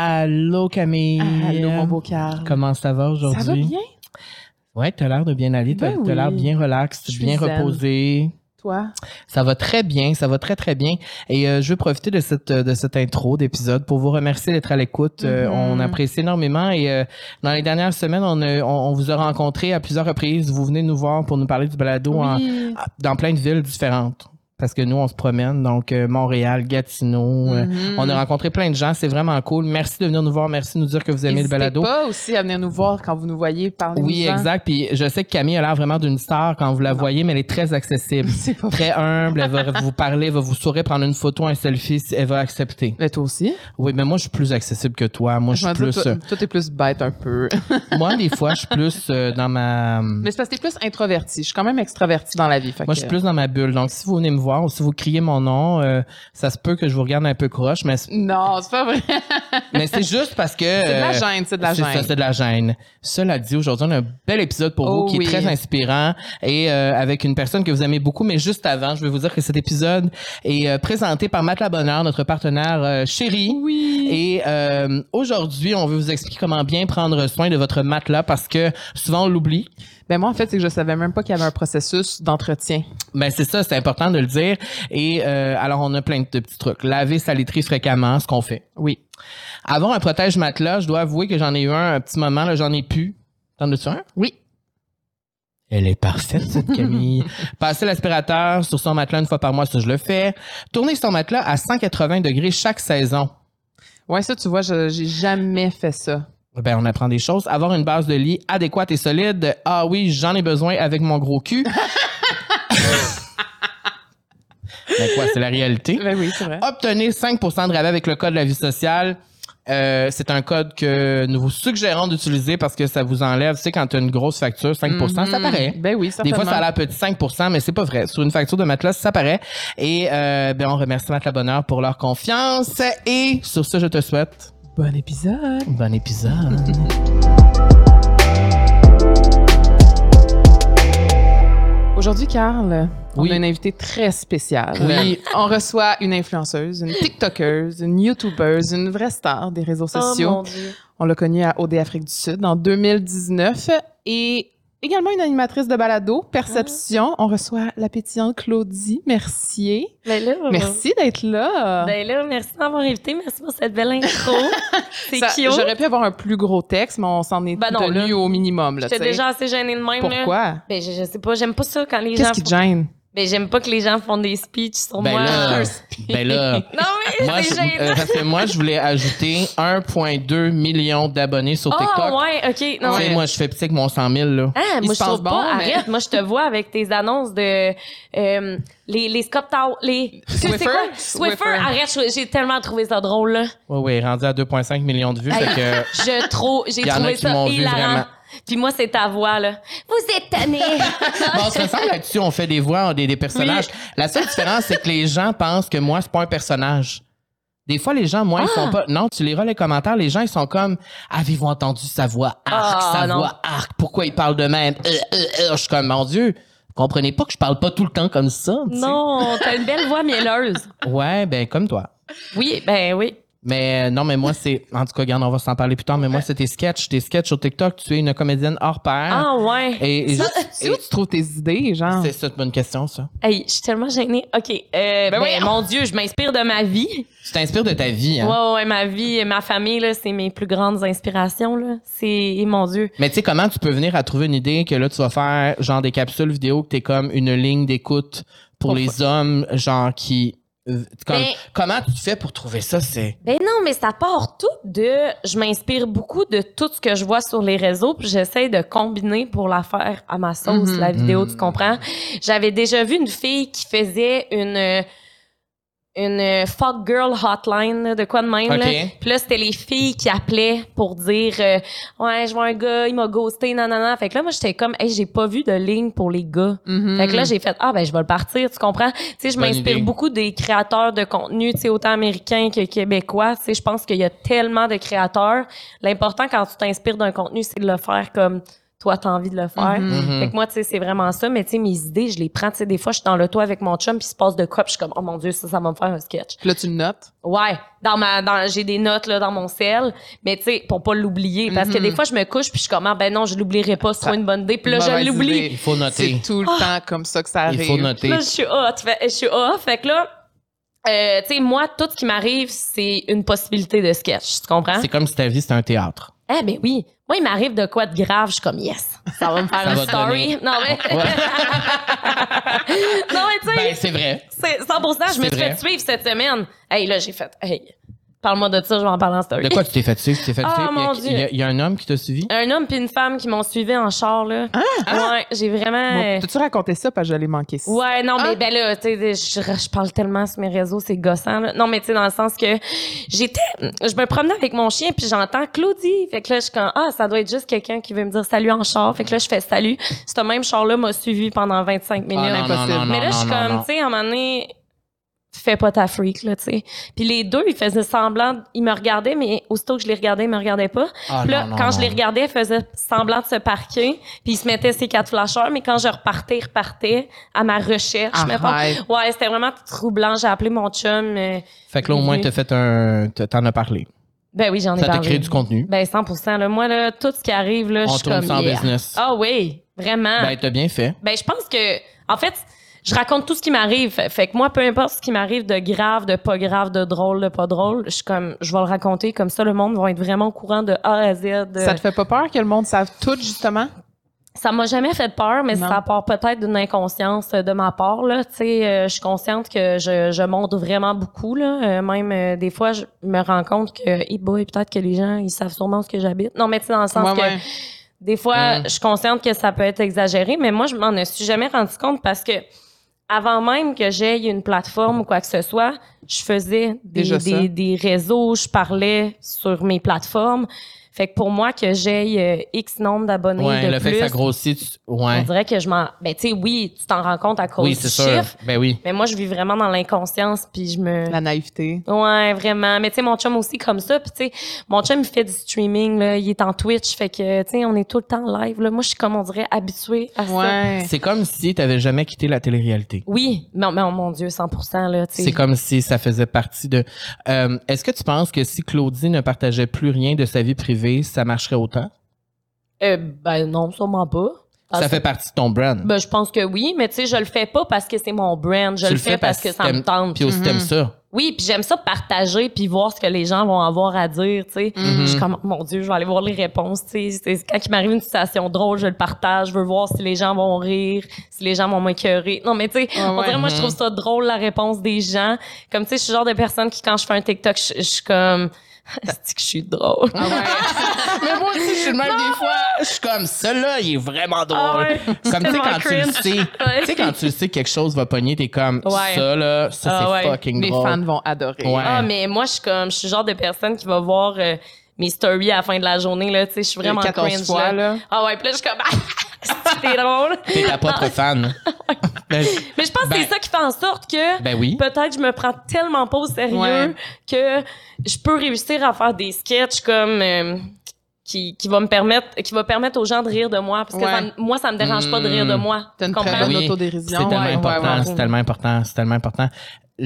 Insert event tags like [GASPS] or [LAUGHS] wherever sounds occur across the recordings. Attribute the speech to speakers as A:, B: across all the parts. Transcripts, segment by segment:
A: Allô Camille.
B: Allô, mon beau Carl.
A: Comment ça va euh, aujourd'hui?
B: Ça va bien,
A: Ouais, t'as l'air de bien aller. T'as
B: Ben
A: t'as l'air
B: oui.
A: bien relax,
B: Je suis
A: bien
B: zen.
A: reposé.
B: toi?
A: Ça va très bien, ça va très très bien. Et euh, je veux profiter de cette euh, de cette intro d'épisode pour vous remercier d'être à l'écoute. Euh,
B: Mhm.
A: on apprécie énormément et euh, dans les dernières semaines, on, a- on, on vous a rencontré à plusieurs reprises. Vous venez nous voir pour nous parler du balado en-
B: Oui.
A: dans plein de villes différentes. Parce que nous, on se promène, donc euh, Montréal, Gatineau. euh,
B: Mhm.
A: on a rencontré plein de gens, c'est vraiment cool. Merci de venir nous voir, merci de nous dire que vous aimez le
B: N'hésitez
A: balado.
B: pas aussi à venir nous voir quand vous nous voyez parler.
A: Oui, exact. Puis je sais que Camille a l'air vraiment d'une star quand vous la voyez, mais elle est très
B: [LAUGHS]
A: accessible,
B: [LAUGHS] C'est pas vrai.
A: très humble. Elle va vous parler, va vous sourire, prendre une photo, un selfie, si elle va accepter.
B: Mais toi aussi.
A: Oui, mais moi je suis plus accessible que toi. Moi je
B: me
A: suis
B: dis,
A: plus.
B: toi, toi, t'es plus bête un peu. [LAUGHS]
A: euh, moi des fois je suis plus euh, dans ma.
B: Mais c'est parce que t'es plus introverti. Je suis quand même extraverti dans la vie. fait
A: Moi,
B: que-
A: je suis plus dans ma bulle. Donc, si vous venez me voir ou si vous criez mon nom, euh, ça se peut que je vous regarde un peu croche, mais, c'est-
B: Non, c'est pas vrai.
A: mais c'est juste parce que.
B: C'est de la
A: euh,
B: gêne, c'est de la
A: C'est ça,
B: gêne.
A: c'est de la gêne. Cela dit, aujourd'hui, on a un bel épisode pour
B: Oh
A: vous qui
B: oui.
A: est très inspirant et euh, avec une personne que vous aimez beaucoup. Mais juste avant, je vais vous dire que cet épisode est euh, présenté par Matt Labonneur, notre partenaire euh, chéri.
B: Oui.
A: Et euh, aujourd'hui, on veut vous expliquer comment bien prendre soin de votre matelas parce que souvent on l'oublie.
B: Ben moi, en fait, c'est que je savais même pas qu'il y avait un processus d'entretien.
A: Ben c'est ça, c'est important de le dire. Et euh, alors on a plein de petits trucs. Laver sa literie fréquemment, ce qu'on fait.
B: Oui.
A: Avoir un protège matelas, je dois avouer que j'en ai eu un un petit moment. Là, j'en ai plus. T'en as-tu un?
B: Oui.
A: Elle est parfaite,
B: [LAUGHS]
A: cette Camille. Passer l'aspirateur sur son matelas une fois par mois, ça je le fais. Tourner son matelas à 180 degrés chaque saison.
B: Ouais, ça, tu vois, je- j'ai jamais fait ça.
A: Ben, on apprend des choses. Avoir une base de lit adéquate et solide. Ah oui, j'en ai besoin avec mon gros cul. ben quoi, c'est la réalité.
B: Ben oui, c'est vrai.
A: Obtenez 5 de rabais avec le code de la vie sociale. Euh, c'est un code que nous vous suggérons d'utiliser parce que ça vous enlève, tu sais, quand tu as une grosse facture, 5 ça
B: Mhm.
A: paraît.
B: Ben oui,
A: Des
B: certainement.
A: fois, ça a l'air petit 5 mais c'est pas vrai. Sur une facture de matelas, ça paraît. Et euh, ben, on remercie Matelas Bonheur pour leur confiance. Et sur ce, je te souhaite
B: Bon épisode.
A: un bon épisode.
B: Aujourd'hui, Carl,
A: Oui.
B: on a une invitée très spéciale.
A: Oui.
B: Euh, On reçoit une influenceuse, une TikTokeuse, une YouTubeuse, une vraie star des réseaux
C: Oh,
B: sociaux. on l'a connue à OD Afrique du Sud en 2019 et également une animatrice de balado, Perception.
C: Ah.
B: On reçoit la pétillante Claudie Mercier.
C: Ben là,
B: Merci d'être là.
C: Ben là, merci d'avoir invité. Merci pour cette
B: [LAUGHS]
C: belle intro. C'est
B: Ça-
C: cute.
B: J'aurais pu avoir un plus gros texte, mais on s'en est
C: Ben non,
B: tenu au minimum. Là,
C: J'étais
B: tu sais.
C: déjà assez gênée de même. là.
B: Pourquoi?
C: Ben je, je sais pas, j'aime pas ça quand les gens.
B: Qu'est-ce qui te
C: font-
B: gêne?
C: Ben j'aime pas que les gens font des speeches sur
A: Ben
C: moi. [LAUGHS]
A: là, ben là,
C: Non mais
A: moi, je,
C: c'est gênant.
A: euh, parce que moi, je voulais ajouter 1,2 million d'abonnés sur
C: Ah
A: TikTok.
C: ouais, ok. Non,
A: Tu sais,
C: mais-
A: Moi, je fais petit avec mon 100 000, là.
C: Ah,
B: Il
C: moi,
B: se
C: je
B: pense
C: trouve
B: bon,
C: pas.
B: mais-
C: Arrête, moi, je te vois avec tes annonces de euh, les, les Scott Tower- les c'est- c'est
B: Swiffer?
C: quoi?
B: Swiffer.
C: Swiffer. Arrête, je- j'ai tellement trouvé ça drôle, là.
A: Oui, oui, rendu à 2,5 millions de vues.
C: Hey.
A: fait que, euh,
C: Je trop, j'ai
A: Il y en a
C: trouvé
A: qui
C: ça
A: m'ont vu vraiment.
C: hilarant. Puis moi, c'est ta voix, là. Vous êtes tannés.
A: [LAUGHS] [LAUGHS] Bon,
C: [LAUGHS]
A: on se ressemble là-dessus, on fait des voix, on- des, des personnages. La seule différence, c'est que les gens pensent que moi, c'est pas un personnage. Des fois, les gens, moi, ils
C: Ah.
A: font pas. Non, tu liras les commentaires, les gens, ils sont comme Avez-vous entendu sa voix arc,
C: Ah,
A: sa
C: non.
A: voix arc, pourquoi il parle de même Euh, euh, euh. Je suis comme Mon Dieu, vous comprenez pas que je parle pas tout le temps comme ça. tu sais.
C: non, t'as une belle voix mielleuse.
A: Ouais, ben, comme toi.
C: Oui, ben oui.
A: Mais euh, non, mais moi, c'est. En tout cas, regarde, on va s'en parler plus tard, mais moi, c'est tes sketchs. Tes sketchs sur TikTok, tu es une comédienne hors pair.
C: Ah ouais.
A: Et, et
B: Ça,
A: juste-
B: C'est où tu trouves tes idées, genre?
A: c'est ça, une bonne question, ça.
C: Hey, je suis tellement gênée. OK. euh, ben,
B: voyons.
C: mon Dieu, je m'inspire de ma vie.
A: Tu t'inspires de ta vie, hein?
C: Ouais, ouais, ouais, ma vie, ma famille, là, c'est mes plus grandes inspirations, là. C'est, mon Dieu.
A: Mais tu sais, comment tu peux venir à trouver une idée que là, tu vas faire genre des capsules vidéo que t'es comme une ligne d'écoute pour
B: Pourquoi?
A: les hommes, genre qui. euh, comme-
C: Ben-
A: Comment tu fais pour trouver ça? C'est.
C: Ben non, mais ça part tout de... Je m'inspire beaucoup de tout ce que je vois sur les réseaux, puis j'essaie de combiner pour la faire à ma sauce,
B: Mhm.
C: la vidéo,
A: Mhm.
C: tu comprends? J'avais déjà vu une fille qui faisait une... Une fuck girl hotline, là, de quoi de même, là.
A: OK.
C: Puis là, c'était les filles qui appelaient pour dire euh, Ouais, je vois un gars, il m'a ghosté, nanana. Fait que là, moi, j'étais comme Hey, j'ai pas vu de ligne pour les gars.
B: Mhm.
C: Fait que là, j'ai fait Ah, ben, je vais le partir, tu comprends? Tu sais, je
A: Bonne
C: m'inspire
A: idée.
C: beaucoup des créateurs de contenu, tu sais, autant américains que québécois. Tu sais, je pense qu'il y a tellement de créateurs. L'important quand tu t'inspires d'un contenu, c'est de le faire comme toi, t'as envie de le faire.
A: Mhm.
C: Fait que moi, tu sais, c'est vraiment ça. Mais tu sais, mes idées, je les prends. Tu sais, des fois, je suis dans l'auto avec mon chum, puis il se passe de quoi, puis je suis comme, oh mon Dieu, ça, ça va me faire un sketch.
B: Puis là, tu le notes.
C: Ouais, dans ma, dans, j'ai des notes là dans mon sel, mais tu sais, pour pas l'oublier, parce que
B: Mhm.
C: des fois, je me couche, puis je suis comme, ah ben non, je l'oublierai pas, c'est trop une bonne idée. Puis là, je
B: Mauvaise
C: l'oublie.
B: idée.
A: Il faut noter.
B: C'est tout le
C: Ah!
B: temps comme ça que ça arrive.
A: Il faut noter.
C: Là, je suis off. Fait- Je suis off. Fait que là, euh, tu sais, moi, tout ce qui m'arrive, c'est une possibilité de sketch. Tu comprends?
A: C'est comme si ta vie, c'était un théâtre.
C: Eh ben oui. Moi, il m'arrive de quoi de grave, je suis comme yes. Ça va me faire
A: Ça
C: une
A: va te
C: story.
A: donner.
C: Non, mais.
A: Ouais.
C: [LAUGHS] non, mais tu sais,
A: Ben, c'est vrai.
C: c'est 100 je me
A: c'est
C: suis fait
A: vrai.
C: suivre cette semaine. Hey, là, j'ai fait. Hey, parle-moi de ça, je vais en parler en story.
A: De quoi tu t'es fait suivre? Tu t'es fait
C: Ah,
A: suivre? Il y a-
C: mon
A: il, y a, il y a un homme qui t'a suivi?
C: Un homme puis une femme qui m'ont suivi en char, là.
A: Hein?
C: Ouais, j'ai vraiment.
B: Bon, T'as-tu raconté ça parce que j'allais manquer ça?
C: Ouais, non,
B: Ah.
C: mais ben là, tu sais, je, je parle tellement sur mes réseaux, c'est gossant, là. Non, mais tu sais, dans le sens que j'étais, je me promenais avec mon chien, puis j'entends Claudie. Fait que là, je suis comme, ah, ça doit être juste quelqu'un qui veut me dire salut en char. Fait que là, je fais salut. Ce même char-là m'a suivi pendant 25 minutes.
A: Ah, non, non,
B: impossible.
A: non, non,
C: mais là, je suis
A: non, non,
C: comme,
A: non.
C: tu sais, à un moment donné, fais pas ta freak, là, tu sais. Puis les deux, ils faisaient semblant, ils me regardaient, mais aussitôt que je les regardais, ils me regardaient pas.
A: Ah,
C: Puis là,
A: non, non,
C: quand je
A: non.
C: les regardais, elle faisait semblant de se parquer, puis ils se mettaient ses quatre flasheurs, mais quand je repartais, ils repartaient à ma recherche.
A: Ah,
C: mettons.
B: Arrête.
C: Ouais, c'était vraiment troublant. J'ai appelé mon chum. euh,
A: Fait que là, au moins, t'as fait un. t'as- T'en as parlé.
C: ben oui, j'en ai
A: Ça t'a
C: parlé.
A: créé du contenu.
C: Ben 100 là, Moi, là, tout ce qui arrive, là, je
A: On
C: suis
A: tourne
C: comme...
A: ça en
C: yeah.
A: business.
C: Ah oui, vraiment.
A: Ben, t'as bien fait.
C: Ben, je pense que, en fait, je raconte tout ce qui m'arrive. Fait- Fait que moi, peu importe ce qui m'arrive de grave, de pas grave, de drôle, de pas drôle, je suis comme, je vais le raconter. Comme ça, le monde va être vraiment au courant de A à Z. euh, de-
B: Ça te fait pas peur que le monde sache tout, justement?
C: Ça m'a jamais fait peur, mais
B: Non.
C: ça part peut-être d'une inconscience euh, de ma part. Là. Tu sais, euh, je suis consciente que je, je monte vraiment beaucoup. Là. Euh, même euh, des fois, je me rends compte que, hey boy, peut-être que les gens, ils savent sûrement ce que j'habite. Non, mais tu sais, dans le sens
B: Ouais,
C: que
B: ouais.
C: des fois,
A: Mm.
C: je suis consciente que ça peut être exagéré, mais moi, je m'en suis jamais rendu compte parce que avant même que j'aie une plateforme ou quoi que ce soit, je faisais des,
B: Déjà ça.
C: des, des réseaux, je parlais sur mes plateformes. Fait que pour moi, que j'aille euh, X nombre d'abonnés
A: Ouais,
C: de
A: le
C: plus,
A: fait que ça grossit. tu-
C: on
A: Ouais.
C: dirait que je m'en. Ben, tu sais, oui, tu t'en rends compte à cause
A: Oui,
C: du
A: c'est sûr.
C: chiffre.
A: Ben oui.
C: Mais moi, je vis vraiment dans l'inconscience, puis je me.
B: La naïveté.
C: Ouais, vraiment. Mais tu sais, mon chum aussi comme ça. Puis tu sais, mon chum, il fait du streaming, là. Il est en Twitch. Fait que, tu sais, on est tout le temps live, là. Moi, je suis comme, on dirait, habituée à Ah, ça. [LAUGHS]
B: Ouais.
A: C'est comme si t'avais jamais quitté la télé-réalité.
C: Oui. Mais, mais, oh, mon Dieu, 100 là, tu sais.
A: C'est comme si ça faisait partie de. Euh, Est-ce que tu penses que si Claudie ne partageait plus rien de sa vie privée, ça marcherait autant?
C: Euh, ben non, sûrement pas. Parce-
A: ça fait partie de ton brand.
C: Ah, Ben, je pense que oui, mais tu sais, je le fais pas parce que c'est mon brand. Je
A: Tu
C: le fais parce que ça me
A: t'aimes-
C: tente.
A: Puis aussi,
B: Mhm.
C: mm-hmm.
A: t'aimes ça.
C: Oui, puis j'aime ça partager puis voir ce que les gens vont avoir à dire, tu sais.
B: Mhm.
C: Je suis comme mon dieu, je vais aller voir les réponses, tu sais. C'est- Quand il m'arrive une situation drôle, je le partage, je veux voir si les gens vont rire, si les gens vont m'écœurer. Non, mais tu sais, on
B: ouais.
C: dirait moi je trouve ça drôle la réponse des gens. Comme tu sais, je suis le genre de personne qui quand je fais un TikTok, je, je suis comme [LAUGHS] c'est que je suis drôle.
B: [LAUGHS]
A: Mais moi aussi, je suis le même des fois. Je suis comme, celui-là, il est vraiment drôle.
C: Ah ouais.
A: Comme tu sais,
C: Tellement
A: quand tu le
C: cringe.
A: sais.
C: [LAUGHS] Ouais.
A: Tu sais, quand tu le sais, que quelque chose va pogner, t'es comme,
C: Ouais.
A: ça, là, ça,
C: Ah
A: c'est
C: ouais.
A: fucking
B: Les
A: drôle.
B: fans vont adorer.
A: Ouais.
C: Ah mais moi je suis comme je suis le genre de personne qui va voir euh, mes stories à la fin de la journée là, tu sais, je suis vraiment
B: 14
C: cringe
B: fois,
C: là.
B: là.
C: Ah ouais, puis là je suis comme [LAUGHS] c'est drôle.
A: T'es ta
C: [LAUGHS]
A: propre fan. Ben,
C: Mais je pense que
A: Ben-
C: c'est ça qui fait en sorte que
A: ben oui.
C: peut-être je me prends tellement pas au sérieux
B: Ouais.
C: que je peux réussir à faire des sketchs comme euh, qui, qui va me permettre qui va permettre aux gens de rire de moi parce que
B: Ouais.
C: ça me- moi ça me dérange pas de rire de moi.
B: T'as une
C: Tu
B: très
C: comprends?
B: bonne
A: Ben Oui. C'est
B: autodérision.
A: tellement
B: Ouais, ouais,
A: important,
B: ouais.
A: c'est tellement important, c'est tellement important.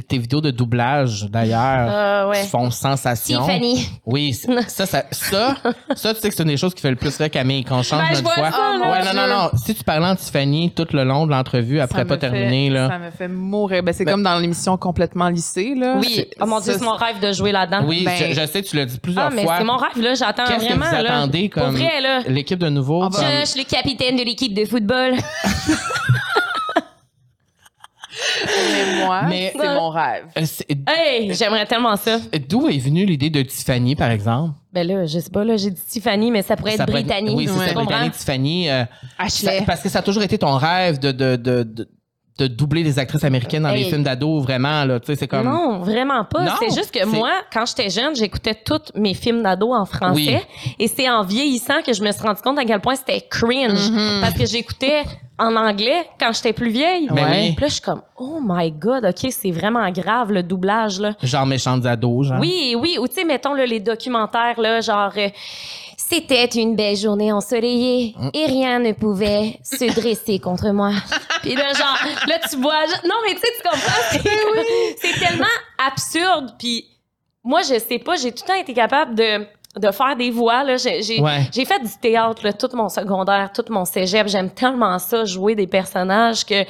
A: Tes vidéos de doublage, d'ailleurs,
C: Ah, ouais.
A: font sensation.
C: Tiffany.
A: Oui, c- ça, ça, ça, ça, tu sais que c'est une des choses qui fait le plus rire Camille, qu'on change
C: Ben,
A: notre
C: je vois
A: voix.
C: ça, là.
A: ouais, non, non, non. Si tu parlais en Tiffany tout le long de l'entrevue,
B: Ça
A: après
B: me
A: pas
B: fait-
A: terminé, là.
B: Ça me fait mourir. Ben, c'est
A: Ben-
B: comme dans l'émission complètement lycée, là.
C: Oui, oh mon dieu,
B: Ça,
C: c'est mon rêve de jouer là-dedans.
A: Oui,
B: Ben-
A: je, je sais, tu l'as dit plusieurs
C: Ah mais
A: fois.
C: c'est mon rêve là, j'attends
A: Qu'est-ce que vous
C: vraiment là.
A: attendez
C: Pour
A: comme bah.
C: vrai là.
A: l'équipe de nouveau?
B: Ah,
A: comme-
C: Je suis le capitaine de l'équipe de football.
B: Mais moi,
A: Mais-
B: c'est mon rêve.
A: Euh, c'est-
C: Hey, j'aimerais tellement ça.
A: D'où est venue l'idée de Tiffany, par exemple?
C: Ben là, je sais pas là, j'ai dit Tiffany mais ça pourrait
A: Ça
C: être
A: pourrait
C: Brittany.
A: Oui, c'est
B: Ouais.
A: ça,
C: Tu comprends?
A: Brittany, Tiffany. euh, ça-
B: Ashley.
A: parce que ça a toujours été ton rêve de, de, de, de, de doubler des actrices américaines dans les
C: Hey.
A: films d'ados, vraiment, là. Tu sais, c'est comme.
C: Non, vraiment pas.
A: Non,
C: C'est juste que
A: c'est-
C: moi, quand j'étais jeune, j'écoutais tous mes films d'ados en
A: Mhm.
C: Mhm. français. Et c'est en vieillissant que je me suis rendu compte à quel point c'était cringe. Parce que j'écoutais en anglais quand j'étais plus vieille.
A: Ben oui.
C: Puis là, je suis comme, oh my God, OK, c'est vraiment grave le doublage, là.
A: Genre méchante ados, genre.
C: Oui, oui. Ou tu sais, mettons là, les documentaires, là, genre euh, C'était une belle journée ensoleillée
A: Hein?
C: et rien ne pouvait se dresser contre
A: [LAUGHS]
C: moi. Puis là, genre, là, tu vois. je- Non, mais tu sais, tu comprends?
A: [LAUGHS]
C: C'est-
A: Ben
C: C'est tellement absurde. Puis moi, je sais pas, j'ai tout le temps été capable de de faire des voix là j'ai j'ai-
A: Ouais.
C: j'ai fait du théâtre là, tout mon secondaire tout mon cégep j'aime tellement ça jouer des personnages que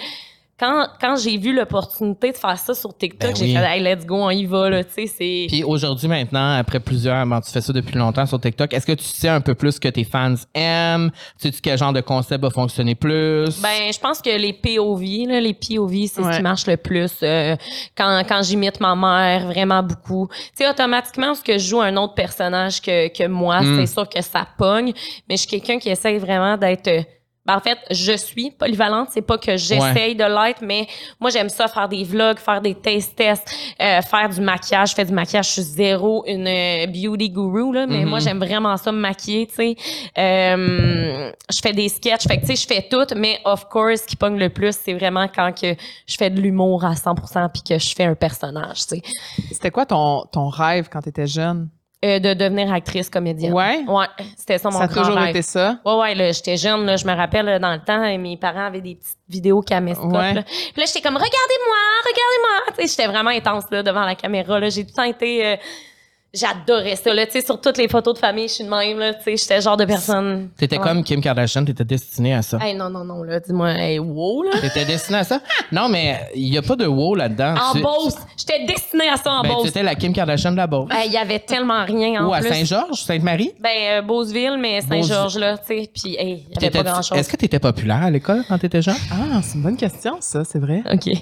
C: quand quand j'ai vu l'opportunité de faire ça sur TikTok
A: Ben
C: j'ai
A: oui.
C: fait hey let's go on y va là tu sais c'est
A: Puis aujourd'hui, maintenant, après plusieurs, bon, tu fais ça depuis longtemps sur TikTok, est-ce que tu sais un peu plus ce que tes fans aiment? Sais-tu quel genre de concept va fonctionner plus?
C: Ben, je pense que les POV, là, les POV, c'est ce
B: Ouais.
C: qui marche le plus. euh, quand quand j'imite ma mère, vraiment beaucoup. Tu sais, automatiquement, ce que je joue un autre personnage que, que moi,
A: Mm.
C: c'est sûr que ça pogne. Mais je suis quelqu'un qui essaye vraiment d'être... euh, ben, en fait, je suis polyvalente. C'est pas que j'essaye de l'être, mais moi, j'aime ça, faire des vlogs, faire des taste tests, euh, faire du maquillage. Je fais du maquillage, je suis zéro une euh, beauty guru, là, mais
A: Mhm.
C: moi, j'aime vraiment ça, me maquiller, tu sais. Euh, je fais des sketchs, fait que, tu sais, je fais tout, mais of course, ce qui pogne le plus, c'est vraiment quand que je fais de l'humour à 100% puis que je fais un personnage, tu sais.
B: C'était quoi ton, ton rêve quand t'étais jeune?
C: Euh, de devenir actrice, comédienne.
B: Ouais?
C: Ouais, c'était ça Oh, mon
B: Ça a
C: grand
B: toujours
C: rêve.
B: été ça?
C: Ouais, ouais, là, j'étais jeune, là, je me rappelle, là, dans le temps, et mes parents avaient des petites vidéos caméscopes,
B: Ouais.
C: là. Puis là, j'étais comme, regardez-moi, regardez-moi. Tu sais, j'étais vraiment intense, là, devant la caméra, là. J'ai tout le temps été, euh, j'adorais ça, là. Tu sais, sur toutes les photos de famille, je suis de même, là. Tu sais, j'étais le genre de personne.
A: T'étais
C: Ouais.
A: comme Kim Kardashian, t'étais destinée à ça.
C: Hey, non, non, non, là, dis-moi, hey, wow, là.
A: T'étais destinée à ça? Non, mais il n'y a pas de wow là-dedans.
C: En
A: Tu-
C: Ah, Beauce! J'étais destinée à ça en
A: Ben, tu
C: Beauce.
A: étais la Kim Kardashian de la Beauce.
C: Il y avait tellement rien en
A: Ou à
C: plus.
A: Saint-Georges, Sainte-Marie?
C: ben, euh, Beauceville, mais Saint-Georges, là, tu sais. Puis, hey, il y avait pas
A: T'étais-
C: grand-chose. Euh,
A: Est-ce que t'étais populaire à l'école quand t'étais jeune?
B: Ah, c'est une bonne question, ça, c'est vrai.
C: OK. Euh,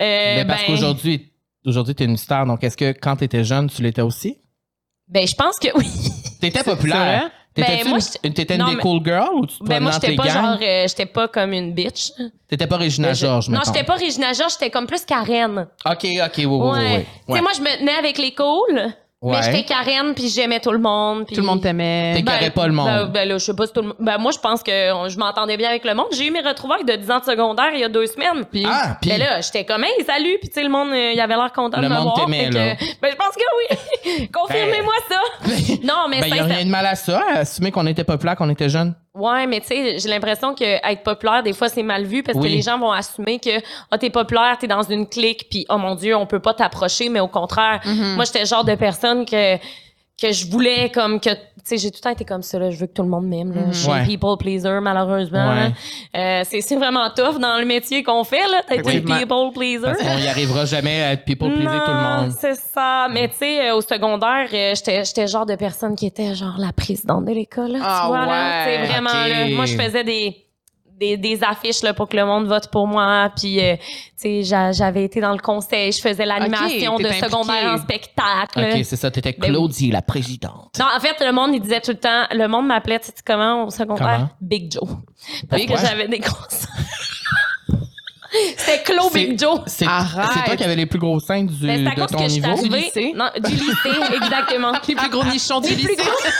A: Mais parce
C: ben,
A: qu'aujourd'hui, aujourd'hui, t'es une star. Donc, est-ce que quand t'étais jeune, tu l'étais aussi?
C: Ben, je pense que oui.
A: T'étais
B: c'est
A: populaire.
B: vrai?
A: T'étais-tu
C: Ben, moi,
A: une-
C: j'étais-
A: une, t'étais une
C: non,
A: des
C: mais-
A: cool girls ou tu te
C: Ben,
A: promenais
C: moi,
A: entre
C: j'étais
A: les
C: pas
A: gangs?
C: genre, euh, j'étais pas comme une bitch.
A: T'étais pas Regina
C: Mais je-
A: Georges,
C: non,
A: mettons.
C: j'étais pas Regina Georges, j'étais comme plus Karen.
A: OK, OK, oui, oui, oui, oui.
C: ouais.
A: [LAUGHS]
C: Tu sais, moi, je me tenais avec les cools,
A: Oh, Ouais.
C: mais j'étais Karen, puis j'aimais tout le monde. puis-
B: Tout le monde t'aimait.
A: T'es- carrait pas le monde.
C: Ben, ben là, je sais pas si tout le monde. Ben, moi, je pense que on- je m'entendais bien avec le monde. J'ai eu mes retrouvailles de 10 ans de secondaire il y a deux semaines. Puis,
A: Ah, puis-
C: Ben là, j'étais comme, hey, salut. Puis, tu sais, le monde, euh, il avait l'air content
A: Le
C: de me
A: monde
C: voir.
A: t'aimait,
C: fait que-
A: là.
C: Ben, je pense que oui. [LAUGHS] Confirmez-moi ça. non, mais
A: Ben, il n'y a
C: sincèrement-
A: rien de mal à ça, à assumer qu'on était populaire, qu'on était jeune.
C: Ouais, mais tu sais, j'ai l'impression que être populaire des fois c'est mal vu parce
A: Oui.
C: que les gens vont assumer que ah t'es populaire, t'es dans une clique, puis oh mon dieu, on peut pas t'approcher, mais au contraire,
A: Mhm.
C: moi j'étais le genre de personne que que je voulais comme que tu sais j'ai tout le temps été comme ça là, je veux que tout le monde m'aime là, je suis
A: Mhm. Ouais.
C: people pleaser malheureusement. là.
A: Ouais.
C: Euh, c'est c'est vraiment tough dans le métier qu'on fait là, d'être une
B: Effectivement.
C: people pleaser.
A: Parce qu'on n'y arrivera jamais à être people pleaser
C: Non,
A: tout le monde.
C: C'est ça. Mais tu sais, euh, au secondaire, euh, j'étais j'étais le genre de personne qui était genre la présidente de l'école. là,
B: Ah
C: tu vois, là.
B: ouais,
C: Tu sais, vraiment, là,
A: ok.
C: moi, je faisais des. Des, des affiches là, pour que le monde vote pour moi puis euh, tu sais j'a- j'avais été dans le conseil je faisais l'animation
B: t'es
C: de
B: impliquée.
C: secondaire en spectacle
A: OK, c'est ça, t'étais
C: Ben oui.
A: Claudie, la présidente.
C: non en fait le monde il disait tout le temps le monde m'appelait tu sais comment au secondaire
A: Comment?
C: Big Joe parce
A: Big
C: que
A: quoi?
C: j'avais des grosses [LAUGHS] c'était Claude
A: C'est-
C: Big Joe
A: C'est
B: Arrête.
A: c'est toi qui avais les plus gros seins du,
C: Mais Ben, c'est à
A: de
C: cause
A: ton
C: que je suis
A: niveau.
B: Du
C: arrivée.
B: lycée?
C: Non, du lycée,
B: [LAUGHS]
C: exactement.
B: Les plus gros nichons du
C: Les plus
B: lycée.
C: gros.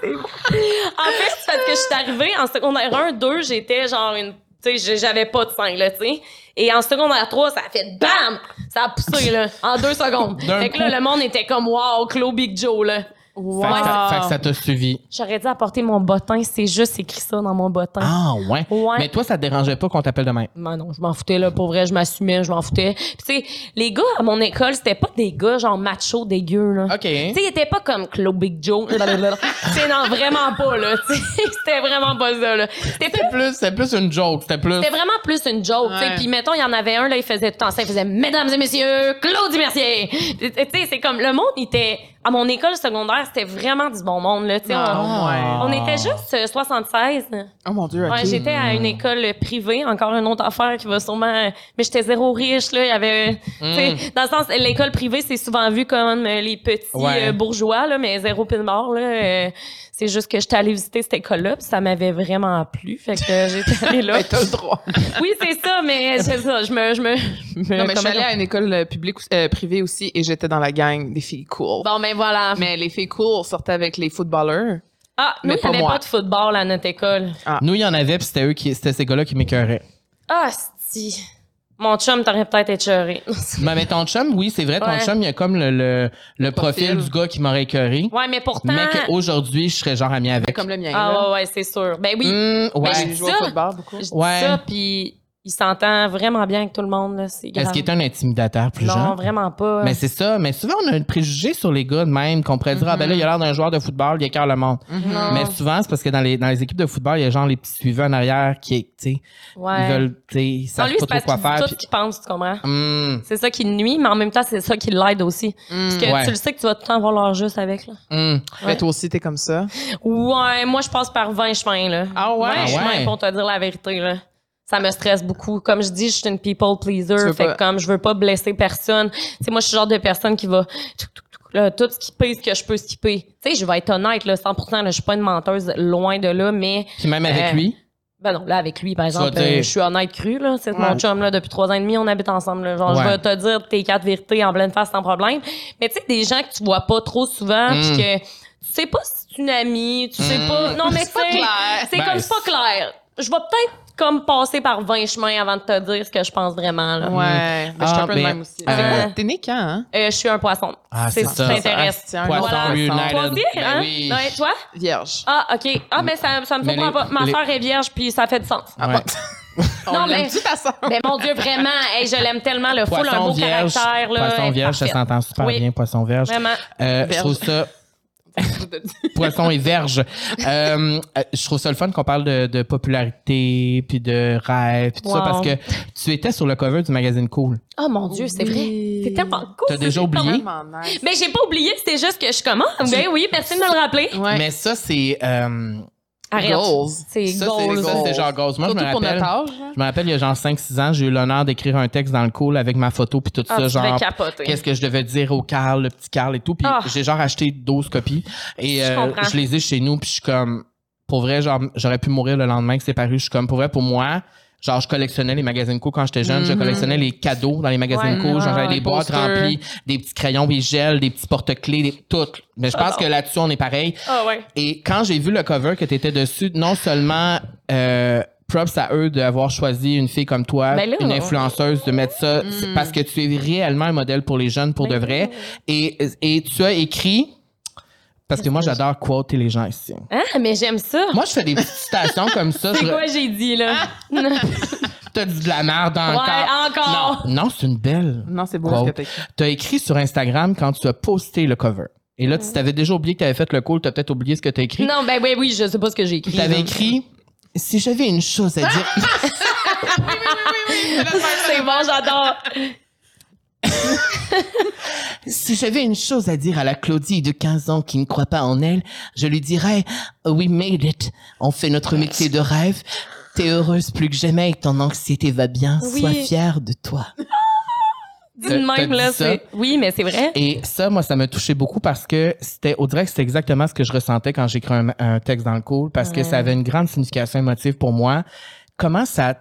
C: C'est bon. en fait, c'est parce que je suis arrivée en secondaire 1, 2, j'étais genre une. Tu sais, j'avais pas de sein, là, tu sais. Et en secondaire 3, ça a fait BAM! Ça a poussé, là, en deux secondes.
A: D'un
C: fait que là,
A: coup.
C: le monde était comme Wow, Claude Big Joe, là.
A: Fait que ça- fait que
B: Wow.
A: ça t'a suivi.
C: J'aurais dû apporter mon bottin, c'est juste écrit ça dans mon bottin.
A: Ah, ouais.
C: Ouais.
A: Mais toi, ça te dérangeait pas qu'on t'appelle demain.
C: Ben non, je m'en foutais, là. Pour vrai, je m'assumais, je m'en foutais. Puis, tu sais, les gars à mon école, c'était pas des gars, genre, machos dégueux, là.
A: OK.
C: Tu sais, il était pas comme Claude
B: [LAUGHS]
C: Big Joe. blablabla. Tu sais, non, vraiment pas, là. [LAUGHS] Tu sais, C'était vraiment pas ça, là. C'était
A: C'était plus,
C: plus-
A: c'était plus une joke, c'était plus...
C: c'était vraiment plus une joke, tu sais.
B: Ouais.
C: Puis, mettons, il y en avait un, là, il faisait tout en ça. Il faisait « Mesdames et messieurs, Claudie Mercier! » Tu sais, c'est comme... Le monde, il était... À mon école secondaire, c'était vraiment du bon monde, là. Tu sais, on,
A: Ah.
C: on était juste euh, 76.
B: Oh mon Dieu, ok.
C: Ouais,
B: [LAUGHS]
C: j'étais à une école privée, encore une autre affaire qui va sûrement. Mais j'étais zéro riche, là. Il y avait.
A: Mm. hmm.
C: tu sais, Dans le sens, l'école privée, c'est souvent vu comme euh, les petits
A: Ouais.
C: euh, bourgeois, là, mais zéro pile mort, là. euh, c'est juste que j'étais allée visiter cette école-là, puis ça m'avait vraiment plu. Fait que euh, j'étais allée
A: [LAUGHS]
C: là.
B: Ben, t'as le droit.
C: oui, c'est ça, mais c'est ça. Je me. Je me, je me-
B: Non, [LAUGHS] mais je suis
C: comment
B: allée à une école euh, publique, ou- euh, privée aussi et j'étais dans la gang des filles cool.
C: dire? Bon, ben voilà.
B: Mais les filles cool sortaient avec les footballeurs.
C: Ah, nous,
B: Mais
C: il n'y
B: pas
C: avait
B: moi.
C: pas de football à notre école.
A: Nous, il y en avait, puis c'était eux qui, c'était ces gars-là qui m'écœuraient.
C: Ah, si. Mon chum t'aurait peut-être écœuré.
A: Mais, mais ton chum, oui, c'est vrai, ton
C: Ouais.
A: chum, il y a comme le, le, le profil,
B: profil.
A: du gars qui m'aurait écœuré.
C: [LAUGHS] ouais, mais pourtant.
A: mais qu'aujourd'hui, je serais genre ami avec.
B: comme le mien.
C: Ah,
B: là.
C: ouais, ouais, c'est sûr. Ben oui.
A: Hum, ouais.
C: Ben,
B: J'ai joué
C: ça.
B: au football beaucoup.
C: Je dis
A: Ouais.
C: ça, puis il s'entend vraiment bien avec tout le monde. là, C'est grave.
A: Est-ce qu'il est un intimidateur plus
C: Non,
A: jeune?
C: vraiment pas.
A: Mais c'est ça. Mais souvent, on a un préjugé sur les gars de même, qu'on pourrait dire, ah ben là, il a l'air d'un joueur de football, il écœure le monde.
B: Mhm.
C: Non.
A: Mais souvent, c'est parce que dans les, dans les équipes de football, il y a genre les petits suivants en arrière qui, tu sais,
C: ouais.
A: ils veulent, tu sais, ils
C: Sans
A: savent
C: lui,
A: pas
C: c'est
A: trop
C: parce qu'il
A: quoi
C: dit
A: faire.
C: tout ce qu'il pense, tu comprends?
A: puis- Hum,
C: C'est ça qui le nuit, mais en même temps, c'est ça qui l'aide aussi. Parce que
A: Ouais.
C: tu le sais que tu vas tout le temps avoir leur juste avec. Là.
A: hum.
B: Mais toi aussi, t'es comme ça.
C: Ouais, moi, je passe par 20 chemins. Là.
B: Ah ouais?
C: 20
A: Ah ouais?
C: chemins pour te dire la vérité. Là. Ça me stresse beaucoup. Comme je dis, je suis une people
B: Tu
C: pleaser.
B: veux
C: Fait
B: pas-
C: que comme je veux pas blesser personne. Tu sais, moi, je suis le genre de personne qui va tout, tout, tout, là, tout skipper ce que je peux skipper. Tu sais, je vais être honnête, là, 100 là, je suis pas une menteuse loin de là, mais
A: Puis même avec
C: Euh,
A: lui.
C: Ben non, là, avec lui, par
A: vas
C: exemple,
A: dire-
C: euh, je suis honnête cru, là. C'est mon
B: Ouais.
C: chum, là, depuis trois ans et demi, on habite ensemble, là. Genre,
A: Ouais.
C: je vais te dire tes quatre vérités en pleine face sans problème. Mais tu sais, des gens que tu vois pas trop souvent,
A: Mm.
C: puis que tu sais pas si c'est une amie, tu sais
A: Mm.
C: pas. Non, mais tu sais, c'est
A: Ben,
C: comme c'est pas
A: c'est-
C: clair. Je vais peut-être comme passer par 20 chemins avant de te dire ce que je pense vraiment, là.
B: Ouais. Ben, je suis
A: Ah,
B: un peu de
A: mais-
B: même aussi.
A: Ah,
B: C'est
A: ouais.
B: quoi? T'es né quand, hein?
C: Euh, je suis un poisson.
A: Ah, c'est ça.
C: Ça t'intéresse.
B: Ah, c'est un
A: Poisson
C: Voilà.
A: United.
C: Poisson,
A: Ben
C: hein?
A: oui.
C: Ouais, toi?
B: Vierge.
C: Ah, OK. Ah, mais ça, ça me
A: Mais
C: surprend
A: les-
C: pas. Ma
A: les-
C: soeur est vierge, puis ça fait du sens.
B: Ah,
A: Ouais.
B: [LAUGHS] On
C: Non, mais-
B: l'aime-tu, ta sœur?
C: [LAUGHS] Ben mon Dieu, vraiment, Hey, je l'aime tellement, le full, un
A: Poisson
C: beau
A: vierge.
C: caractère. Là,
A: Poisson
C: est
A: vierge, ça
C: parfaite.
A: s'entend super
C: Oui.
A: bien, poisson vierge.
C: Vraiment.
A: Euh, je trouve
B: Verge.
C: [LAUGHS]
A: ça. Poisson et verge. Euh, euh, je trouve ça le fun qu'on parle de, de popularité, puis de rêve, puis tout ça,
C: Wow.
A: parce que tu étais sur le cover du magazine Cool.
C: Oh mon Dieu, c'est vrai. C'est tellement cool.
A: T'as
C: ça,
A: déjà
C: c'est
A: oublié?
C: tellement-
B: Tellement nice.
C: Mais j'ai pas oublié, c'était juste que je commence. Ben oui, merci de me le rappeler.
B: Ouais.
A: Mais ça, c'est. euh,
C: Arrête.
B: Goals.
C: C'est
A: ça, c'est-
C: goals.
A: ça, c'est
B: goals.
A: genre gauze. Moi, je
B: Surtout
A: me
B: pour
A: rappelle.
B: notre âge. hein. là.
A: Je me rappelle, il y a genre 5-6 ans, j'ai eu l'honneur d'écrire un texte dans le cool avec ma photo puis tout ça,
C: Ah, tu devais
A: genre
C: capoter.
A: qu'est-ce que je devais dire au Carl, le petit Carl et tout. Puis
C: Ah.
A: j'ai genre acheté 12 copies et
C: Je
A: euh,
C: comprends.
A: je les ai chez nous. Puis je suis comme, pour vrai, genre, j'aurais pu mourir le lendemain que c'est paru. Je suis comme, pour vrai, pour moi, genre, je collectionnais les magazines Co quand j'étais jeune. Je
B: Mhm.
A: collectionnais les cadeaux dans les magazines
C: Ouais, Ah,
A: Co. Genre,
C: ouais,
A: j'avais
B: ouais,
A: des
B: les
A: boîtes
B: posters.
A: remplies, des petits crayons, des gels, des petits porte-clés, des... tout. Mais je pense
C: J'adore.
A: que là-dessus, on est pareil.
C: Ah ouais.
A: Et quand j'ai vu le cover que tu étais dessus, non seulement euh, props à eux d'avoir choisi une fille comme toi,
C: Ben là,
A: une
C: on- Hmm.
A: influenceuse, de mettre ça, c'est parce que tu es réellement un modèle pour les jeunes, pour
C: Ben
A: de vrai. Et, et tu as écrit, parce que moi j'adore quoter les gens ici.
C: Ah, mais j'aime ça.
A: Moi Ah! je fais des petites citations comme ça,
C: [LAUGHS] C'est quoi
A: je
C: j'ai dit, là? Non.
A: te dis de la merde encore.
C: encore.
A: Non, non c'est une belle.
B: Non, c'est beau
A: Wow.
B: ce que t'as écrit.
A: Tu as écrit sur Instagram quand tu as posté le cover. Et là, tu t'avais déjà oublié que tu avais fait le call, tu as peut-être oublié ce que tu as écrit.
C: [LAUGHS] Hmm. Non, ben oui, oui, je sais pas ce que j'ai écrit.
A: Tu avais
C: là.
A: écrit Si j'avais une chose à dire.
C: [LAUGHS] C'est bon, j'adore.
A: Si j'avais une chose à dire à la Claudie de 15 ans qui ne croit pas en elle, je lui dirais We made it. On fait notre métier de rêve. T'es heureuse plus que jamais et ton anxiété va bien.
C: Oui.
A: Sois fière de toi.
C: Dis de
A: T'as- t'as
C: même, là.
A: dit ça?
C: c'est- Oui, mais c'est vrai.
A: Et ça, moi, ça m'a touché beaucoup parce que c'était, au direct, c'était exactement ce que je ressentais quand j'écris un, un texte dans le cours parce que ça avait une grande signification émotive pour moi. Comment ça,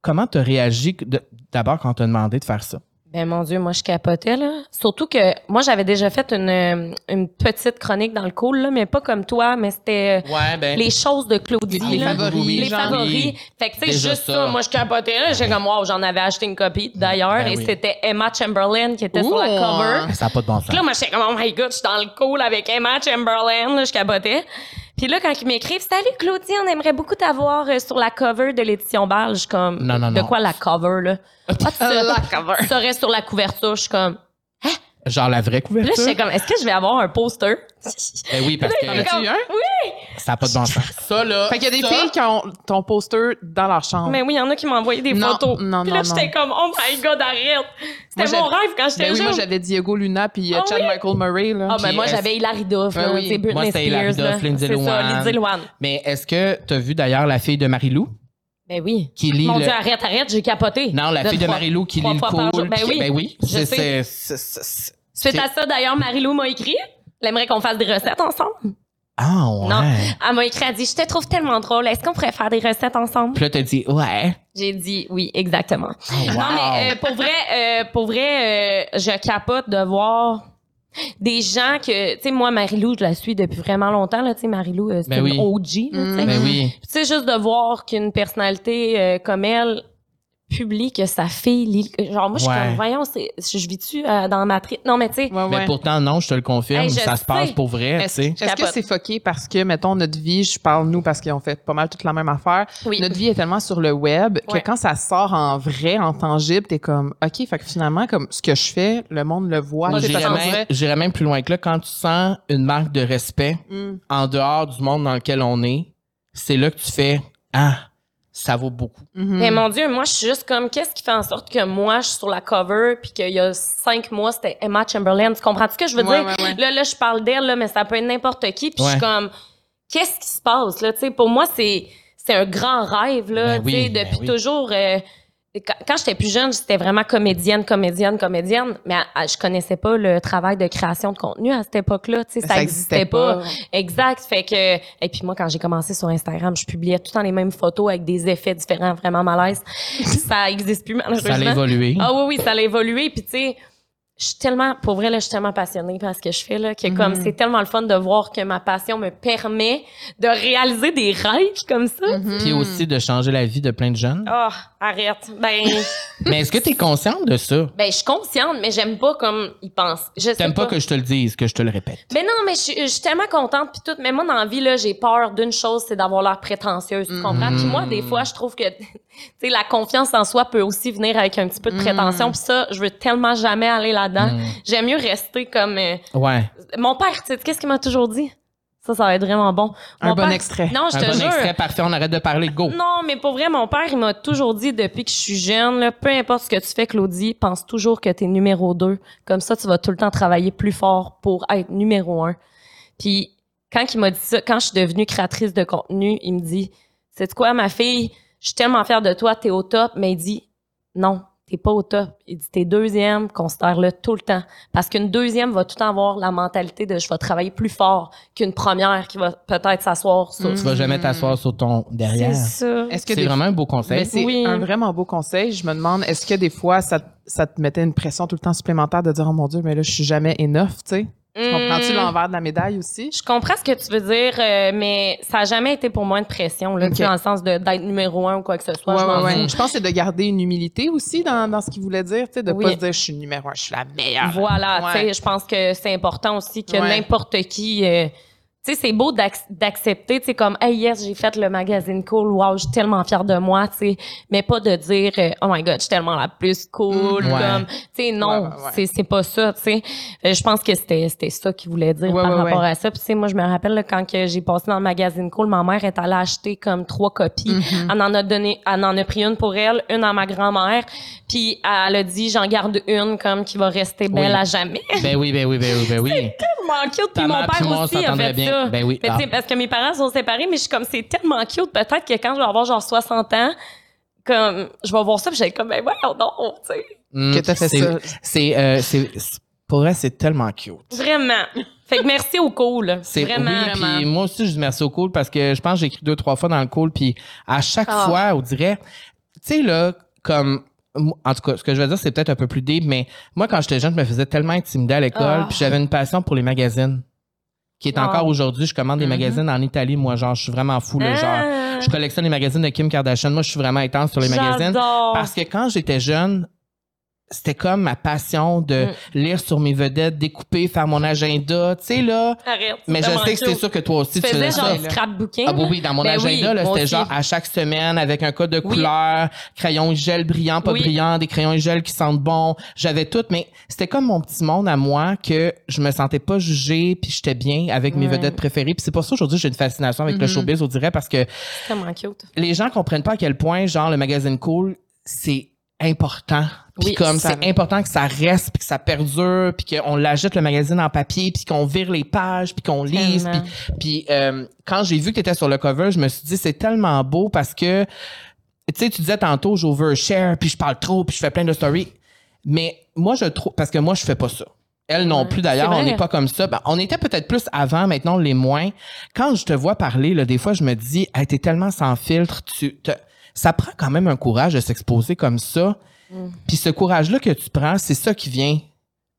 A: comment t'as réagi que- de- d'abord quand on t'a demandé de faire ça?
C: Ben mon Dieu, moi je capotais là. Surtout que moi j'avais déjà fait une, euh, une petite chronique dans le cool là, mais pas comme toi, mais c'était euh,
A: Ouais, ben.
C: les choses de Claudie
B: Les
C: là.
B: favoris,
C: les
B: genre.
C: favoris. Fait que tu sais
A: Déjà
C: juste ça.
A: ça.
C: moi je capotais là, j'ai comme wow, j'en avais acheté une copie d'ailleurs
A: Ben
C: et
A: oui.
C: c'était Emma Chamberlain qui était sur la
B: Ouh.
C: cover.
A: Ça n'a pas de bon sens.
C: Puis là, moi, j'étais comme, oh my god, je suis dans le cool avec Emma Chamberlain, là, je cabotais. Puis là, quand ils m'écrivent, salut Claudie, on aimerait beaucoup t'avoir euh, sur la cover de l'édition Bâle. Je suis comme,
A: Non, non,
C: de
A: non.
C: quoi la cover, là?
A: [LAUGHS]
C: Ah, tu serais- [LAUGHS] Tu serais sur la couverture, je suis comme,
A: Genre la vraie
C: Puis là,
A: couverture.
C: j'étais comme, est-ce que je vais avoir
B: [LAUGHS]
C: un poster?
A: Ben oui, parce
C: Là, il est
A: que
B: T'en as-tu eu un?
A: ça n'a pas de bon sens. Ça, là.
B: Fait qu'il y a des filles qui ont ton poster dans leur chambre.
C: Mais oui, il y en a qui m'ont envoyé des
B: Non,
C: photos.
B: non,
C: Puis là,
B: non,
C: j'étais
B: non.
C: comme, oh my god, arrête. C'était
B: Moi,
C: mon
B: j'avais-
C: rêve quand j'étais
B: Ben oui,
C: jeune.
B: moi j'avais Diego Luna puis euh,
C: Ah
B: Chad
C: oui?
B: Michael Murray là. euh,
C: ah, ben
A: Puis
C: moi,
A: est-ce-
C: j'avais Hilary Duff,
B: Ben
C: là,
B: oui.
C: tu sais, Britney
A: Moi, c'était Hilary
C: Spears, là.
A: Duff, Lindsay
C: C'est ça,
A: Lohan.
C: Lindsay Lohan.
A: Mais est-ce que tu as vu d'ailleurs la fille de Marie-Lou
C: Ben oui.
A: qui lit
C: Mon
A: le.
C: Dieu, arrête, arrête, j'ai capoté.
A: Non, la fille de
C: trois-
A: Marie-Lou qui
C: trois
A: lit le
C: fois par
A: cool.
C: jour. Ben oui.
A: Ben oui.
C: Je
A: C'est-
C: sais.
A: c'est- c'est- c'est-
C: Suite à ça, d'ailleurs, Marie-Lou m'a écrit. Elle aimerait qu'on fasse des recettes ensemble.
A: Ah, ouais.
C: Non. Elle m'a écrit, elle dit, je te trouve tellement drôle. Est-ce qu'on pourrait faire des recettes ensemble?
A: Puis là, t'as dit, ouais.
C: J'ai dit oui, exactement.
A: Oh, wow.
C: euh, Non, mais euh, pour vrai, euh, pour vrai euh, je capote de voir Des gens que, tu sais, moi, Marie-Lou, je la suis depuis vraiment longtemps, là, tu sais, Marie-Lou, euh, c'est
A: Ben
C: une
A: oui.
C: OG, là, tu sais.
A: Ben oui.
C: Puis, Tu sais, juste de voir qu'une personnalité euh, comme elle publie que sa fille lit- Genre, moi, je suis
A: Ouais.
C: comme, voyons, c'est- je vis-tu euh, dans ma tri... Non, mais tu sais,
B: Ouais,
A: Mais
B: ouais.
A: Ben pourtant, non, je te le confirme,
C: hum, Hey, je
A: ça se passe
C: sais.
A: pour vrai, tu
B: Est-ce
A: sais.
B: est-ce que
C: Capote.
B: c'est foqué parce que, mettons, notre vie, je parle nous parce qu'on fait pas mal toute la même affaire.
C: oui.
B: Notre vie est tellement sur le web que
C: Ouais.
B: quand ça sort en vrai, en tangible, t'es comme, OK, fait que finalement, comme ce que je fais, le monde le voit.
A: Moi,
B: de toute
A: J'irais
B: façon,
A: même, j'irais même plus loin que là. Quand tu sens une marque de respect
B: tu dirais, hmm,
A: en dehors du monde dans lequel on est, c'est là que tu fais Ah, ça vaut beaucoup.
B: mhm.
C: Mais mon Dieu, moi, je suis juste comme, qu'est-ce qui fait en sorte que moi, je suis sur la cover, puis qu'il y a cinq mois, c'était Emma Chamberlain. Tu comprends ce que je veux
B: Ouais,
C: dire?
B: ouais, ouais.
C: Là, là, je parle d'elle, là, mais ça peut être n'importe qui, puis je suis
A: Ouais.
C: comme, qu'est-ce qui se passe, là? Tu sais, pour moi, c'est, c'est un grand rêve, là.
A: Ben
C: tu sais,
A: oui, ben
C: depuis
A: oui.
C: toujours, euh, quand, quand j'étais plus jeune, j'étais vraiment comédienne, comédienne, comédienne, mais à- à- je connaissais pas le travail de création de contenu à cette époque-là. Tu sais, ça, existait pas. Exact. Fait que, et puis moi, quand j'ai commencé sur Instagram, je publiais tout le temps les mêmes photos avec des effets différents, vraiment malaise. [LAUGHS] ça existe plus
A: Ça a
C: malheureusement.
A: évolué.
C: Ah oui, oui, ça a évolué. Puis tu sais, je suis tellement, pour vrai, là, je suis tellement passionnée par ce que je fais, là, que comme
A: Mm.
C: c'est tellement le fun de voir que ma passion me permet de réaliser des rêves comme ça.
B: Mm-hmm.
A: Puis aussi de changer la vie de plein de jeunes.
C: Oh, arrête. Ben,
A: Mais est-ce que tu es consciente de ça?
C: ben, je suis consciente, mais j'aime pas comme ils pensent. Je sais
A: T'aimes pas que je te le dise, que je te le répète.
C: Mais non, mais je, suis- je suis tellement contente puis tout. Mais moi, dans la vie, là, j'ai peur d'une chose, c'est d'avoir l'air prétentieuse. Tu comprends? Puis moi, des fois, je trouve que, [LAUGHS] tu sais, la confiance en soi peut aussi venir avec un petit peu de prétention.
A: Mm.
C: Puis ça, je veux tellement jamais aller là-dedans. J'aime mieux rester comme euh,
A: Hmm. Ouais.
C: mon père. Tu sais, qu'est-ce qu'il m'a toujours dit? Ça, ça va être vraiment bon.
B: Un
C: Mon
B: bon
C: père-
B: extrait.
C: Non, je
A: Un
C: te
A: bon
C: jure.
A: extrait parfait, on arrête de parler, go.
C: Non, mais pour vrai, mon père, il m'a toujours dit depuis que je suis jeune, là, peu importe ce que tu fais, Claudie, pense toujours que t'es numéro 2. Comme ça, tu vas tout le temps travailler plus fort pour être numéro 1. Puis, quand il m'a dit ça, quand je suis devenue créatrice de contenu, il me dit, c'est quoi, ma fille, je suis tellement fière de toi, t'es au top, mais il dit, non, t'es pas au top. Il dit, t'es deuxième, considère-le tout le temps. Parce qu'une deuxième va tout le temps avoir la mentalité de je vais travailler plus fort qu'une première qui va peut-être s'asseoir sur.
B: Mm.
A: Tu vas jamais t'asseoir sur ton derrière.
C: C'est ça.
B: Est-ce que
A: C'est
B: des
A: vraiment un beau
B: Mais
A: conseil.
B: Ben, c'est
C: Oui.
B: un vraiment beau conseil. Je me demande, est-ce que des fois, ça, te- ça te mettait une pression tout le temps supplémentaire de dire, oh mon Dieu, mais là, je suis jamais enough, tu sais? Tu Comprends-tu
C: Mm.
B: l'envers de la médaille aussi?
C: Je comprends ce que tu veux dire, euh, mais ça n'a jamais été pour moi une pression, là,
B: Ok.
C: tu sais, dans le sens de- d'être numéro un ou quoi que ce soit.
B: Ouais,
C: je m'en
B: ouais, ouais.
C: fous.
B: Je pense que c'est de garder une humilité aussi dans, dans ce qu'il voulait dire, tu sais, de
C: Oui.
B: pas se dire, je suis numéro un, je suis la meilleure.
C: Voilà,
B: Ouais.
C: tu sais, je pense que c'est important aussi que
B: Ouais.
C: n'importe qui. euh, tu sais, c'est beau d'ac- d'accepter, tu sais, comme, hey, yes, j'ai fait le magazine cool, wow, je suis tellement fière de moi, tu sais, mais pas de dire, euh, oh my god, je suis tellement la plus cool,
A: Mhm. Ouais.
C: comme, tu sais, non,
B: Mm, Ouais, ouais, ouais.
C: c'est- c'est pas ça, tu sais. Euh, je pense que c'était c'était ça qu'il voulait dire
B: Ouais,
C: par
B: ouais,
C: rapport
B: ouais.
C: à ça. Puis, tu sais, moi, je me rappelle, là, quand que j'ai passé dans le magazine cool, ma mère est allée acheter comme trois copies.
A: Mm-hmm.
C: Elle en a donné, elle en a pris une pour elle, une à ma grand-mère, puis elle a dit, j'en garde une, comme, qui va rester belle
A: Oui.
C: à jamais.
A: Ben oui, ben oui, ben oui, ben oui.
C: tellement cute. Puis
A: Ta
C: mon
A: mère puis
C: père
A: moi, on
C: aussi a
A: s'entendrait
C: fait
A: bien.
C: ça.
A: Ben oui.
C: Mais
A: Ah.
C: tu sais, parce que mes parents sont séparés, mais je suis comme, c'est tellement cute. Peut-être que quand je vais avoir genre 60 ans, comme, je vais voir ça, puis j'ai comme, ben ouais, non, tu sais.
A: Mm,
B: Que t'as fait
A: c'est-
B: ça.
A: C'est, euh, c'est- c'est- pour vrai, c'est tellement cute.
C: Vraiment. Fait que merci au cool.
A: C'est
C: Vraiment.
A: oui,
C: vraiment.
A: puis moi aussi je dis merci au cool parce que je pense que j'ai écrit deux trois fois dans le cool puis à chaque
C: Ah.
A: fois on dirait tu sais là comme moi, en tout cas ce que je veux dire c'est peut-être un peu plus deep mais moi quand j'étais jeune je me faisais tellement intimider à l'école
C: Ah.
A: puis j'avais une passion pour les magazines qui est
C: Wow. Mm-hmm.
A: encore aujourd'hui je commande des magazines en Italie moi genre je suis vraiment fou là, genre
C: Ah,
A: je collectionne les magazines de Kim Kardashian moi je suis vraiment intense sur les magazines
C: J'adore.
A: parce que quand j'étais jeune, c'était comme ma passion de
C: Mm.
A: lire sur mes vedettes, découper, faire mon agenda, tu sais là.
C: Arrête.
A: Mais je
C: vraiment
A: sais que c'est
C: cute.
A: sûr que toi aussi
C: Tu
A: tu
C: faisais
A: faisais
C: genre
A: ça.
C: du scrapbooking.
A: Ah oui, oui, dans mon
C: Ben oui,
A: agenda, là,
C: moi
A: c'était
C: aussi.
A: genre à chaque semaine avec un code de
C: Oui.
A: couleur, crayon et gel brillant, pas
C: Oui.
A: brillant, des crayons et gel qui sentent bon. J'avais tout, mais c'était comme mon petit monde à moi que je me sentais pas jugée, puis j'étais bien avec mes
C: Ouais. Mm-hmm.
A: vedettes préférées. Puis c'est pour ça aujourd'hui j'ai une fascination avec le showbiz, on dirait, parce que
C: C'est Tellement cute.
A: les gens comprennent pas à quel point genre le magazine cool c'est important puis
C: Oui,
A: comme
B: ça
A: c'est important que ça reste puis que ça perdure puis qu'on l'achète le magazine en papier puis qu'on vire les pages puis qu'on lise
C: Tellement.
A: puis puis, euh, quand j'ai vu que tu étais sur le cover je me suis dit c'est tellement beau parce que tu sais tu disais tantôt j'overshare puis je parle trop puis je fais plein de stories mais moi je trouve parce que moi je fais pas ça elle non
C: Ouais,
A: plus d'ailleurs
C: c'est
A: on
C: vrai.
A: n'est pas comme ça Ben, on était peut-être plus avant maintenant on l'est moins quand je te vois parler, là, des fois, je me dis, hey, t'es tellement sans filtre, tu, te- ça prend quand même un courage de s'exposer comme ça.
C: Mm.
A: Puis ce courage-là que tu prends, c'est ça qui vient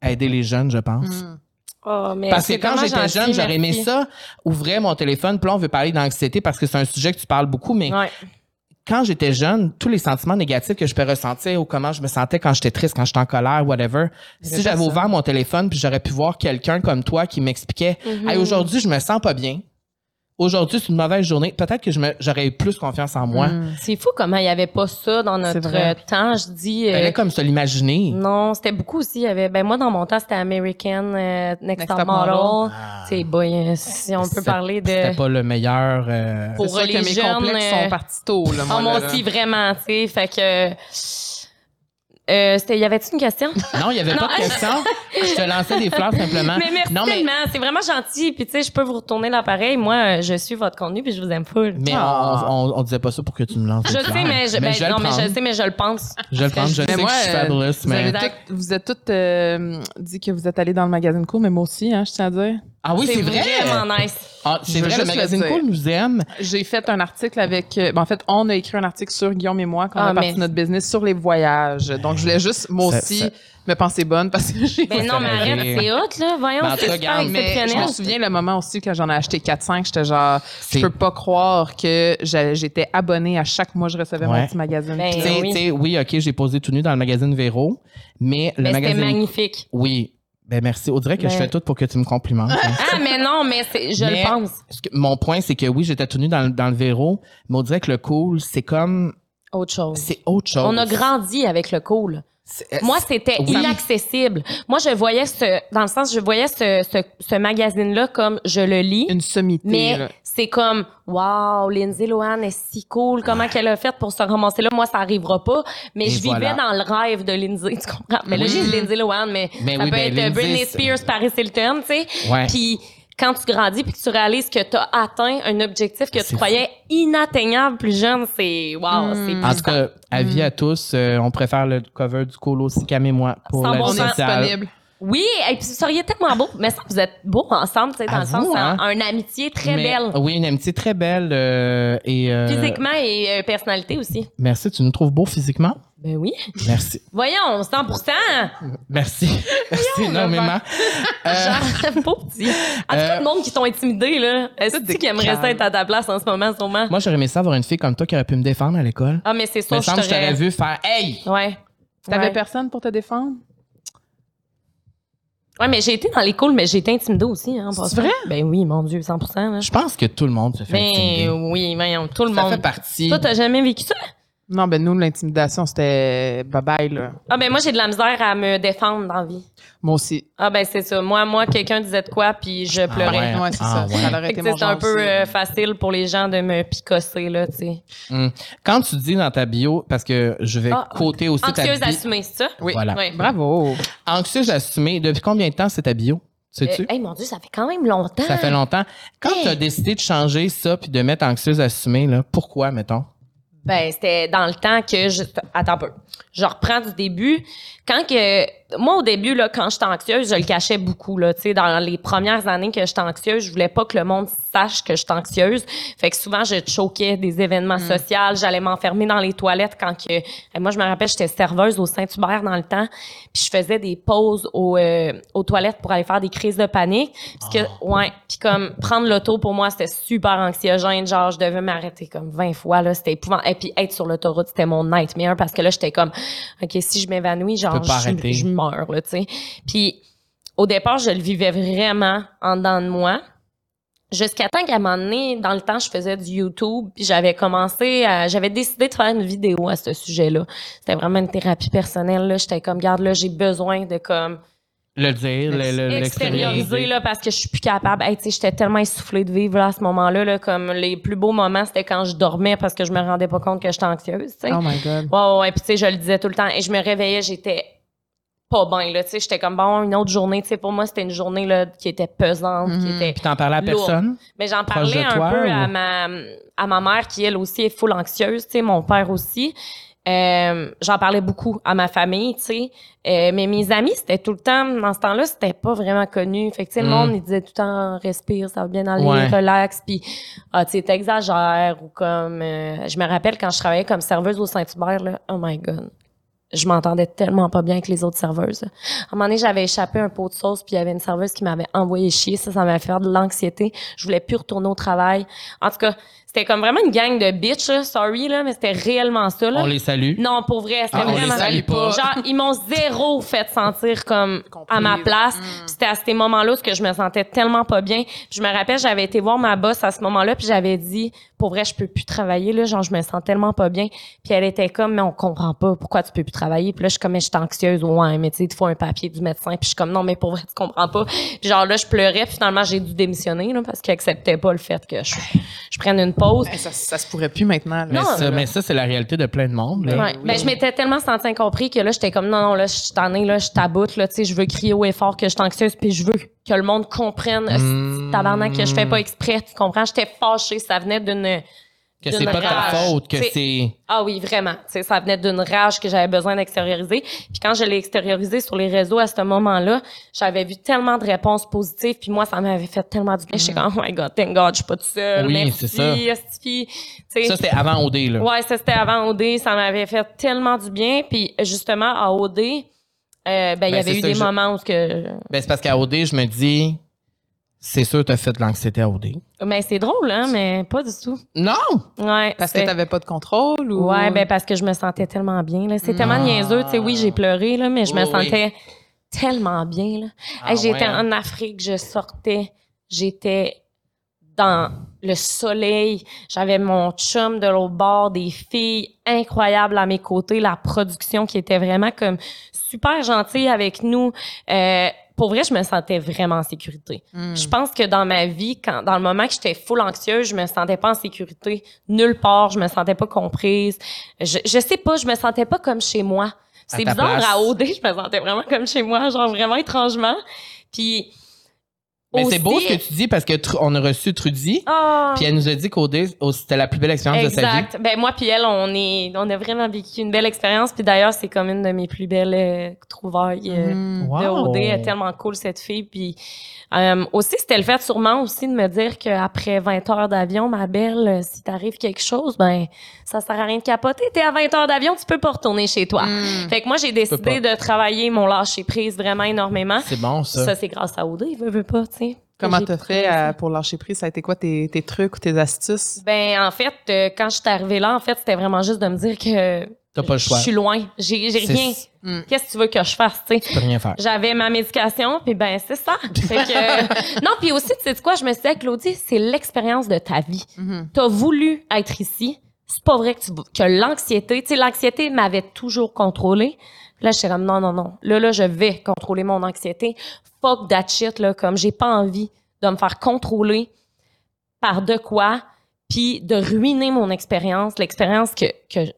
A: aider les jeunes, je pense.
B: Mm.
C: Oh, mais
A: Parce que
C: c'est
A: quand
C: vraiment
A: j'étais
C: gentil,
A: jeune, j'aurais aimé
C: merci.
A: ça, ouvrir mon téléphone, puis là, on veut parler d'anxiété parce que c'est un sujet que tu parles beaucoup, mais
C: Ouais.
A: quand j'étais jeune, tous les sentiments négatifs que je peux ressentir ou comment je me sentais quand j'étais triste, quand j'étais en colère, whatever, si j'avais
B: personne.
A: ouvert mon téléphone puis j'aurais pu voir quelqu'un comme toi qui m'expliquait
B: Mhm.
C: Mm.
A: Hey, aujourd'hui, je me sens pas bien. Aujourd'hui, c'est une mauvaise journée. Peut-être que je me- j'aurais eu plus confiance en moi.
B: Mm.
C: C'est fou comment il n'y avait pas ça dans
B: C'est
C: notre
B: vrai.
C: euh, temps. Je dis. euh,
A: Elle est comme se l'imaginer.
C: non, c'était beaucoup aussi. Il y avait, ben moi, dans mon temps, c'était American euh, Next,
B: Next
C: Top
B: Top
C: Model.
B: Model.
A: Ah.
C: C'est boy, euh, si on peut
A: C'est-
C: parler de.
A: C'était pas le meilleur. euh,
C: Pour
B: C'est sûr
C: les
B: que mes
C: jeunes,
B: complexes
C: euh,
B: sont partis tôt, là, moi,
C: Oh, moi
B: là,
C: aussi,
B: là.
C: vraiment, tu sais. Fait que. Euh, c'était, y avait-tu
A: [LAUGHS]
C: une question?
A: Non, il n'y avait
C: Non,
A: pas de question. je te lançais des fleurs simplement.
C: mais merci
A: non, mais,
C: tellement, c'est vraiment gentil. Puis tu sais, je peux vous retourner l'appareil. Moi, euh, je suis votre contenu, puis je vous aime full.
A: mais
B: Ah.
A: on, on, on disait pas ça pour que tu me lances.
C: Je
A: des
C: le
A: fleurs.
C: sais, mais je, ben,
A: je vais le
C: non, mais
A: prendre.
C: je sais, mais je le pense.
A: Je le prends, je
C: Mais
A: sais que
B: moi,
A: je suis
B: euh,
A: fabulous,
B: Vous
A: mais...
B: avez, toutes- vous êtes toutes euh, dit que vous êtes allées dans le magazine cool, mais moi aussi, hein, je tiens à dire.
A: Ah oui, c'est vrai!
C: vraiment nice.
A: Ah,
B: Je
A: c'est
B: veux
A: vrai, le
B: juste le
A: magazine
B: dire.
A: Cool nous aime.
B: J'ai fait un article avec. euh, ben, en fait, on a écrit un article sur Guillaume et moi quand
C: Ah,
B: on a parti
C: mais-
B: notre business sur les voyages. Donc, je voulais juste, moi
A: Ça-
B: aussi,
A: ça-
B: me penser bonne parce que j'ai.
C: Ben non, mais
A: ça va
C: arrête,
A: rire.
C: c'est hot, là. Voyons,
A: Ben, en tout
C: c'est
A: cas,
C: super
A: garde,
B: Mais je
C: exceptionnel.
B: me souviens le moment aussi quand j'en ai acheté 4-5, j'étais genre, je
A: C'est-
B: peux pas croire que j'a- j'étais abonnée à chaque mois je recevais mon
A: Ouais.
B: petit magazine.
C: Ben,
A: Tu
B: Puis-
A: sais,
C: oui.
A: tu sais, oui, OK, j'ai posé tout nu dans le magazine Véro, mais le
C: Mais c'était
A: magazine...
C: magnifique.
A: Oui, ben merci. On dirait que je
C: Ben-
A: fais tout pour que tu me complimentes. hein.
C: Ah, mais non, mais c'est, je
A: Mais-
C: le pense.
A: Parce que mon point, c'est que oui, j'étais tout nu dans, le- dans le Véro, mais on dirait que le Cool, c'est comme...
C: Autre chose.
A: C'est autre chose.
C: On a grandi avec le cool.
A: C'est-
C: Moi, c'était
A: Oui.
C: inaccessible. Moi, je voyais ce, dans le sens, je voyais ce, ce, ce magazine-là comme je le lis.
B: une sommité.
C: Mais
B: là.
C: c'est comme, wow, Lindsay Lohan est si cool, comment qu'elle a fait pour se ramasser là. Moi, ça arrivera pas. Mais
A: Ah. Et
C: je vivais
A: voilà.
C: dans le rêve de Lindsay, [LAUGHS] tu comprends? Mais là,
A: Oui.
C: j'ai dit Lindsay Lohan, mais,
A: Mais
C: ça
A: oui,
C: peut
A: ben,
C: être euh,
A: Lindsay, c'est-
C: Britney Spears, Paris Hilton, tu sais.
A: Ouais.
C: Puis quand tu grandis puis que tu réalises que tu as atteint un objectif que
A: C'est Hmm.
C: tu croyais inatteignable plus jeune, c'est, wow,
B: Mm.
C: c'est Mm.
A: En tout cas, avis à tous, euh, on préfère le cover du Cool aussi, Cam et moi, pour la
C: 100%
A: vie
B: on est
A: sociale.
B: disponible.
C: Oui, et puis vous seriez tellement beau. Mais ça, vous êtes beaux ensemble, tu sais, dans le sens,
A: Avoue, hein.
C: un- une amitié très
A: Mais- euh,
C: belle.
A: Oui, une amitié très belle. euh, et, euh,
C: Physiquement et euh, personnalité aussi.
A: Merci, tu nous trouves beau physiquement?
C: Ben oui.
A: Merci.
C: Voyons, 100 [LAUGHS]
A: Merci. Merci énormément. Euh,
C: Genre, [LAUGHS] beau petit. À
A: Euh,
C: tout le monde qui t'ont intimidé, là. Est-ce
B: des
C: que tu aimerais ça
B: crânes.
C: être à ta place en ce moment, sûrement?
A: moi, j'aurais aimé ça avoir une fille comme toi qui aurait pu me défendre à l'école.
C: Ah, mais c'est
A: Il
C: sûr,
A: me
C: je
A: semble que je t'aurais
C: t'aurais...
A: vu faire Hey!
C: Ouais.
B: T'avais
C: ouais.
B: personne pour te défendre?
C: Ouais, mais j'ai été dans les calls, mais j'ai été intimidée aussi. Hein, en
B: C'est
C: passant.
B: vrai?
C: Ben oui, mon Dieu, 100 là.
A: Je pense que tout le monde se fait intimider.
C: Ben oui, voyons, tout le
A: Ça fait
C: monde.
A: partie.
C: Toi, t'as jamais vécu ça?
B: Non, ben nous, l'intimidation, c'était bye-bye, là.
C: Ah, ben moi, j'ai de la misère à me défendre dans la vie.
B: Moi aussi.
C: Ah, ben c'est ça. Moi, moi quelqu'un disait de quoi, puis je
A: Ah
C: pleurais.
A: Ouais.
B: Ouais, c'est
A: Ah,
B: ça.
A: ouais.
B: Ça aurait
C: Fait que,
B: été
C: tu sais,
B: mon
C: C'est un
B: genre
C: peu
B: aussi.
C: euh, facile pour les gens de me picosser, là, tu sais.
A: Quand tu dis dans ta bio, parce que je vais
C: Ah,
A: côté aussi ta
C: Anxieuse
A: bio.
C: assumée, c'est ça?
B: Oui.
A: Voilà.
C: Ouais. [LAUGHS]
B: Bravo.
A: Anxieuse assumée. Depuis combien de temps c'est ta bio?
C: Euh,
A: Sais-tu?
C: hey, mon Dieu, ça fait quand même longtemps.
A: Ça fait longtemps. Quand
C: Hey.
A: tu as décidé de changer ça puis de mettre anxieuse assumée, là, pourquoi, mettons?
C: Ben, c'était dans le temps que je. Attends un peu. Je reprends du début. Quand que. Moi, au début, là, quand j'étais anxieuse, je le cachais beaucoup, là. Tu sais, dans les premières années que j'étais anxieuse, je voulais pas que le monde sache que j'étais anxieuse. Fait que souvent, je choquais des événements sociaux. J'allais m'enfermer dans les toilettes quand que. Et moi, je me rappelle, j'étais serveuse au Saint-Hubert dans le temps. Puis je faisais des pauses au, euh, aux toilettes pour aller faire des crises de panique. Parce que, ouais. Puis comme, prendre l'auto, pour moi, c'était super anxiogène. Genre, je devais m'arrêter comme 20 fois, là. C'était épouvantable. Et puis, être sur l'autoroute, c'était mon nightmare. Parce que là, j'étais comme, OK, si je m'évanouis,
A: peux
C: genre,
A: pas
C: je,
A: arrêter.
C: je meurs, là, tu sais. Puis, au départ, je le vivais vraiment en dedans de moi. Jusqu'à temps qu'à un moment donné, dans le temps, je faisais du YouTube, puis j'avais commencé à, j'avais décidé de faire une vidéo à ce sujet-là. C'était vraiment une thérapie personnelle, là. J'étais comme, garde, là, j'ai besoin de, comme,
A: Le dire, le- le-
C: extérioriser,
A: l'extérioriser.
C: là, parce que je suis plus capable. Hey, tu sais, j'étais tellement essoufflée de vivre, là, à ce moment-là, là. Comme, les plus beaux moments, c'était quand je dormais parce que je me rendais pas compte que j'étais anxieuse, tu sais.
B: Oh my God.
C: Ouais, ouais, ouais. Puis, tu sais, je le disais tout le temps. Et je me réveillais, j'étais pas bien, là. Tu sais, j'étais comme, bon, une autre journée. Tu sais, pour moi, c'était une journée, là, qui était pesante, qui
B: Mhm.
C: était.
A: Puis t'en parlais à
C: Lourd.
A: personne?
C: Mais j'en
A: Proche
C: parlais
A: de
C: un
A: toi,
C: peu
A: ou-
C: à ma à ma mère qui elle aussi est full anxieuse, tu sais, mon père aussi. Euh, j'en parlais beaucoup à ma famille, tu sais. Euh, mais mes amis, c'était tout le temps dans ce temps-là, c'était pas vraiment connu. Fait que tu sais, le
A: Mm.
C: monde il disait tout le temps respire, ça va bien aller,
A: Ouais.
C: relax, puis ah, tu sais, t'exagères ou comme euh, je me rappelle quand je travaillais comme serveuse au Saint-Hubert là, oh my god. je m'entendais tellement pas bien avec les autres serveuses. À un moment donné, j'avais échappé un pot de sauce, puis il y avait une serveuse qui m'avait envoyé chier. Ça, ça m'avait fait de l'anxiété. Je voulais plus retourner au travail. En tout cas, c'était comme vraiment une gang de bitches, là. sorry, là, mais c'était réellement ça. Là.
A: On les salue.
C: Non, pour vrai, c'était
A: Ah, on les
C: vraiment...
A: salue pas.
C: Genre, ils m'ont zéro fait sentir comme
B: Comprise.
C: à ma place.
B: Mm.
C: Puis C'était à ces moments-là où ce que je me sentais tellement pas bien. Je me rappelle, j'avais été voir ma boss à ce moment-là, puis j'avais dit, pour vrai, je peux plus travailler là, genre je me sens tellement pas bien. Puis elle était comme, mais on comprend pas pourquoi tu peux plus travailler. Puis là, je suis comme, mais je suis anxieuse, ouais, mais tu sais, il te faut un papier du médecin. Puis je suis comme, non, mais pour vrai, tu comprends pas. Puis genre là, je pleurais. Puis finalement, j'ai dû démissionner là, parce qu'elle acceptait pas le fait que je, je prenne une pause.
B: Hey, Ben, ça, ça se pourrait plus maintenant. là.
A: Mais,
C: Non,
A: ça,
C: là.
A: mais ça, c'est la réalité de plein de monde. là.
C: Ouais. Ben, je m'étais tellement sentie incompris que là, j'étais comme, non, non, là, je suis tannée, là, je taboute, là, tu sais, je veux crier haut et fort que je suis anxieuse, puis je veux que le monde comprenne,
A: Mm.
C: euh, tabarnak, que je fais pas exprès, tu comprends? J'étais fâchée, ça venait d'une...
A: Que
C: d'une
A: c'est pas ta
C: rage.
A: faute, que
C: Tu sais,
A: c'est.
C: Ah oui, vraiment. Tu sais, ça venait d'une rage que j'avais besoin d'extérioriser. Puis quand je l'ai extériorisé sur les réseaux à ce moment-là, j'avais vu tellement de réponses positives. Puis moi, ça m'avait fait tellement du bien. J'étais comme, oh my God, thank God, je suis pas toute seule.
A: Oui,
C: Merci,
A: c'est ça.
C: esti. Tu sais,
A: Ça, c'était avant OD, là.
C: Ouais, ça c'était avant OD, ça m'avait fait tellement du bien. Puis justement à OD, euh, ben, il
A: Ben,
C: y
A: c'est
C: avait eu
A: ça
C: des
A: que je-
C: moments où ce que
A: Ben, c'est parce qu'à OD, je me dis, c'est sûr, t'as fait de l'anxiété à OD.
C: mais c'est drôle hein, mais pas du tout.
A: Non!
C: Ouais,
B: Parce que
C: c'est-
B: tu n'avais pas de contrôle ou.
C: Ouais, ben parce que je me sentais tellement bien là, c'est tellement
A: Ah.
C: niaiseux, tu sais oui, j'ai pleuré là, mais je me
A: Oui, oui.
C: sentais tellement bien là.
A: Ah,
C: Hey, j'étais
A: ouais, hein.
C: en Afrique, je sortais, j'étais dans le soleil, j'avais mon chum de l'autre bord, des filles incroyables à mes côtés, la production qui était vraiment comme super gentille avec nous. Euh, pour vrai, je me sentais vraiment en sécurité.
A: Mm.
B: Hmm.
C: Je pense que dans ma vie, quand, dans le moment que j'étais full anxieuse, je me sentais pas en sécurité nulle part, je me sentais pas comprise. Je, je sais pas, je me sentais pas comme chez moi.
A: À
C: C'est
A: ta
C: bizarre
A: place.
C: à OD, [LAUGHS] je me sentais vraiment comme chez moi, genre vraiment étrangement. Puis
A: Mais c'est beau
C: aussi-
A: ce que tu dis parce que Tru- on a reçu Trudy,
C: Ah!
A: puis elle nous a dit qu'OD, oh, c'était la plus belle expérience de sa vie.
C: Exact. Ben moi puis elle, on est, on a vraiment vécu une belle expérience. Puis d'ailleurs, c'est comme une de mes plus belles euh, trouvailles. euh,
B: Hmm.
A: Wow.
C: de OD. Elle est tellement cool, cette fille. Puis euh, aussi, c'était le fait sûrement aussi de me dire qu'après 20 heures d'avion, ma belle, euh, si t'arrive quelque chose, ben ça sert à rien de capoter. T'es à 20 heures d'avion, tu peux pas retourner chez toi.
B: Hmm.
C: Fait que moi, j'ai décidé de travailler mon lâcher-prise vraiment énormément.
A: C'est bon,
C: Ça,
A: ça.
C: c'est grâce à OD, veux, veux pas, tu sais.
B: Comment
C: J'ai
B: t'as
C: pris
B: fait
C: ça.
B: euh, pour lâcher prise? Ça a été quoi tes, tes trucs ou tes astuces?
C: Ben, en fait, euh, quand je suis arrivée là, en fait, c'était vraiment juste de me dire que
A: T'as pas le choix.
C: je suis loin. J'ai j'ai
A: C'est-
C: rien.
B: Mm.
C: Qu'est-ce que tu veux que je fasse, tu sais?
A: Tu peux rien faire.
C: J'avais ma médication, puis ben c'est ça. Fait
B: [LAUGHS]
C: que- non, puis aussi, tu sais quoi, je me suis dit, Claudie, c'est l'expérience de ta vie.
B: Mhm.
C: T'as voulu être ici. C'est pas vrai que, tu- que l'anxiété, tu sais, l'anxiété m'avait toujours contrôlée. Là, j'étais comme, non, non, non. Là, là, je vais contrôler mon anxiété. Fuck that shit, là, comme j'ai pas envie de me faire contrôler par de quoi, puis de ruiner mon expérience, l'expérience que, que,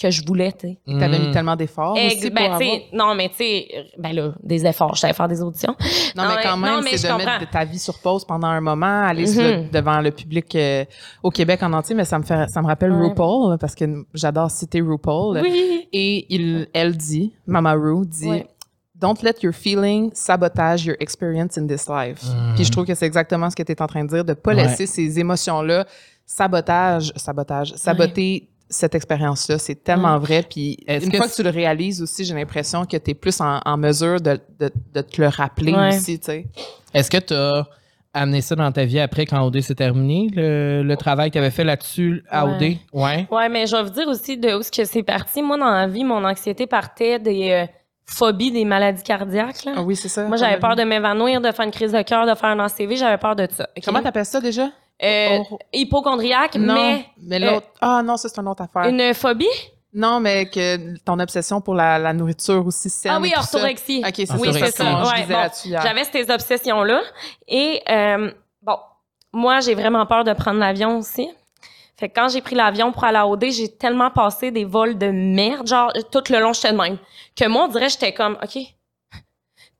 C: que je voulais, tu sais.
B: T'avais mis
A: Mm.
B: tellement d'efforts
C: Ex-
B: aussi
C: ben,
B: pour avoir...
C: tu sais, Non, mais tu sais, euh, ben là, des efforts. Je savais faire des auditions.
B: Non,
C: non,
B: mais quand
C: mais-
B: même,
C: non, mais
B: c'est
C: je
B: de
C: comprends.
B: mettre de ta vie sur pause pendant un moment, aller sur le-
C: Mhm.
B: devant le public euh, au Québec en entier, mais ça me fait, ça me rappelle
C: Ouais.
B: RuPaul, parce que j'adore citer [LAUGHS] RuPaul.
C: Oui.
B: Et il, elle dit, Mama Ru dit,
C: Ouais.
B: Don't let your feeling sabotage your experience in this life.
A: Mhm.
B: Puis je trouve que c'est exactement ce que tu es en train de dire, de pas
A: Ouais.
B: laisser ces émotions-là sabotage, sabotage, saboter cette expérience-là. C'est tellement
C: Mm.
B: vrai. Puis
A: Est-ce
B: une
A: que
B: fois que
A: c-
B: tu le réalises aussi, j'ai l'impression que tu es plus en, en mesure de, de- de te le rappeler
C: Ouais.
B: aussi, tu sais.
A: Est-ce que t'as amené ça dans ta vie après quand OD s'est terminé, le, le travail que t'avais fait là-dessus à
C: Ouais.
A: OD? Ouais.
C: Ouais, mais je vais vous dire aussi de où ce que c'est parti. Moi, dans la vie, mon anxiété partait des euh, phobies, des maladies cardiaques. là.
B: Ah oui, c'est ça.
C: Moi, j'avais peur de m'évanouir, de faire une crise de cœur, de faire un ACV. J'avais peur de ça. ok?
B: Comment t'appelles ça déjà?
C: Euh,
B: Oh,
C: hypochondriaque,
B: non, mais,
C: mais euh,
B: l'autre. Ah non, ça, c'est une autre affaire.
C: une phobie.
B: Non, mais que ton obsession pour la, la nourriture aussi saine.
C: Ah oui,
B: et tout ça.
C: orthorexie.
B: Ok, c'est
C: Oui,
B: ça.
A: c'est
B: parce
A: ça.
B: que Je
C: Ouais,
B: disais
C: bon,
B: là-dessus hier.
C: J'avais ces obsessions-là. Et euh, bon, moi, j'ai vraiment peur de prendre l'avion aussi. Fait que quand j'ai pris l'avion pour aller à OD, j'ai tellement passé des vols de merde, genre tout le long, j'étais de même. Que moi, on dirait, j'étais comme, OK,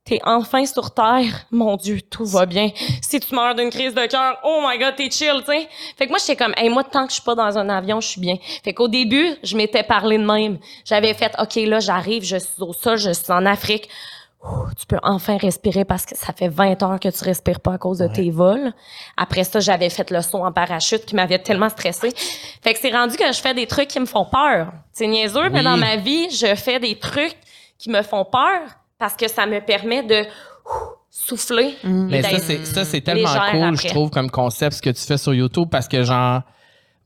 C: t'es enfin sur Terre, mon Dieu, tout va bien. Si tu meurs d'une crise de cœur, oh my God, t'es chill, tu sais. Fait que moi, j'étais comme, hey, moi, tant que je suis pas dans un avion, je suis bien. Fait qu'au début, je m'étais parlé de même. J'avais fait, OK, là, j'arrive, je suis au sol, je suis en Afrique. Ouh, tu peux enfin respirer parce que ça fait 20 heures que tu respires pas à cause de tes vols. Après ça, j'avais fait le saut en parachute qui m'avait tellement stressée. Fait que c'est rendu que je fais des trucs qui me font peur. C'est niaiseux, mais
A: Oui.
C: dans ma vie, je fais des trucs qui me font peur parce que ça me permet de ouh, souffler.
B: Mm.
A: Mais ça,
C: d'être
A: c'est, ça, c'est tellement
C: légère
A: cool, je
C: après.
A: trouve, comme concept, ce que tu fais sur YouTube, parce que, genre,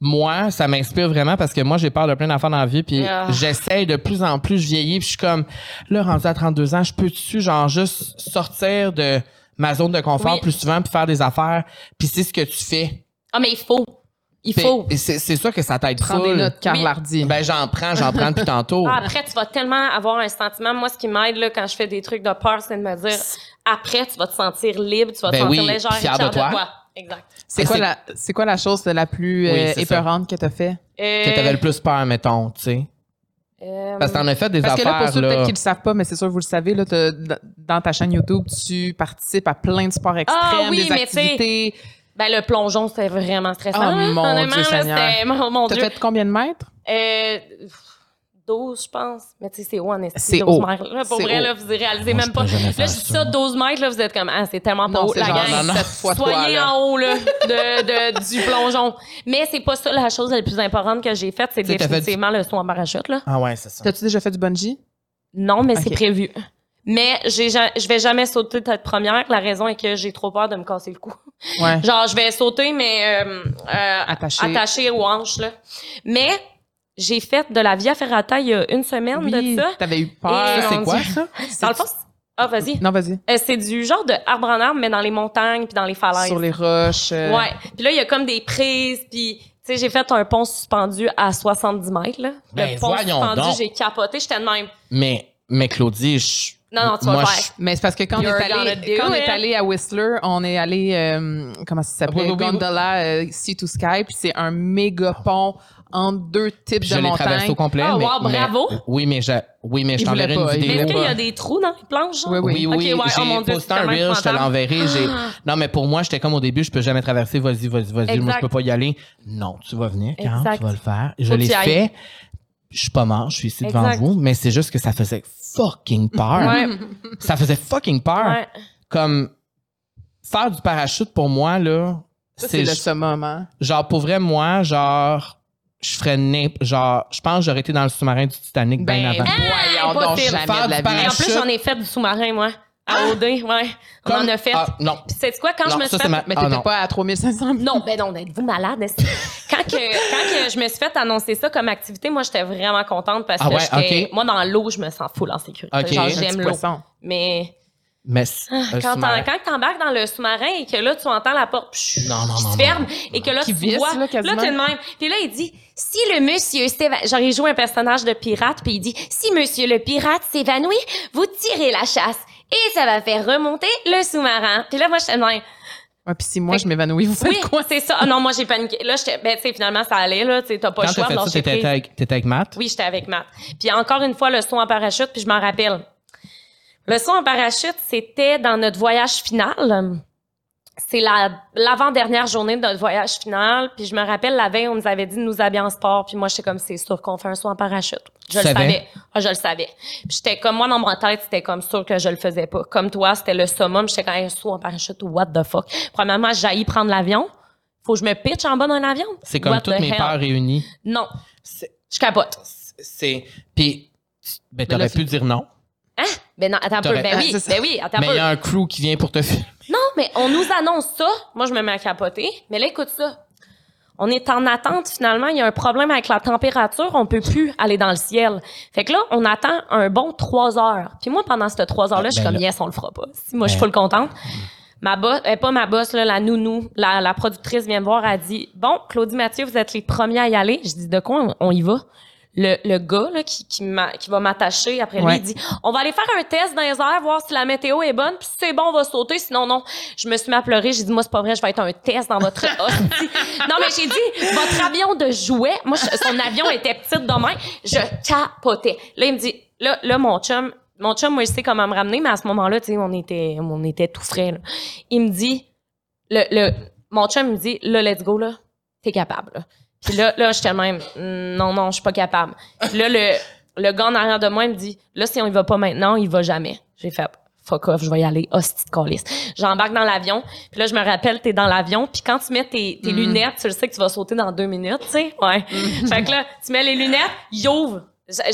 A: moi, ça m'inspire vraiment parce que moi, j'ai peur de plein d'enfants dans la vie, puis
C: Ah.
A: j'essaye de plus en plus, je vieillis, puis je suis comme, là, rendu à 32 ans, je peux-tu, genre, juste sortir de ma zone de confort
C: Oui.
A: plus souvent, puis faire des affaires, puis c'est ce que tu fais.
C: Ah, mais il faut. Il
A: Fait-
C: faut.
A: et C'est, c'est sûr que ça t'aide
B: Prends des
A: full.
B: notes, Carl
C: Oui.
B: Hardy.
A: Ben, j'en prends, j'en prends depuis tantôt.
C: Ah, après, tu vas tellement avoir un sentiment. Moi, ce qui m'aide là, quand je fais des trucs de peur, c'est de me
B: euh,
C: dire après, tu vas te sentir libre, tu vas te
A: Ben
C: sentir
A: oui,
C: légère,
A: fière de toi.
C: Exact.
B: C'est
A: Et
B: quoi,
A: c'est-
B: la, c'est quoi la chose la plus euh,
A: Oui, c'est ça.
B: épeurante que t'as fait?
C: Euh,
A: Que t'avais le plus peur, mettons, tu sais.
C: euh,
A: Parce que t'en as fait des
B: Parce que
A: affaires,
B: là, pour ceux
A: là.
B: peut-être qui le savent pas, mais c'est sûr vous le savez, là, t'as- d- dans ta chaîne YouTube, tu participes à plein de sports extrêmes,
C: Ah oui,
B: des
C: mais tu sais,
B: activités.
C: Ben, le plongeon, c'était vraiment stressant.
B: Oh,
C: hein.
B: mon Dieu
C: Honnêtement, là,
B: Seigneur.
C: c'était- mon, mon
B: T'as
C: Dieu.
B: fait combien de mètres?
C: Euh, pff, 12, je pense. Mais tu sais, c'est haut en esti,
B: C'est
C: 12
B: haut.
C: mètres. Là, pour
B: C'est
C: vrai,
B: haut.
C: là, vous y réalisez
A: Moi, je
C: même pas.
A: peux jamais
C: Là, je
A: faire
C: dis
A: ça.
C: ça, 12 mètres, là, vous êtes comme, ah, c'est tellement pas
B: Non,
C: haut,
B: c'est
C: la
B: genre,
C: gang.
A: non, non.
B: sept fois toi,
C: Soyez
B: là.
C: en haut, là, de, de- du plongeon. Mais c'est pas ça la chose la plus importante que j'ai faite. C'est
A: Tu sais, t'as fait du-
C: définitivement le saut en parachute, là.
A: Ah ouais, c'est ça.
B: T'as-tu déjà fait du bungee?
C: Non, mais
B: Ok.
C: c'est prévu. Mais j'ai, ja- je vais jamais sauter de tête première. La raison est que j'ai trop peur de me casser
B: [LAUGHS]
C: le cou.
B: Ouais.
C: Genre, je vais sauter, mais euh, euh,
B: Attaché.
C: attaché aux hanches. Là. Mais j'ai fait de la Via Ferrata il y a une semaine
B: Oui,
C: de ça.
B: t'avais eu peur.
C: Et
A: Ça, c'est
C: mon
A: quoi,
C: Dieu.
A: ça?
C: Dans le fond, c'est- ah, vas-y.
B: Non, vas-y.
C: Euh, c'est du genre de arbre en arbre, mais dans les montagnes puis dans les falaises.
B: Sur les roches. euh,
C: Ouais. Puis là, il y a comme des prises, puis... Tu sais, j'ai fait un pont suspendu à 70 mètres, là.
A: Ben,
C: le pont
A: voyons
C: suspendu,
A: donc.
C: j'ai capoté. J'étais de même.
A: Mais, mais Claudie, je...
C: Non, non, tu vas
A: moi,
C: le
A: je-
C: faire.
B: Mais c'est parce que quand, on est,
C: You're gonna
B: allé,
C: do
B: quand on
C: it.
B: est allé à Whistler, on est allé, euh, comment ça s'appelait?
A: Oui, oui, oui, oui.
B: Gondola euh, Sea to Sky. Puis c'est un méga pont entre deux types
A: Je
B: de
A: l'ai traversé
B: montagnes.
A: au complet.
C: Ah,
A: mais,
C: wow,
A: mais-
C: bravo.
A: oui, mais je, oui, mais je
B: Il voulait
A: t'enverrai une
B: pas, il
A: vidéo.
C: Mais
B: voulait
C: est-ce qu'il y a
A: euh,
C: des trous dans les planches? genre?
B: Oui,
A: Oui,
B: oui.
A: oui,
C: Ok, ouais,
A: j'ai
C: oh mon Dieu,
A: posté
C: c'est
A: un
C: tellement
A: reel, je te
C: épouvantable.
A: l'enverrai. j'ai- Non, mais pour moi, j'étais comme au début, je peux jamais traverser, vas-y, vas-y, vas-y, moi,
C: Exact.
A: je peux pas y aller. Non, tu vas venir, Carl,
C: Exact.
A: tu vas le faire. Je
C: Faut que
A: l'ai
C: tu y ailles.
A: fait. Je suis pas mort, je suis ici devant
C: Exact.
A: vous, mais c'est juste que ça faisait fucking peur.
C: Ouais. [LAUGHS]
A: Ça faisait fucking peur.
C: Ouais.
A: Comme faire du parachute pour moi, là,
B: Ça, C'est le summum, hein?
A: Genre, pour vrai, moi, genre, je ferais n'imp- Genre, je pense que j'aurais été dans le sous-marin du Titanic
C: Ben,
A: bien Ben, avant.
B: voyons donc,
C: impossible.
B: jamais
A: Faire
B: de la
A: du
B: vie.
C: Et en plus,
A: Chute.
C: j'en ai fait du sous-marin, moi. À OD, ouais. On en a fait.
A: Ah, non.
C: Puis c'est quoi, quand
A: Non,
C: je me
A: ça,
C: suis
A: c'est
C: fait...
A: ma-
B: Mais
A: Ah,
B: t'étais
A: non.
B: pas à 3500
C: Non, ben non, êtes-vous malade? est-ce que- [LAUGHS] quand, que, quand que je me suis fait annoncer ça comme activité, moi, j'étais vraiment contente parce que
A: Ah ouais,
C: j'étais-
A: ok.
C: moi, dans l'eau, je me sens full en sécurité.
A: Ok.
C: Genre,
A: Un
C: Ah, j'aime l'eau.
B: poisson.
C: Mais
A: Mais c- un
C: Ah, quand
A: sous-marin.
C: t'en- quand t'embarques dans le sous-marin et que là, tu entends la porte pshh,
A: Non, non,
C: qui
A: non,
C: se
A: non,
C: ferme
A: non,
C: et que là,
B: Qui
C: tu
B: visse,
C: vois...
B: là,
C: Là,
B: quasiment.
C: t'es de même. Puis là, il dit, si le monsieur s'évanouit... Genre, il joue un personnage de pirate, puis il dit, si monsieur le pirate s'évanouit, vous tirez la chasse et ça va faire remonter le sous-marin. Puis là, moi, j'étais de même.
B: Ouais, puis si moi, je m'évanouis, vous
C: Oui,
B: faites quoi?
C: c'est ça. Ah non, moi, j'ai paniqué. Là, j'étais... Ben, tu sais, finalement, ça allait, là. Tu sais, t'as pas
A: Quand
C: le choix
A: t'as fait
C: de
A: ça,
C: lâcher
A: t'étais
C: prise.
A: avec, t'étais avec Matt?
C: Oui, j'étais avec Matt. Puis encore une fois, le saut en parachute, puis je m'en rappelle. Le saut en parachute, c'était dans notre voyage final. C'est la, l'avant-dernière journée de notre voyage final. Puis je me rappelle, la veille, on nous avait dit de nous habiller en sport. Puis moi, j'étais comme, c'est sûr qu'on fait un saut en parachute.
A: Tu
C: Je le
A: savais?
C: savais. Ah, je le savais. Puis j'étais comme, moi, dans ma tête, c'était comme sûr que je le faisais pas. Comme toi, c'était le summum. J'étais quand même un saut en parachute. What the fuck? Premièrement, j'ai prendre l'avion. Faut que je me pitche en bas d'un avion.
A: C'est comme
C: What
A: toutes
C: the
A: mes
C: hell?
A: peurs réunies.
C: Non,
A: C'est-
C: je capote.
A: C'est... Puis, ben,
B: là,
A: t'aurais
B: c'est-
A: pu dire non.
C: Ben non, attends un peu.
A: T'aurais-
C: Ben
B: Ah,
C: oui,
B: c'est ça.
C: ben oui, attends un
A: Mais il
C: peu.
A: y a un crew qui vient pour te filmer.
C: Non, mais on nous annonce ça. Moi, je me mets à capoter. Mais là, écoute ça. On est en attente, finalement. Il y a un problème avec la température. On peut plus aller dans le ciel. Fait que là, on attend un bon trois heures. Puis moi, pendant ces trois heures-là, je suis
A: Ben
C: comme,
A: là.
C: yes, on le fera pas. Si moi, je suis
A: Ben.
C: full contente. Ma boss, eh, pas ma boss, là, la nounou, la, la productrice vient me voir, elle dit Bon, Claudie Mathieu, vous êtes les premiers à y aller. Je dis De quoi on, on y va le, le gars là, qui, qui, m'a- qui va m'attacher après lui,
B: Ouais.
C: il dit On va aller faire un test dans les airs, voir si la météo est bonne, puis si c'est bon, on va sauter, sinon non. Je me suis mis à pleurer, j'ai dit Moi, c'est pas vrai, je vais être un test dans votre. hostie. non, mais j'ai dit Votre avion de jouet, moi, je- son avion était petit demain, je capotais. Là, il me dit Là, là mon chum, mon chum, moi, je sais comment me ramener, mais à ce moment-là, tu sais, on était, on était tout frais. là. Il me dit, le, le, mon chum me dit, là, let's go, là, t'es capable. là. Puis là, là, j'étais le même, non, non, je suis pas capable. Puis là, le, le gars en arrière de moi, il me dit, là, si on y va pas maintenant, il va jamais. J'ai fait, fuck off, je vais y aller, hostie de calice. J'embarque dans l'avion, puis là, je me rappelle, t'es dans l'avion, puis quand tu mets tes,
B: Mm.
C: tes lunettes, tu le sais que tu vas sauter dans deux minutes, tu sais, ouais. [LAUGHS] Fait que là, tu mets les lunettes, il ouvre.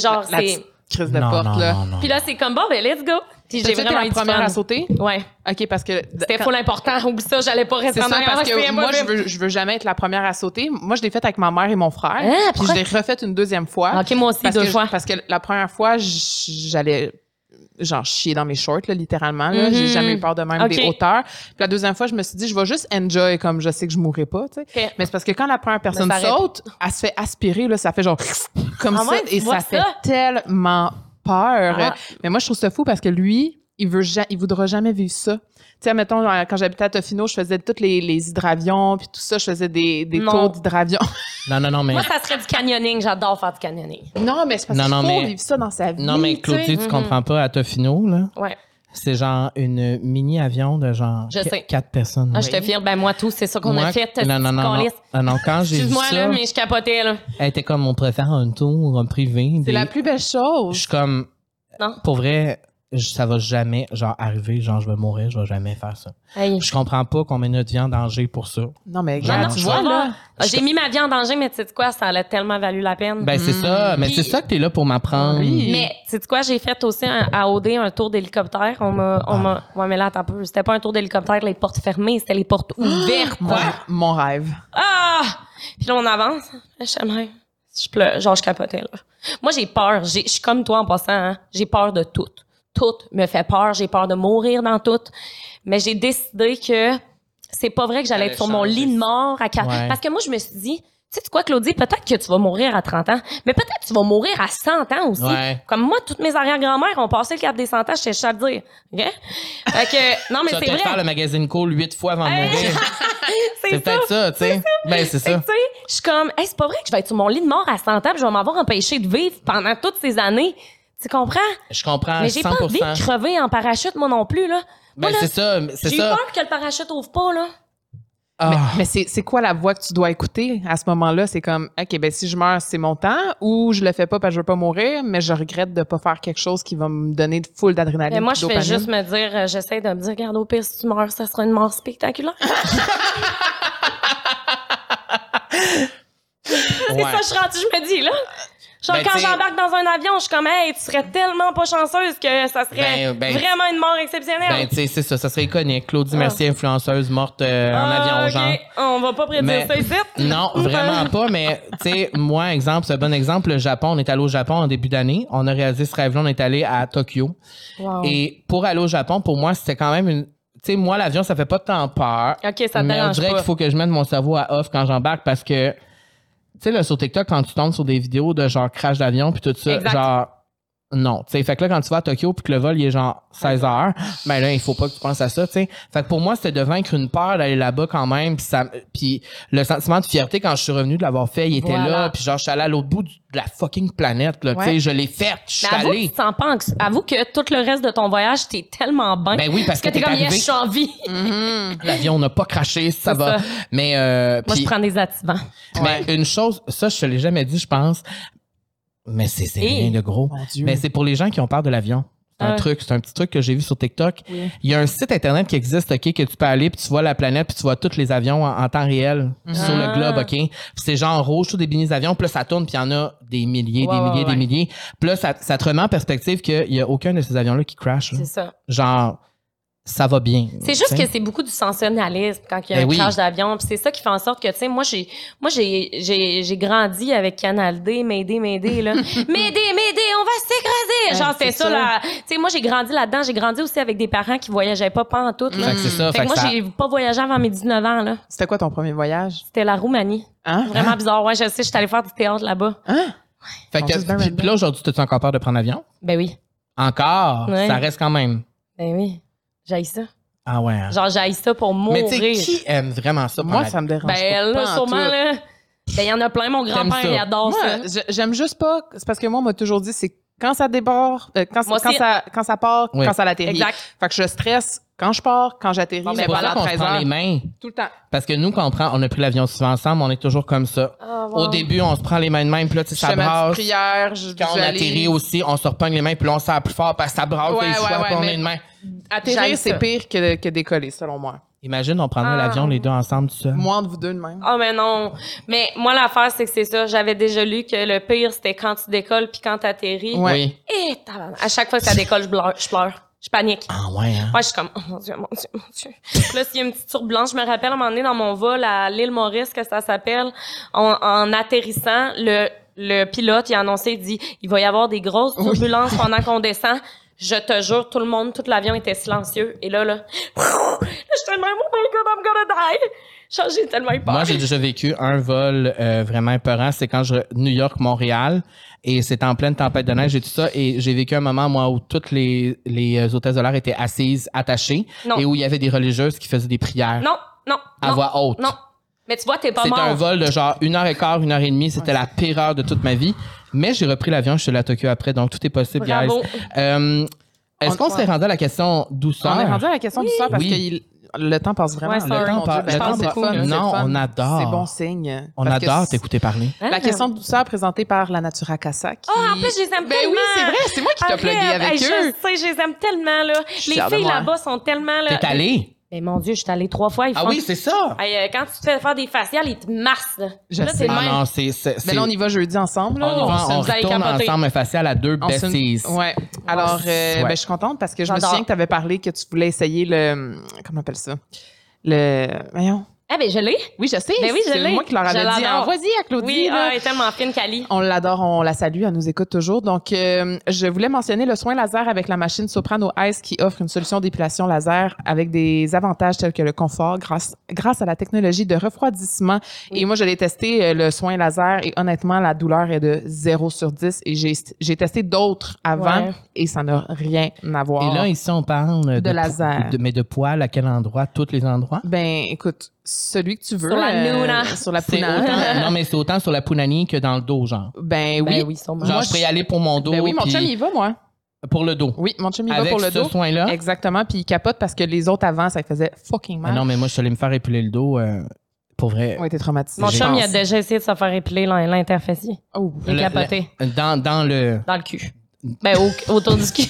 C: Genre,
B: La
C: c'est...
B: petite crise de porte, là.
C: Puis là, c'est comme, bon, ben, let's go. Puis j'ai
B: T'as-tu été
C: vraiment eu
B: la
C: du
B: première
C: fun.
B: à sauter?
C: Ouais,
B: OK, parce que... d-
C: c'était
B: quand-
C: full important. Oublie ça, j'allais pas rester
B: C'est
C: en
B: ça,
C: arrière.
B: parce
C: parce
B: que
C: que
B: moi, je
C: j'avais-
B: veux, je veux jamais être la première à sauter. Moi, je l'ai faite avec ma mère et mon frère.
C: Ah,
B: puis je l'ai refaite une deuxième fois.
C: OK, moi aussi,
B: parce
C: deux
B: que,
C: fois.
B: Parce que la première fois, j- j'allais genre chier dans mes shorts, là, littéralement. là.
C: Mhm.
B: J'ai jamais eu peur de même des
C: Ok.
B: hauteurs. Puis la deuxième fois, je me suis dit, je vais juste enjoy comme je sais que je mourrai pas. tu sais.
C: Ok.
B: Mais c'est parce que quand la première personne
C: ça aurait-
B: saute, elle se fait aspirer, là, ça
C: [LAUGHS]
B: fait genre comme
C: Ah
B: ça.
C: ouais, tu
B: et
C: vois
B: ça, fait
C: ça?
B: tellement peur.
C: Ah.
B: Mais moi, je trouve ça fou parce que lui, il veut ja- il voudra jamais vivre ça. Tu sais, mettons, quand j'habitais à Tofino, je faisais tous les, les hydravions, puis tout ça, je faisais des, des
C: Non.
B: tours d'hydravion.
A: Non, non, non, mais.
C: Moi, ça serait du canyoning. J'adore faire du canyoning.
B: [LAUGHS] Non, mais c'est parce
A: Non,
B: qu'il
A: non,
B: faut
A: mais-
B: vivre ça dans sa vie.
A: Non, mais
B: tu sais.
A: Claudie, tu
C: mhm.
A: comprends pas à Tofino, là.
C: Ouais.
A: C'est genre une mini-avion de genre
C: Je
A: qu-
C: sais.
A: quatre personnes.
C: Ah, je te fier. Ben, moi, tout, c'est ça qu'on
A: Moi,
C: a fait.
A: Non, non, non, non.
C: Calisse.
A: Ah, non, quand j'ai vu
C: Excuse-moi,
A: ça,
C: là, mais je capotais, là.
A: elle était comme, on préfère un tour, un privé.
B: C'est
A: des-
B: la plus belle
A: Je
B: chose.
A: suis comme,
C: Non.
A: pour vrai, je- ça va jamais, genre, arriver, genre, je vais mourir, je vais jamais faire ça.
C: Hey.
A: Je comprends pas qu'on met notre vie en danger pour ça.
B: Non, mais
A: Non,
B: regarde,
A: non,
B: tu
A: je
B: vois,
C: comprends.
B: là.
C: Ah, J'ai mis ma vie en danger, mais tu sais de quoi? Ça a tellement valu la peine.
A: Ben, c'est
B: Mm.
A: ça, mais
C: Mm-hmm. Puis-
A: c'est ça que t'es là pour m'apprendre.
B: Oui.
C: Mais tu sais quoi, j'ai fait aussi un, à OD un tour d'hélicoptère. On m'a. On m'a ouais, mais là, attends un peu. C'était pas un tour d'hélicoptère, les portes fermées, c'était les portes ouvertes,
B: Mon,
C: quoi.
B: mon rêve.
C: Ah! Puis là, on avance. Je suis de même. Je pleure. Genre, je capotais, là. Moi, j'ai peur. J'ai- Je suis comme toi en passant. hein. J'ai peur de tout. Tout me fait peur. J'ai peur de mourir dans tout. Mais j'ai décidé que c'est pas vrai que j'allais
A: T'allais
C: être sur mon lit
A: changer.
C: de mort à quatre-
A: Ouais.
C: Parce que moi, je me suis dit, tu sais quoi, Claudie, peut-être que tu vas mourir à 30 ans, mais peut-être que tu vas mourir à 100 ans aussi.
A: Ouais.
C: Comme moi, toutes mes arrière-grand-mères ont passé le cap des 100 ans, je sais je sais à le dire. OK? Fait que, non, mais
A: Tu vas
C: c'est
A: peut-être
C: vrai.
A: faire le magazine Cool huit fois avant de
C: Hey, [LAUGHS]
A: mourir. C'est peut-être ça, tu sais. Ben, c'est
C: Fait que,
A: ça.
C: tu sais, je suis comme, Hey, c'est pas vrai que je vais être sur mon lit de mort à 100 ans, puis je vais m'avoir empêché de vivre pendant toutes ces années. Tu comprends?
A: Je comprends
C: Mais j'ai pas envie de
A: 100%.
C: crever en parachute, moi non plus, là. Moi,
A: Ben,
C: là,
A: c'est ça, c'est
C: j'ai eu
A: ça.
C: peur que le parachute ouvre pas, là.
A: Ah.
B: Mais c'est c'est quoi la voix que tu dois écouter à ce moment-là? C'est comme, OK, ben si je meurs, c'est mon temps, ou je le fais pas parce que je veux pas mourir, mais je regrette de pas faire quelque chose qui va me donner de full d'adrénaline.
C: Mais moi,
B: puis
C: je fais
B: dopamine.
C: juste me dire, euh, j'essaie de me dire, regarde, au pire, si tu meurs, ça sera une mort spectaculaire. [LAUGHS] C'est
A: Ouais.
C: ça, je suis rendue, je me dis, là. Genre,
A: Ben,
C: quand
A: t'sais-
C: j'embarque dans un avion, je suis comme, hey, tu serais tellement pas chanceuse que ça serait
A: Ben, ben,
C: vraiment une mort
A: Ben,
C: exceptionnelle.
A: tu sais, c'est ça, ça serait iconique. Claudie Mercier, influenceuse morte euh, en
C: Ah,
A: avion,
C: ok.
A: genre.
C: On va pas prédire
A: Mais-
C: ça ici.
A: Non, vraiment pas, mais tu sais, moi, exemple, c'est un bon exemple, le Japon, on est allé au Japon en début d'année, on a réalisé ce rêve-là, on est allé à Tokyo.
C: [LAUGHS] Wow.
A: Et pour aller au Japon, pour moi, c'était quand même une... Tu sais, moi, l'avion, ça fait pas tant peur.
C: OK, ça te
A: mais on
C: dérange
A: dirait
C: pas.
A: qu'il faut que je mette mon cerveau à off quand j'embarque parce que, tu sais, là, sur TikTok, quand tu tombes sur des vidéos de genre crash d'avion puis tout ça,
C: Exact.
A: genre, non. Tu sais, fait que là, quand tu vas à Tokyo puis que le vol, il est genre 16 heures, ben là, il faut pas que tu penses à ça, tu sais. Fait que pour moi, c'était de vaincre une peur d'aller là-bas quand même puis ça, puis le sentiment de fierté quand je suis revenu de l'avoir fait, il était
C: Voilà.
A: là puis genre, je suis allé à l'autre bout du- de la fucking planète, là, tu sais,
B: Ouais.
A: je l'ai faite, je suis
C: Mais avoue que
A: allé.
C: tu t'en pas anxi- Avoue que tout le reste de ton voyage, t'es tellement bien.
A: Ben oui, parce
C: que
A: que
C: t'es
A: t'es
C: comme,
A: arrivé-
C: yes, je suis en vie.
B: Mhm.
A: L'avion n'a pas craché, ça
C: C'est
A: va.
C: ça.
A: Mais, euh,
C: Moi, je
A: puis-
C: prends des attivants.
A: Mais une chose, ça, je te l'ai jamais dit, je pense, mais c'est c'est
C: Et-
A: rien de gros.
B: Mon Dieu.
A: Mais c'est pour les gens qui ont peur de l'avion. C'est un
C: Ah.
A: truc, c'est un petit truc que j'ai vu sur TikTok.
B: Oui.
A: Il y a un site internet qui existe, OK, que tu peux aller, puis tu vois la planète, puis tu vois tous les avions en, en temps réel sur le
C: Ah.
A: globe, OK? Puis c'est genre rouge, tous des mini avions, puis là, ça tourne, puis il y en a des milliers,
C: Ouais,
A: des
C: ouais,
A: milliers,
C: ouais.
A: des milliers. Puis là, ça, ça te remet en perspective qu'il y a aucun de ces avions-là qui crash. là.
C: C'est ça.
A: Genre, ça va bien.
C: C'est juste
A: tu sais.
C: que c'est beaucoup du sensationnalisme quand il y a
A: Ben
C: un
A: oui.
C: crash d'avion. Puis c'est ça qui fait en sorte que, tu sais, moi, j'ai, moi, j'ai, j'ai, j'ai grandi avec Canal D, m'aider,
A: [LAUGHS]
C: m'aider, là. m'aider, m'aider, on va s'écraser! Genre, c'est ça, là. Tu sais, moi, j'ai grandi là-dedans. J'ai grandi aussi avec des parents qui voyageaient pas, pas en tout.
A: Fait que c'est ça.
C: Fait que moi,
A: ça-
C: j'ai pas voyagé avant mes 19 ans, là.
B: C'était quoi ton premier voyage?
C: C'était la Roumanie.
B: Hein?
C: Vraiment bizarre. Ouais, je sais, je suis allée faire du théâtre là-bas.
B: Hein?
A: fait
B: On
A: que-
B: dit bien
A: puis-
B: random.
A: puis là, aujourd'hui, t'as-tu encore peur de prendre l'avion?
C: Ben oui.
A: Encore,
C: Ouais.
A: ça reste quand même.
C: Ben oui. J'aille ça.
A: Ah ouais. hein.
C: Genre, j'aille ça pour
A: mais
C: mourir.
A: tu sais, qui aime vraiment ça?
B: Moi,
A: prendre
B: ça me dérange pas.
C: Ben, là,
B: pas en
C: sûrement,
B: tout.
C: là. Ben, il y en a plein. Mon grand-père,
A: ça.
C: il adore
B: Moi,
C: ça.
B: je- j'aime juste pas. C'est parce que moi, on m'a toujours dit, c'est quand ça déborde, euh, quand,
C: Moi
B: quand
C: aussi.
B: ça, quand ça part,
A: Oui.
B: quand ça l'atterrit.
C: Exact.
B: Fait que je stresse Quand je pars, quand j'atterris,
C: Bon,
B: je
C: ben
B: vais
A: pour
B: pas
A: ça
B: à
A: qu'on se
B: 13
A: prend
B: heures.
A: les mains.
B: Tout le temps.
A: Parce que nous, quand on, prend, on a pris l'avion souvent ensemble, on est toujours comme ça.
C: Ah, wow.
A: Au début, on se prend les mains de même, puis là, tu sais,
B: Je
A: ça
B: fais ma petite
A: brasse.
B: prière, je
A: Quand on
B: visualise.
A: atterrit aussi, on se repogne les mains, puis là, on serre plus fort, parce que ça brasse
B: Ouais,
A: les
B: ouais,
A: choix,
B: ouais,
A: puis on
B: mais-
A: est de main.
B: Atterrir,
C: J'aime
B: c'est
C: ça.
B: pire que, que décoller, selon moi.
A: Imagine, on prendrait
C: Ah.
A: l'avion les deux ensemble, tout seul.
B: Moi, entre vous deux de même.
C: Ah, mais non. Mais moi, l'affaire, c'est que c'est ça. J'avais déjà lu que le pire, c'était quand tu décolles puis quand t'atterris.
B: Ouais.
A: Oui.
C: Et tabarnak. à chaque fois que ça décolle, je pleure. Je, pleure. je panique.
A: Ah ouais, hein?
C: Moi, je suis comme, [LAUGHS] oh mon Dieu, mon Dieu, mon Dieu. Puis là, s'il y a une petite tour blanche, je me rappelle, à un moment donné, dans mon vol à l'île Maurice, que ça s'appelle, en, en atterrissant, le, le pilote, il a annoncé, il dit, il va y avoir des grosses turbulences pendant qu'on descend. Je te jure, tout le monde, tout l'avion était silencieux. Et là, [LAUGHS] là, là, j'étais tellement, oh my God, I'm gonna die. Genre, J'ai tellement eu peur.
A: Moi, j'ai déjà vécu un vol euh, vraiment épeurant. C'est quand je New York, Montréal, et c'était en pleine tempête de neige et tout ça. Et j'ai vécu un moment moi où toutes les les euh, hôtesses de l'air étaient assises, attachées,
C: Non.
A: et où il y avait des religieuses qui faisaient des prières
C: non, non,
A: à
C: non,
A: voix haute.
C: non. Mais tu vois, t'es pas
A: C'était
C: mort.
A: un vol de genre une heure et quart, une heure et demie. C'était la pire heure de toute ma vie. Mais j'ai repris l'avion, je suis allée à Tokyo après, donc tout est possible,
C: Bravo.
A: guys. Euh, Est-ce
B: On-
A: qu'on s'est rendu à la question douceur?
B: On est rendu à la question du sort parce
A: Ah. Oui.
B: que il- le temps passe vraiment.
C: Ouais,
B: là.
C: sorry.
A: Le temps
B: Mon Dieu,
A: passe-
B: ben,
A: le
B: je pense
A: temps
B: que c'est
A: passe-
B: fun,
A: Non,
B: c'est fun.
A: on adore.
B: C'est bon signe.
A: On
B: Parce que
A: adore
B: c'est-
A: t'écouter parler.
C: Ah.
B: La question de douceur présentée par la Natura Casa. Qui...
C: Ah, en plus, je les
B: Ben
C: aime tellement.
B: oui, c'est vrai, c'est moi qui t'ai
C: Arrête,
B: plugué avec
C: hey,
B: eux.
C: Je sais, je les aime tellement, là.
B: suis
C: Les
B: fière de
C: filles
B: moi.
C: là-bas sont tellement, là.
A: T'es allé?
C: Mais mon Dieu, je suis allée trois fois. Ils
A: Ah
C: font-
A: oui, c'est ça!
C: Hey, euh, quand tu te fais faire des faciales, ils te massent, là.
B: Je
C: là,
B: sais.
C: t'es de
A: Ah
C: même.
A: non, c'est... c'est-
B: Mais
A: c'est-
B: Ben
A: Ah,
B: là, on y va jeudi ensemble.
A: on
B: Là.
A: y va,
C: se
A: on
C: nous a
A: retourne
C: capoté.
A: ensemble un facial à deux
B: On se-
A: besties.
B: Ouais. Alors, euh,
A: Ah, Ouais.
B: ben, je suis contente parce que je me
C: J'adore.
B: souviens que tu avais parlé que tu voulais essayer le. Comment on appelle ça? Le. Voyons.
C: Ah, ben, je l'ai.
B: Oui, je sais.
C: Ben oui, je
B: c'est
C: l'ai.
B: moi qui leur avais
C: Je
B: dit.
C: l'adore.
B: Envoie-y à Claudie.
C: Oui,
B: là.
C: ah, elle est tellement fine, Cali.
B: On l'adore, on la salue, elle nous écoute toujours. Donc, euh, je voulais mentionner le soin laser avec la machine Soprano Ice qui offre une solution d'épilation laser avec des avantages tels que le confort grâce, grâce à la technologie de refroidissement. Et moi, je l'ai testé, euh, le soin laser, et honnêtement, la douleur est de 0 sur 10 et j'ai j'ai testé d'autres avant
C: Ouais.
B: et ça n'a rien à voir.
A: Et là, ici, on parle de,
B: De laser.
A: de- mais de poils, à quel endroit? Tous les endroits?
B: ben, écoute, celui que tu veux. euh,
C: Sur la Nuna.
B: Sur la
A: C'est
B: Puna. [LAUGHS]
A: autant- non, mais c'est autant sur la punani que dans le dos, genre.
B: Ben oui.
C: Ben oui, sûrement.
A: Genre,
B: Moi,
A: je peux y
B: je-
A: aller pour mon dos,
B: Ben oui, mon
A: puis
B: chum, il y va, moi.
A: pour le dos.
B: Oui, mon chum, il va
A: Avec
B: pour le
A: ce
B: dos.
A: soin-là.
B: Exactement, puis il capote parce que les autres avant, ça lui faisait fucking
A: Mais
B: mal.
A: Ah non, mais moi, je suis allé me faire épiler le dos, euh, pour vrai.
B: On était traumatisés.
C: Mon
A: J'ai-
C: chum, il a déjà essayé de se faire épiler l'in- l'interfécier.
B: Oh.
C: Il
A: Le-
C: est capoté.
A: Dans, dans le...
C: Dans le cul. Ben, au- autour du [LAUGHS] cul.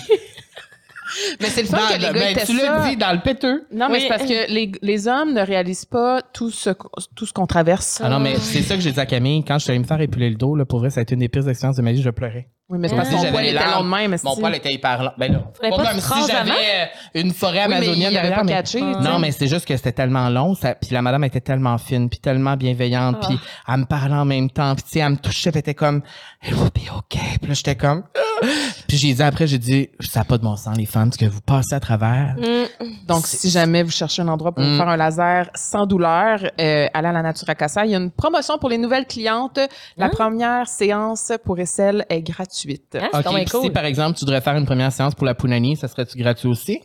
B: Mais c'est le fun
A: Dans
B: que
A: le-
B: les gars
A: ben,
B: ils testent
A: tu l'as
B: ça.
A: dit, dans le péteux.
B: Non, mais
C: Oui.
B: c'est parce que les, les hommes ne réalisent pas tout ce, qu- tout ce qu'on traverse.
A: Ah non, mais c'est ça que j'ai dit à Camille. Quand je suis allé me faire épiler le dos, là, pour vrai, ça a été une des pires expériences de ma vie. Je pleurais.
B: Oui, mais c'est
C: Ah.
B: parce que
A: Si
B: son
A: j'avais
B: poil
A: les
B: était long
A: larmes,
B: de même.
A: Mon
B: si.
A: poil était hyper long. Ben là,
C: Faudrait
A: pas
C: pas
A: comme
C: que tu te
A: si
C: rases
A: j'avais
C: avant?
A: euh, une forêt
B: Oui, mais il
A: amazonienne
B: avait
A: derrière.
B: pas
A: mais-
B: catché, tu sais.
A: Non, mais c'est juste que c'était tellement long. Ça... Puis la madame était tellement fine, puis tellement bienveillante,
C: Ah.
A: puis elle me parlait en même temps. Puis tu sais, elle me touchait, puis elle était comme « It will be okay ». Puis là, j'étais comme... Ah! Puis j'ai dit après, j'ai dit « Ça n'a pas de bon sens, les femmes, ce que vous passez à travers.
C: Mm, Ah,
B: Donc, si jamais vous cherchez un endroit pour vous
A: Mm.
B: faire un laser sans douleur, euh, allez à la Natura Casa. Il y a une promotion pour les nouvelles clientes. La
A: Mm.
C: Hein?
B: première séance pour Essel est gratuite.
C: Hein, c'est
A: OK,
C: quand même
A: puis si,
C: cool.
A: par exemple, tu devrais faire une première séance pour la punani, ça serait-tu gratuit aussi?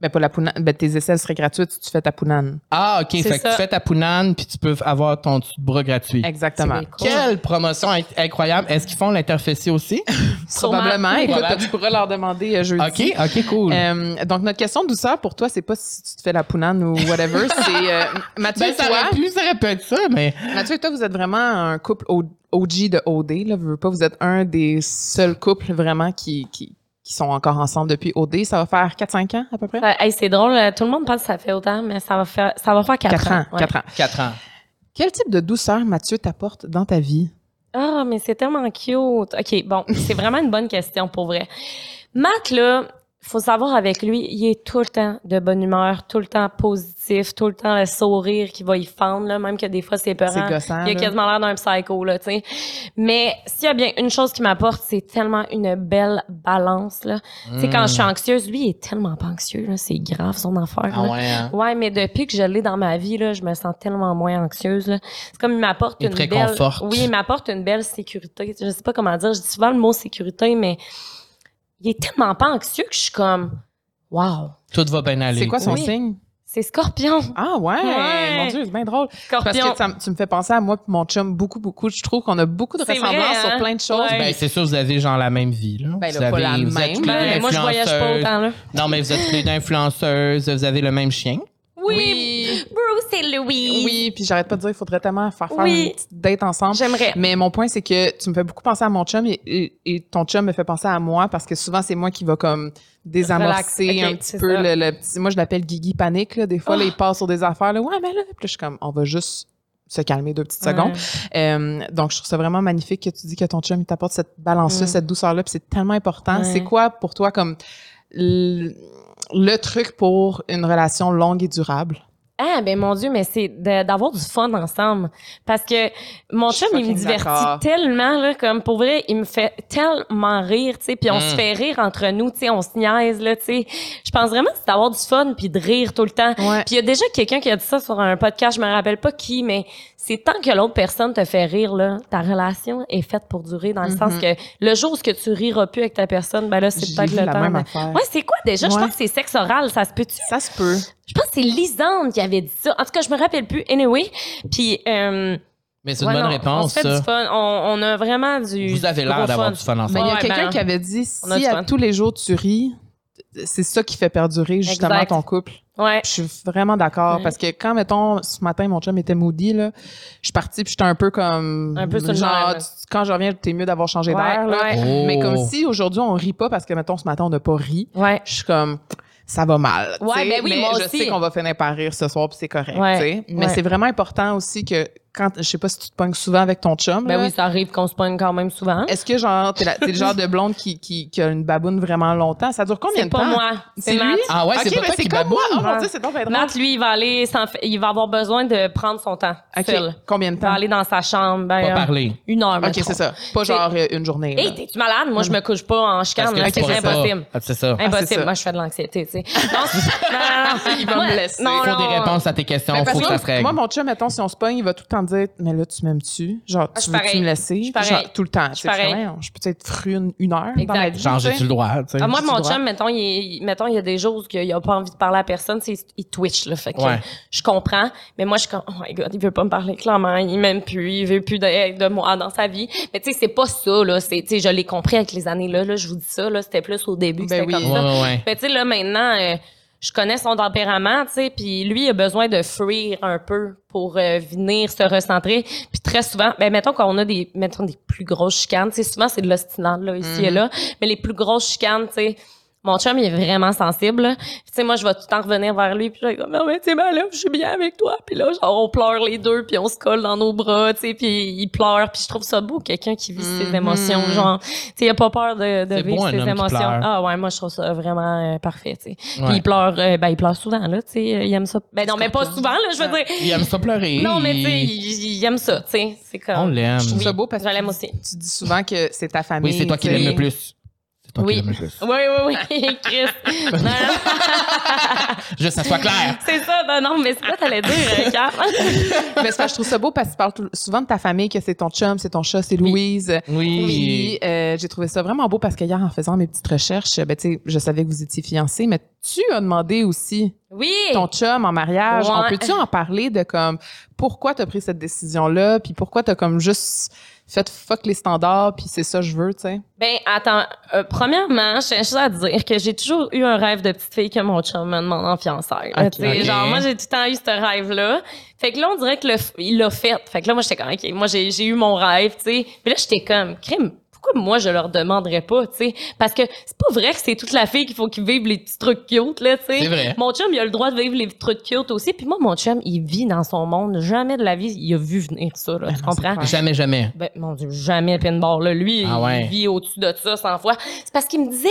B: Ben, pas la pounane. Ben, tes aisselles seraient gratuites si tu fais ta pounane.
A: Ah, OK.
C: C'est
A: Fait que
C: ça.
A: tu fais ta pounane, puis tu peux avoir ton dessous de bras gratuit.
B: Exactement.
C: C'est cool.
A: Quelle promotion inc- incroyable. Est-ce qu'ils font l'interfécie aussi?
C: Sûrement.
B: Probablement. Écoute,
A: Probable.
B: tu pourras leur demander euh, jeudi.
A: OK, OK, cool. Ben,
B: Euh, donc, notre question de douceur pour toi, c'est pas si tu te fais la pounane ou
C: [LAUGHS]
B: whatever. c'est euh, Mathieu,
A: Ben,
B: et
A: ça
B: toi,
A: aurait pu, ça aurait pu être ça, mais
B: Mathieu et toi, vous êtes vraiment un couple O- OG de OD. Là, vous, veux pas, vous êtes un des seuls couples vraiment qui, qui, qui sont encore ensemble depuis OD. Ça va faire 4-5 ans à peu près?
C: Ça- hey, c'est drôle, euh, tout le monde pense que ça fait autant, mais ça va faire, ça va faire quatre,
B: Quatre ans.
C: ouais.
B: quatre ans.
A: 4 ans.
B: Quel type de douceur Mathieu t'apporte dans ta vie?
C: Ah, mais c'est tellement cute. OK, bon, [LAUGHS] c'est vraiment une bonne question pour vrai. Matt, là, faut savoir avec lui, il est tout le temps de bonne humeur, tout le temps positif, tout le temps le sourire qui va y fendre, là, même que des fois, c'est
B: C'est
C: peurant.
B: gossant.
C: Il
B: là.
C: a quasiment l'air d'un psycho, là, tu sais. Mais s'il y a bien une chose qui m'apporte, c'est tellement une belle balance, là. Tu sais,
B: Hmm.
A: Hmm.
C: quand je suis anxieuse, lui, il est tellement pas anxieux, là. C'est grave, son affaire,
A: Ah
C: là.
A: ouais, hein?
C: Ouais, mais depuis que je l'ai dans ma vie, là, je me sens tellement moins anxieuse. là. C'est comme il m'apporte
A: Il
C: une
A: te
C: belle.
A: réconforte.
C: Oui, il m'apporte une belle sécurité. Je sais pas comment dire. Je dis souvent le mot sécurité, mais il est tellement pas anxieux que je suis comme, wow.
A: Tout va bien aller.
B: C'est quoi son
C: Oui.
B: signe?
C: C'est Scorpion.
B: Ah ouais,
C: Ouais.
B: mon Dieu, c'est bien drôle. Parce
C: Scorpion.
B: que ça me- tu me fais penser à moi et mon chum beaucoup, beaucoup. Je trouve qu'on a beaucoup de
C: C'est vrai,
B: ressemblances
C: hein?
B: sur plein de choses.
C: Ouais.
A: Ben, c'est sûr, vous avez genre la même vie, là.
B: Ben,
A: vous
B: là,
A: avez,
B: pas la
A: vous
B: même.
A: êtes toutes les
C: Ouais,
A: deux
C: Ben, moi, je voyage pas
A: influenceuses.
C: autant, là.
A: Non, mais vous êtes toutes les deux influenceuses, vous avez le même chien.
B: Oui.
C: Bruce et Louis.
B: Oui, puis j'arrête pas de dire qu'il faudrait tellement faire, faire
C: Oui.
B: une petite date ensemble.
C: J'aimerais.
B: Mais mon point, c'est que tu me fais beaucoup penser à mon chum et, et- et ton chum me fait penser à moi parce que souvent, c'est moi qui va comme désamorcer
C: Relax. Ok,
B: un petit
C: c'est
B: peu
C: ça. Oh.
B: le, le petit. Moi, je l'appelle Guigui Panique. Là. Des fois, là, il passe sur des affaires. Là, ouais, mais là, puis là, je suis comme, on va juste se calmer deux petites secondes. Euh, donc, je trouve ça vraiment magnifique que tu dis que ton chum, il t'apporte cette balance-là,
C: Mm.
B: cette douceur-là, puis c'est tellement important.
C: Ouais.
B: C'est quoi pour toi comme le, le truc pour une relation longue et durable?
C: Ah, ben mon Dieu, mais c'est de- d'avoir du fun ensemble. Parce que mon
B: Je suis
C: chum, il me
B: fucking d'accord.
C: divertit tellement, là, comme pour vrai, il me fait tellement rire, tu sais, puis on
A: Mm.
B: Hmm.
C: se fait rire entre nous, tu sais, on se niaise, là, tu sais. Je pense vraiment que c'est d'avoir du fun puis de rire tout le temps.
B: Ouais.
C: Puis il y a déjà quelqu'un qui a dit ça sur un podcast, je me rappelle pas qui, mais c'est tant que l'autre personne te fait rire, là, ta relation est faite pour durer, dans le
B: Mhm.
C: sens que le jour où ce que tu riras plus avec ta personne, ben là, c'est
B: J'ai
C: peut-être
B: vu
C: le
B: la
C: temps.
B: même
C: de-
B: affaire.
C: Ouais, c'est quoi déjà? Je
B: Ouais.
C: pense que c'est sexe oral, ça se peut-tu?
B: Ça se peut.
C: Je pense que c'est Lisande qui avait dit ça. En tout cas, je me rappelle plus. Anyway, puis... Euh,
A: Mais c'est
C: ouais,
A: une bonne
C: non, On
A: réponse,
C: se fait
A: ça.
C: du fun. On, on a vraiment du
A: Vous avez
C: du
A: l'air
C: gros
A: d'avoir
C: fun.
A: du fun ensemble.
B: Mais il y a
C: Ouais,
B: quelqu'un
C: ben,
B: qui avait dit
C: on a du
B: si à
C: fun.
B: tous les jours tu ris, c'est ça qui fait perdurer justement
C: Exact.
B: ton couple.
C: Ouais.
B: Je suis vraiment d'accord
C: Ouais.
B: parce que quand mettons ce matin mon chum était moody là, je suis partie puis j'étais un peu comme
C: Un peu sur le
B: genre
C: nerf, là.
B: tu- quand je reviens t'es mieux d'avoir changé d'air là.
C: Ben, ouais,
A: Oh.
B: Mais comme si aujourd'hui on rit pas parce que mettons ce matin on n'a pas ri,
C: ouais.
B: je suis comme ça va mal. tu
C: Ouais,
B: sais,
C: ben oui, moi
B: je
C: aussi.
B: sais qu'on va finir par rire ce soir puis c'est correct.
C: Ouais,
B: tu sais. Mais
C: ouais.
B: c'est vraiment important aussi que quand je sais pas si tu te pognes souvent avec ton chum.
C: Ben
B: là,
C: oui, ça arrive qu'on se pogne quand même souvent.
B: est-ce que genre t'es, la- t'es le genre de blonde qui, qui, qui a une baboune vraiment longtemps Ça dure combien
C: C'est
B: de
C: pas
B: temps
C: moi. C'est
B: C'est
C: Matt.
B: lui
A: Ah ouais,
B: Ok,
A: c'est pas
B: ben
A: toi qui
B: comme moi. Oh
A: baboune.
B: mon dieu, c'est donc bien drôle.
C: Matt, lui, il va aller s'en fa- il va avoir besoin de prendre son temps.
B: Ok,
C: seul.
B: Combien de
C: Il va
B: temps
C: aller dans sa chambre. Ben,
A: Pas
C: euh,
A: parler.
C: Une heure.
B: Ok,
C: mettons.
B: c'est ça. Pas
C: C'est-
B: genre euh, une journée. là.
C: Hey, t'es-tu malade? Moi, je me couche pas en
A: Parce
C: chicane.
A: que
C: là.
A: tu
C: C'est
A: pourrais pas.
C: impossible. Ben,
A: Ah, C'est ça.
B: c'est
C: Impossible.
B: ça.
C: Moi, je fais de l'anxiété,
B: [LAUGHS]
C: tu sais. Non, non, non, non.
B: Il va me
C: Moi,
B: blesser.
C: non,
A: Il faut
C: non. Ben,
A: des réponses à tes questions,
B: Mais
A: il
B: parce
A: faut que
B: que
A: ça se règle.
B: moi, mon chum, mettons, si on se pogne, il va tout le temps dire Mais là, tu m'aimes-tu Genre,
C: je
B: tu
C: suis
B: veux-tu
C: pareil.
B: me laisser
C: Je suis pareil.
B: Genre, Tout le temps. Tu sais, Je,
C: pareil.
B: suis comme, Voyons, je peux être fru une, une heure dans ma
C: Exact.
B: vie.
A: Genre,
B: tu sais.
A: j'ai-tu le droit, tu sais?
C: Ah, moi,
B: J'ai
C: mon
B: du droit.
C: chum, mettons, il, est- mettons, il y a des jours où il a pas envie de parler à personne, c'est il twitch, là. Fait que
A: Ouais.
C: je comprends. Mais moi, je suis comme, oh my god, il veut pas me parler, clairement. Il m'aime plus, il veut plus de, de moi dans sa vie. Mais tu sais, c'est pas ça, là. C'est, tu sais, je l'ai compris avec les années-là, là. Je vous dis ça, là. C'était plus au début que
B: Ben
C: c'était
B: oui.
C: comme
A: Ouais,
C: ça.
A: ouais, ouais.
C: Mais tu sais, là, maintenant, euh, je connais son tempérament, tu sais, puis lui, il a besoin de fuir un peu pour euh, venir se recentrer. Puis très souvent, ben mettons qu'on a des, mettons, des plus grosses chicanes, tu sais, souvent, c'est de l'ostinat, là, ici et là, mais les plus grosses chicanes, tu sais, mon chum, il est vraiment sensible. là. Puis, Tu sais, moi, je vais tout le temps revenir vers lui, puis je vais dire, non, mais tu sais, ben là, je suis bien avec toi. Puis là, genre, on pleure les deux, puis on se colle dans nos bras, tu sais, puis il pleure. Puis je trouve ça beau, quelqu'un qui vit ses
B: Mhm.
C: émotions, genre, tu sais, il a pas peur de, de
A: C'est
C: vivre
A: beau, un
C: ses
A: homme qui
C: émotions.
A: pleure.
C: Ah ouais, moi je trouve ça vraiment euh, parfait, tu sais. Puis
A: Ouais.
C: il pleure euh, ben il pleure souvent là, tu sais, euh, il aime ça. Ben non, mais pas
B: Scorpion.
C: souvent là, je veux dire.
A: Il aime ça pleurer.
C: Non, mais tu sais,
A: il-
C: il, il aime ça, tu sais, c'est comme
A: On l'aime.
B: Je trouve
A: Oui,
B: ça beau parce
C: je l'aime
B: que
C: aussi.
B: tu dis souvent que c'est ta famille.
A: c'est toi qui
B: tu sais.
A: l'aimes le plus. C'est toi
C: Oui.
A: qui l'aimes le plus.
C: Oui, oui, oui, [LAUGHS] Chris. Non, non,
A: [LAUGHS] Juste, ça soit
C: [LAUGHS]
A: clair.
C: c'est ça, ben non, mais c'est quoi t'allais dire, euh, Carl?
B: Mais c'est parce que je trouve ça beau parce que tu parles tout- souvent de ta famille, que c'est ton chum, c'est ton chat, c'est Louise. Puis,
A: Oui.
B: euh, j'ai trouvé ça vraiment beau parce qu'hier, en faisant mes petites recherches, ben, tu sais, je savais que vous étiez fiancés, mais tu as demandé aussi
C: Oui!
B: ton chum en mariage.
C: Ouais.
B: On peut-tu en parler de comme pourquoi t'as pris cette décision-là, puis pourquoi t'as comme juste fait fuck les standards, puis c'est ça que je veux, tu sais.
C: Ben attends, euh, premièrement, je tiens juste à dire que j'ai toujours eu un rêve de petite fille que mon chum me demande en fiançailles. là,
B: Ok.
C: tu sais.
A: Ok.
C: Genre moi j'ai tout le temps eu ce rêve là. Fait que là on dirait que le f- il l'a fait. Fait que là moi j'étais comme ok, moi j'ai j'ai eu mon rêve, tu sais. Mais là j'étais comme crime. Pourquoi moi je leur demanderais pas, tu sais Parce que c'est pas vrai que c'est toute la fille qu'il faut qu'ils vivent les petits trucs cute là, tu sais.
A: C'est vrai.
C: Mon chum, il a le droit de vivre les trucs cute aussi. Puis moi, mon chum, il vit dans son monde. Jamais de la vie, il a vu venir ça. Là, tu
B: Ben non, c'est
C: comprends
B: clair.
A: Jamais, jamais.
C: ben, mon Dieu, jamais le pinball. Là. Lui,
A: Ah ouais.
C: il vit au-dessus de ça 100 fois. C'est parce qu'il me disait,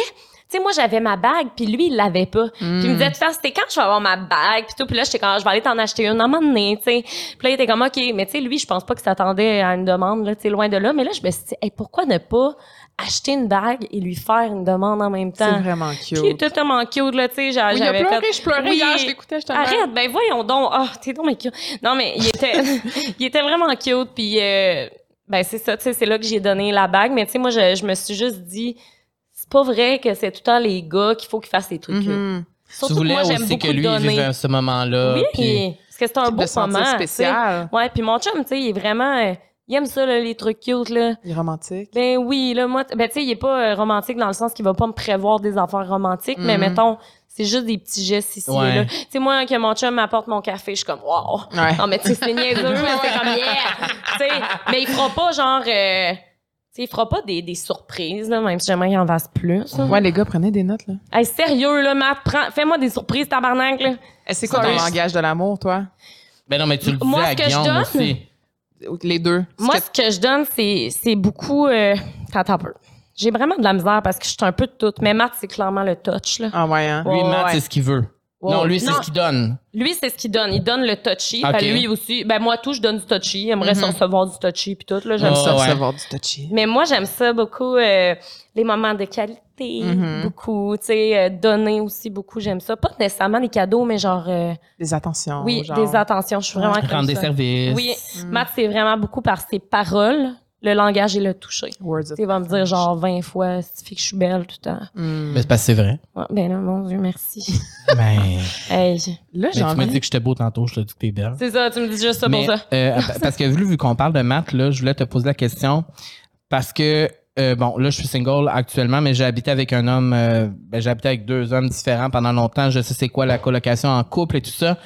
C: tu sais, moi, j'avais ma bague, puis lui, il l'avait pas.
B: Hmm.
C: Puis il
A: Hmm.
C: me disait, tout le temps, c'était quand je vais avoir ma bague, puis tout. Puis là, j'étais quand je vais aller t'en acheter une à un moment donné, tu sais. Puis là, il était comme, OK, mais tu sais, lui, je pense pas qu'il s'attendait à une demande, là, tu sais, loin de là. Mais là, je me suis dit, hey, pourquoi ne pas acheter une bague et lui faire une demande en même
B: C'est
C: temps?
B: vraiment
C: Puis il
B: cute.
C: était tellement cute, là, tu sais, j'a-
B: Oui, il a
C: j'avais fait-
B: pleuré, je pleurais
C: Oui.
B: hier, je l'écoutais, je
C: Arrête, ben voyons donc. Ah, t'es donc mais cute. Non, mais il était, il était vraiment cute. Puis, euh, ben c'est ça, tu sais, c'est là que j'ai donné la bague. Mais tu sais, moi, Mm-hmm.
B: Mm-hmm.
C: je, je me suis juste dit, c'est pas vrai que c'est tout le temps les gars qu'il faut qu'ils fassent des trucs cute. Surtout
A: tu voulais
C: que moi, j'aime
A: aussi
C: beaucoup
A: que lui il
C: donner.
A: vivait ce moment-là.
C: oui,
A: puis-
C: parce que c'est un
B: de
C: beau
B: se sentir
C: moment. tu sais.
B: spécial.
C: Ouais, puis mon chum, tu sais, il est vraiment... euh, il aime ça, là, les trucs cute, là.
B: Il est romantique.
C: Ben oui, là, moi, t- ben tu sais, il est pas euh, romantique dans le sens qu'il va pas me prévoir des affaires romantiques, mais
B: Mhm.
C: mettons, c'est juste des petits gestes ici
A: Mm-hmm. Ouais.
C: et là. Tu sais, moi, que mon chum m'apporte mon café, je suis comme « wow ».
B: Ouais.
C: Non, mais tu sais, c'est niaiseux, mais c'est comme « yeah ». Tu sais, mais il fera pas genre... euh, tu sais, il fera pas des, des surprises, là, même si jamais il en fasse plus. là.
B: Ouais, les gars, prenez des notes, là.
C: Hey, sérieux, là, Matt, prends- fais-moi des surprises, tabarnak, là.
B: C'est quoi ton
C: Sorry.
B: langage de l'amour, toi?
A: Ben non, mais tu le disais
C: Moi,
A: à
C: ce que je
A: Guillaume
C: donne-
A: aussi.
B: Les deux.
C: Moi, ce que je donne, c'est, c'est beaucoup... Euh, attends un peu. J'ai vraiment de la misère parce que je suis un peu de tout. Mais Matt, c'est clairement le touch, là.
B: En moyen.
A: Lui,
C: Ouais,
A: Matt,
C: ouais.
A: c'est ce qu'il veut.
C: Ouais.
A: Non, lui, c'est
C: Non.
A: ce qu'il donne.
C: Lui, c'est ce qu'il donne. Il donne le touchy.
A: Ok.
C: Fait lui aussi. Ben, moi, tout, je donne du touchy. Il aimerait se
B: Mhm.
C: recevoir du touchy puis tout, là. J'aime
A: Oh,
C: ça.
B: Ça,
A: ouais.
B: recevoir du touchy.
C: Mais moi, j'aime ça beaucoup, euh, les moments de qualité.
B: Mhm.
C: Beaucoup. Tu sais, euh, donner aussi beaucoup. J'aime ça. Pas nécessairement des cadeaux, mais genre, euh,
B: Des attentions.
C: oui,
B: genre.
C: des attentions. Je suis vraiment comme
A: Rendre des
C: ça.
A: services.
C: Oui.
B: Mm.
C: Matt, c'est vraiment beaucoup par ses paroles, le langage et le toucher. Tu
B: Words of-
C: sais, il va me dire genre 20 fois, si que je suis belle tout le temps.
B: Mm.
A: Mais c'est parce que c'est vrai.
C: Ouais, ben là, mon Dieu, merci.
A: [LAUGHS] Ben,
C: Hey, je-
B: Là,
A: mais
B: j'ai
A: tu m'as
B: envie.
A: dit que j'étais beau tantôt, je te dis que t'es belle.
C: c'est ça, tu me dis juste ça
A: Mais,
C: pour ça. [LAUGHS]
A: euh, parce que vu, vu qu'on parle de Matt, là, je voulais te poser la question. Parce que, euh, bon, là, je suis single actuellement, mais j'ai habité avec un homme, euh, ben, j'ai habité avec deux hommes différents pendant longtemps. Je sais c'est quoi la colocation en couple et tout ça.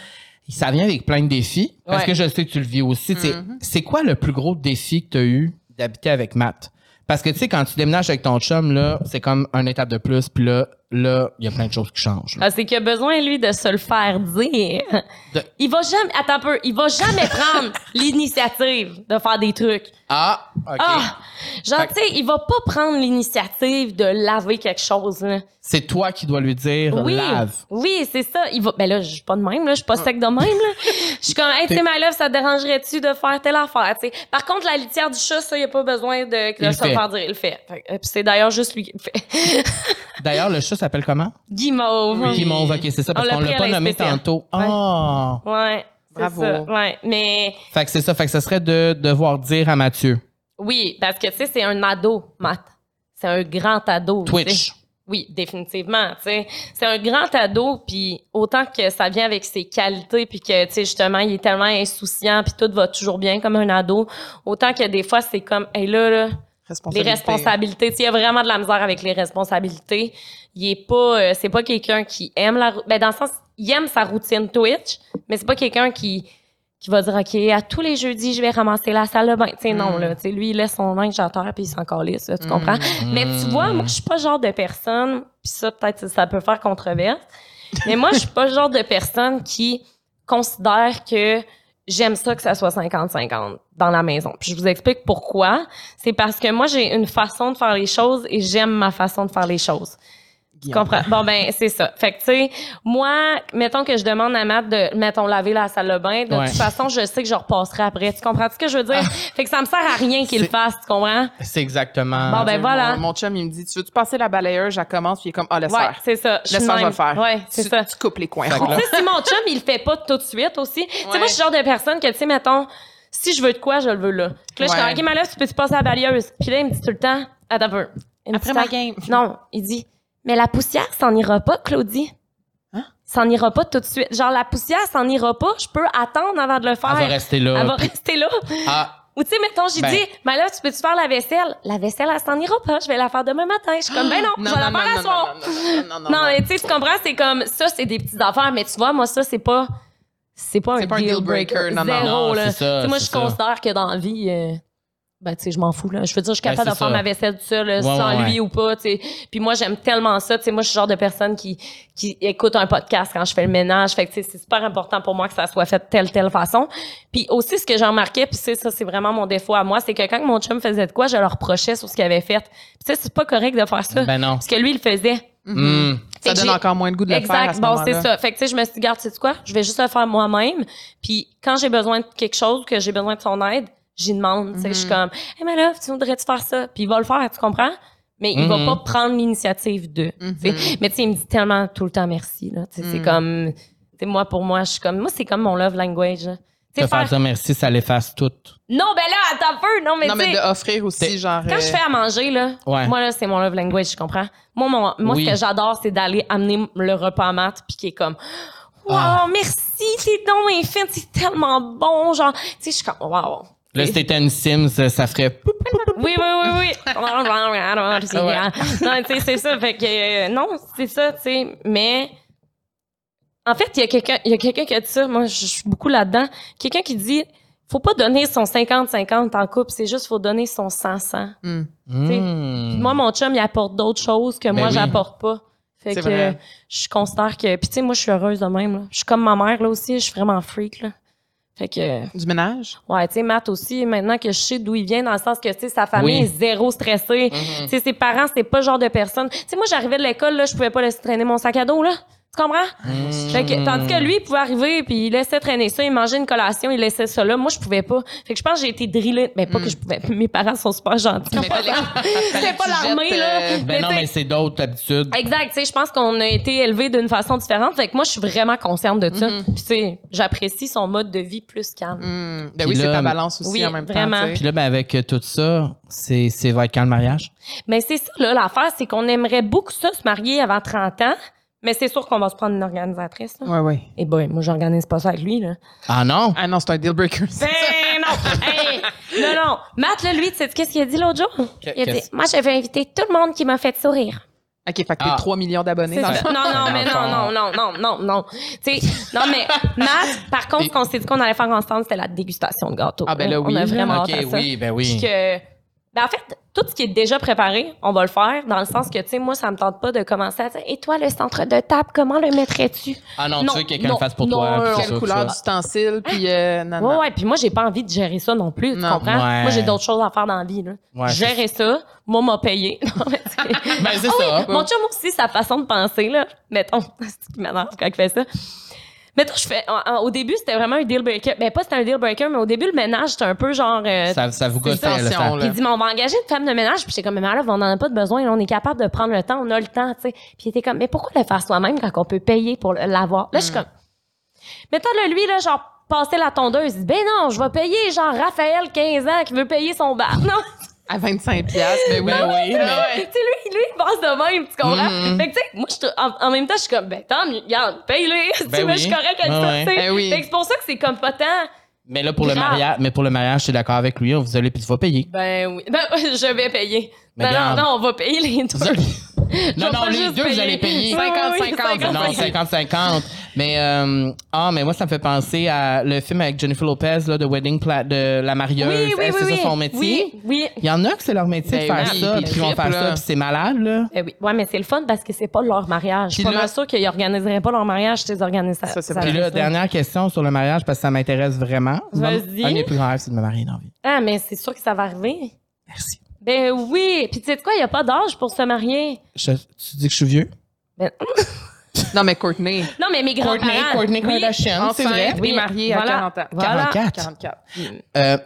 A: Ça vient avec plein de défis. Parce
C: Ouais. Mm-hmm.
A: que je sais que tu le vis aussi. Tu sais,
B: Mhm.
A: C'est quoi le plus gros défi que tu as eu d'habiter avec Matt? Parce que, tu sais, quand tu déménages avec ton chum, là, c'est comme une étape de plus. Puis là, là, il y a plein de choses qui changent. là.
C: Ah, c'est qu'il a besoin, lui, de se le faire dire.
A: De-
C: Il va jamais, attends un peu, il va jamais
A: [LAUGHS]
C: prendre l'initiative de faire des trucs.
A: Ah, OK.
C: Ah! Genre,
A: Fait-
C: tu sais, il va pas prendre l'initiative de laver quelque chose, là.
A: C'est toi qui dois lui dire
C: Oui.
A: lave.
C: Oui, c'est ça. Il va, ben là, je suis pas de même, là. Je suis pas sec de même, là. Je suis comme, hey, tu sais, ma love, ça te dérangerait-tu de faire telle affaire, tu sais. Par contre, la litière du chat, ça, il a pas besoin de,
A: Il
C: de se
A: le fait.
C: faire dire. Il le fait. Fait que- euh, Puis c'est d'ailleurs juste lui qui le fait. [LAUGHS]
A: D'ailleurs, le chat s'appelle comment?
C: Guimauve.
B: Oui.
A: Qui ok, c'est ça, parce
C: On l'a
A: qu'on l'a
C: pris à
A: pas
C: la
A: nommé
C: SPCA.
A: tantôt. Ah!
C: Ouais. c'est
B: Bravo.
C: ça. Ouais. Mais,
A: Fait que c'est ça, fait que ça serait de devoir dire à Mathieu.
C: Oui, parce que tu sais, c'est un ado, Matt. C'est un grand ado. tu sais.
A: Twitch.
C: Oui, définitivement. tu sais. C'est un grand ado, puis autant que ça vient avec ses qualités, puis que tu sais, justement, il est tellement insouciant, puis tout va toujours bien comme un ado, autant que des fois, c'est comme, hey, là, là, les
B: Responsabilité.
C: responsabilités. Tu sais, il y a vraiment de la misère avec les responsabilités. Il est pas, euh, c'est pas quelqu'un qui aime la, rou- ben dans le sens, il aime sa routine Twitch, mais c'est pas quelqu'un qui qui va dire ok à tous les jeudis je vais ramasser la salle de bain. Tu sais non
B: Mm.
C: là, tu sais lui il laisse son linge à terre puis il s'en calisse, là, tu
B: Mm.
C: comprends. Mais tu vois,
A: Mm.
C: moi je suis pas le genre de personne, puis ça peut-être ça- ça peut faire controverse, mais moi je suis pas le genre de personne qui considère que j'aime ça que ça soit 50-50 dans la maison. Puis je vous explique pourquoi. C'est parce que moi, j'ai une façon de faire les choses et j'aime ma façon de faire les choses. Tu
B: Guillaume.
C: comprends? Bon, ben, c'est ça. Fait que, tu sais, moi, mettons que je demande à Matt de, mettons, laver la salle de bain. De
A: Ouais. Ah.
C: toute façon, je sais que je repasserai après. Tu comprends ce que je veux dire? Fait que ça me sert à rien qu'il le
A: C'est-
C: fasse, tu comprends?
A: C'est exactement.
C: Bon, ben,
B: Dieu,
C: voilà.
B: Mon, mon chum, il me dit Tu veux-tu passer la balayeuse Je la commence, puis il est comme Ah, laisse
C: Ouais,
B: faire.
C: c'est ça.
B: Laisse faire, je vais
C: même-
B: le faire.
C: Ouais, c'est
B: Tu-
C: ça.
B: Tu coupes les coins
A: Fait que
B: ronds.
A: là-
C: Tu sais, si mon chum, il le fait pas tout de suite aussi. Tu sais,
B: Ouais.
C: moi, je suis le genre de personne que, tu sais, mettons, si je veux de quoi, je le veux là. Puis là, je suis
B: Ouais.
C: comme, OK, ma lèvre, tu peux-tu passer à la balieuse? Puis là, il me dit tout le temps, attends un peu. Il me dit tout le temps,
B: game.
C: Non, il dit, mais la poussière s'en ira pas, Claudie.
B: Hein?
C: S'en ira pas tout de suite. Genre, la poussière s'en ira pas, je peux attendre avant de le
A: Elle va
C: faire.
A: rester là.
C: Elle va
A: puis-
C: rester là.
A: Ah,
C: Ou tu sais, mettons, j'ai
A: Ben.
C: dit, mais là, tu peux-tu faire la vaisselle? La vaisselle, elle s'en ira pas, je vais la faire demain matin. Je suis comme, ben non, je vais la faire à soir.
B: non, non, non,
C: Non, mais tu sais, tu comprends, c'est comme ça, c'est des petites affaires, mais tu vois, moi, ça, c'est pas. C'est pas un
B: C'est pas un
C: deal
B: deal breaker,
C: breaker.
B: non, non,
C: zéro,
A: non,
C: là.
A: c'est ça,
C: Tu sais, moi,
A: c'est
C: je
A: ça.
C: considère que dans la vie, euh, ben, tu sais, je m'en fous, là. Je veux dire, je suis
A: Ben,
C: capable de
A: c'est
C: faire
A: ça.
C: ma vaisselle seule, euh,
A: Ouais,
C: sans
A: ouais,
C: lui ou pas, tu sais. Puis moi, j'aime tellement ça. Tu sais, moi, je suis le genre de personne qui, qui écoute un podcast quand je fais le ménage. Fait que, tu sais, c'est super important pour moi que ça soit fait de telle, telle façon. Puis aussi, ce que j'ai remarqué, puis c'est ça, c'est vraiment mon défaut à moi, c'est que quand mon chum faisait de quoi, je le reprochais sur ce qu'il avait fait. Puis tu sais, c'est pas correct de faire ça.
A: ben non.
C: Parce que lui, il le faisait.
B: Mhm.
A: Mm.
C: Fait
B: Ça
C: que
B: donne
C: j'ai-
B: encore moins le goût de le faire. à
C: Exact.
B: ce
C: Bon,
B: moment-là.
C: c'est ça. Fait que, tu sais, je me suis dit, garde, tu sais quoi? Je vais juste le faire moi-même. Puis, quand j'ai besoin de quelque chose, que j'ai besoin de son aide, j'y demande. Tu sais,
B: Mhm.
C: je suis comme, hey, mais là, tu voudrais-tu faire ça? Puis, il va le faire, tu comprends? Mais il
A: Mhm.
C: va pas prendre l'initiative de.
B: Mhm.
C: tu sais. Mais, tu sais, il me dit tellement tout le temps merci, là. Tu sais, c'est
B: Mhm.
C: comme, tu sais, moi, pour moi, je suis comme, moi, c'est comme mon love language, là. Tu
A: Te faire dire merci, ça l'efface tout.
C: Non, ben là, attends un peu. Non, mais,
B: non, mais
C: tu sais,
B: de offrir aussi,
A: t'es-
B: genre.
C: quand je fais à manger, là,
A: Ouais.
C: moi, là, c'est mon love language, tu comprends? Moi, mon- moi
A: Oui.
C: ce que j'adore, c'est d'aller amener le repas à Matt, puis qui est comme, wow,
A: Ah.
C: merci, t'es donc bien fin, c'est tellement bon. Genre, tu sais, je suis comme, wow.
A: Là, si t'étais une Sims, ça ça ferait poup, poup, poup.
C: Oui, oui, oui,
A: [LAUGHS]
C: oui.
A: Ah
C: non, tu sais, c'est ça. Fait que, euh, non, c'est ça, tu sais. Mais, en fait, il y a quelqu'un il y a quelqu'un qui a dit ça. Moi, je suis beaucoup là-dedans. Quelqu'un qui dit, faut pas donner son 50-50 en couple, c'est juste faut donner son 100-100.
B: Hmm.
C: sais,
A: Hmm.
C: Moi, mon chum, il apporte d'autres choses que
A: Ben
C: moi,
A: oui.
C: j'apporte pas. Fait
B: C'est
C: que
B: vrai.
C: euh, je considère que. Puis, tu sais, moi, je suis heureuse de même. là. Je suis comme ma mère, là aussi. Je suis vraiment freak, là. Fait que, euh,
B: Du ménage?
C: ouais, tu sais, Matt aussi, maintenant que je sais d'où il vient, dans le sens que, tu sais, sa famille
A: Oui. Mm.
C: est zéro stressée.
A: Hmm.
C: Tu sais, ses parents, c'est pas le genre de personne. Tu sais, moi, j'arrivais de l'école, là, je pouvais pas laisser traîner mon sac à dos, là. Tu comprends?
A: Hmm.
C: Fait que, tandis que lui, il pouvait arriver, puis il laissait traîner ça, il mangeait une collation, il laissait ça là. Moi, je pouvais pas. Fait que je pense que j'ai été drillée. Ben,
A: Mm.
C: pas que je pouvais. Mes parents sont super gentils. C'était pas l'armée, là.
A: Ben non,
C: tu sais,
A: mais c'est d'autres habitudes.
C: Exact, tu sais, je pense qu'on a été élevé d'une façon différente. Fait que moi, je suis vraiment consciente de ça. Puis, tu sais, j'apprécie son mode de vie plus calme.
B: Hmm.
A: Puis
B: Ben oui, c'est
A: là,
B: ta balance aussi
C: oui,
B: en même
C: vraiment.
B: temps. tu sais.
A: Puis là, ben avec euh, tout ça, c'est c'est- va être quand le mariage?
C: Mais c'est ça, là, l'affaire, c'est qu'on aimerait beaucoup ça, se marier avant 30 ans. Mais c'est sûr qu'on va se prendre une organisatrice, là.
B: Ouais, ouais.
C: Et ben, moi, j'organise pas ça avec lui, là.
A: Ah non?
B: Ah non, c'est un deal breaker.
C: Ben
B: ça.
C: non! [LAUGHS] Hey, non, non! Matt, là, lui, tu sais qu'est-ce qu'il a dit l'autre jour?
A: Que-
C: Il a dit
A: qu'est-ce-
C: « Moi, je veux inviter tout le monde qui m'a fait sourire.
B: OK, fait que t'es
A: Ah.
B: 3 millions » d'abonnés.
C: C'est
B: Ben, dans le
C: ça.
B: fond.
C: Non, non, mais non, non,
A: Dans
C: non, non, non, non. Tu sais, non,
B: [LAUGHS]
C: mais Matt, par contre, ce qu'on s'est dit qu'on allait faire ensemble, c'était la dégustation de gâteau.
B: Ah, ben là, oui.
C: On a vraiment
A: ok,
C: hâte à ça.
A: oui, ben
C: Puis
A: oui.
C: que, ben en fait, tout ce qui est déjà préparé, on va le faire dans le sens que, tu sais, moi, ça me tente pas de commencer à dire, et toi, le centre de table, comment le mettrais-tu?
A: Ah non,
C: Non,
A: tu veux que quelqu'un
C: non,
A: le fasse pour
C: non,
A: toi. puis
C: non,
A: c'est
C: quelle
A: ça,
B: Quelle
A: tout
B: couleur
A: ça.
B: d'ustensile, puis euh, non,
C: Ouais,
B: non.
C: ouais, puis moi, j'ai pas envie de gérer ça non plus, tu
B: Non.
C: comprends?
A: Ouais.
C: Moi, j'ai d'autres choses à faire dans la vie, là.
A: Ouais, c'est-
C: gérer ça, moi, m'a payé. [LAUGHS] Non, mais tu sais.
A: Ben c'est ça.
C: Mon chum aussi, sa façon de penser, là, mettons, [LAUGHS] c'est ce qui m'énerve quand il fait ça. Mettons, je fais, en- en- au début, c'était vraiment un deal breaker. Ben, pas c'était un deal breaker, mais au début, le ménage, c'était un peu genre. euh,
A: Ça, ça vous gossait,
B: une
A: là, ça.
B: tension,
C: puis il dit, mais on va engager une femme de ménage. Puis j'étais comme, mais là, on n'en a pas de besoin. là, on est capable de prendre le temps. On a le temps, tu sais. Puis il était comme, mais pourquoi le faire soi-même quand on peut payer pour le- l'avoir? Là, je suis comme, mettons, là, lui, là, genre, passer la tondeuse. Il dit, ben non, je vais payer, genre, Raphaël, 15 ans, qui veut payer son bar. [LAUGHS] Non,
B: À 25 piastres, mais oui.
A: Ben oui, mais-
C: [LAUGHS] tu sais, lui, lui, il pense de même, tu comprends?
A: Mhm.
C: Fait que, tu sais, moi, je te- en, en même temps, je suis comme, ben, tant mieux, regarde, paye-le. [LAUGHS] tu
A: Ben
C: sais, moi, je suis
A: oui.
C: correcte avec
A: Ben
C: ça,
A: ouais.
C: tu sais.
B: Ben oui.
C: Fait que c'est pour ça que c'est comme pas tant,
A: Mais là, pour le
C: Grave.
A: mariage, mais pour le mariage, je suis d'accord avec lui. On vous allez puis tu vas
C: [LAUGHS]
A: payer.
C: ben oui, ben, je vais payer.
A: Ben,
C: Ben, non,
A: regarde.
C: non, on va payer les deux.
A: Vous
C: [LAUGHS]
A: allez- non,
C: vais
A: non,
C: pas
A: les
C: juste
A: deux, vous
C: payer.
A: allez payer.
C: Oui, oui, oui,
B: 50-50.
A: Ben non, 50-50. Mais, euh, ah, mais moi, ça me fait penser à le film avec Jennifer Lopez, là, de Wedding Plat, de La Marieuse.
C: Oui, oui,
A: Elle,
C: oui,
A: c'est
C: oui.
A: ça son métier?
C: Oui, oui.
A: Il y en a que c'est leur métier de
B: Ben
A: faire
B: oui,
A: ça,
B: puis
A: puis
B: le
A: ils vont
B: trip,
A: faire
B: là.
A: ça, puis c'est malade, là.
C: Ben oui. Ouais, mais c'est le fun parce que c'est pas leur mariage. Je suis
A: Puis
C: pas
A: là-
C: mal sûre qu'ils organiseraient pas leur mariage, je les organisations.
B: Ça, c'est vrai.
A: Puis là, dernière question sur le mariage, parce que ça m'intéresse vraiment.
C: Vas-y.
A: Un de mes plus grands rêves, c'est de me marier dans la vie.
C: Ah, mais c'est sûr que ça va arriver.
A: Merci.
C: Ben oui. Puis tu sais de quoi, il n'y a pas d'âge pour se marier. Ben,
A: Je- tu dis que je suis vieux?
C: [CLEARS THROAT]
B: Non, mais Courtney,
C: Non, mais mes grands-parents. Oui.
B: enceinte,
C: Oui,
B: oui, mariée
C: voilà.
B: à 40 ans.
C: Voilà.
A: 44.
B: 44.
A: Euh,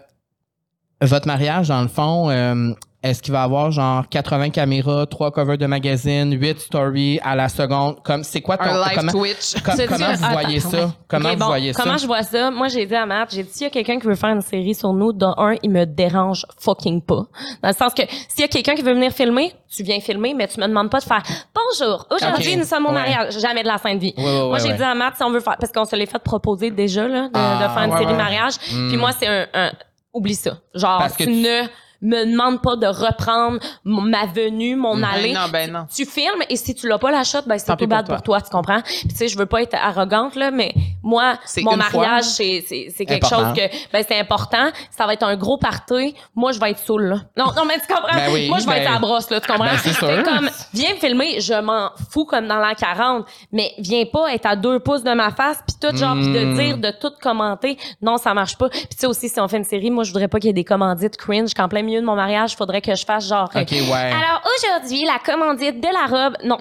A: votre mariage, dans le fond, euh, est-ce qu'il va avoir genre 80 caméras, 3 covers de magazines, 8 stories à la seconde? Comme c'est quoi ton
B: Un live
A: comment,
B: Twitch.
A: com-
C: C'est
A: comment
C: sûr.
A: vous voyez
C: Attends,
A: ça? Comment
C: Ok,
A: vous
C: bon,
A: voyez
C: Comment
A: ça?
C: je vois ça? Moi, j'ai dit à Matt, j'ai dit, s'il y a quelqu'un qui veut faire une série sur nous, dont un, il me dérange fucking pas. Dans le sens que, s'il y a quelqu'un qui veut venir filmer, tu viens filmer, mais tu me demandes pas de faire, bonjour, aujourd'hui,
A: Ok,
C: nous sommes au
A: ouais.
C: mariage. Jamais de la fin de vie.
A: Ouais, ouais,
C: Moi,
A: ouais,
C: j'ai
A: ouais.
C: dit à Matt, si on veut faire, parce qu'on se l'est fait proposer déjà, là, de,
A: Ah,
C: de faire une
A: ouais,
C: série
A: ouais.
C: mariage. Puis moi, c'est un, un- oublie ça. Genre,
A: Parce que
C: tu,
A: tu-
C: ne me demandes pas de reprendre mon- ma venue, mon
A: Ben
C: allée.
B: non, ben non.
C: Tu filmes et si tu l'as pas la shot, ben c'est
B: Tant
C: tout
B: pis
C: bad
B: pour
C: pour toi, tu comprends? Puis tu sais, je veux pas être arrogante là, mais moi
B: C'est
C: mon
B: une fois, là.
C: mariage c'est c'est c'est quelque
A: Important.
C: chose que ben c'est important, ça va être un gros party, moi je vais être saoule là. Non non mais tu comprends?
A: Ben oui,
C: moi je vais
A: ben-
C: être à la brosse là, tu comprends?
A: Ben, c'est sûr.
C: Fait comme viens me filmer, je m'en fous comme dans la 40, mais viens pas être à deux pouces de ma face puis tout genre puis de
A: Mm.
C: dire de tout commenter, non ça marche pas. Puis tu sais aussi si on fait une série, moi je voudrais pas qu'il y ait des commandites cringe qu'en plein milieu de mon mariage, faudrait que je fasse genre
A: Ok, ouais.
C: alors aujourd'hui, la commandite de la robe, non,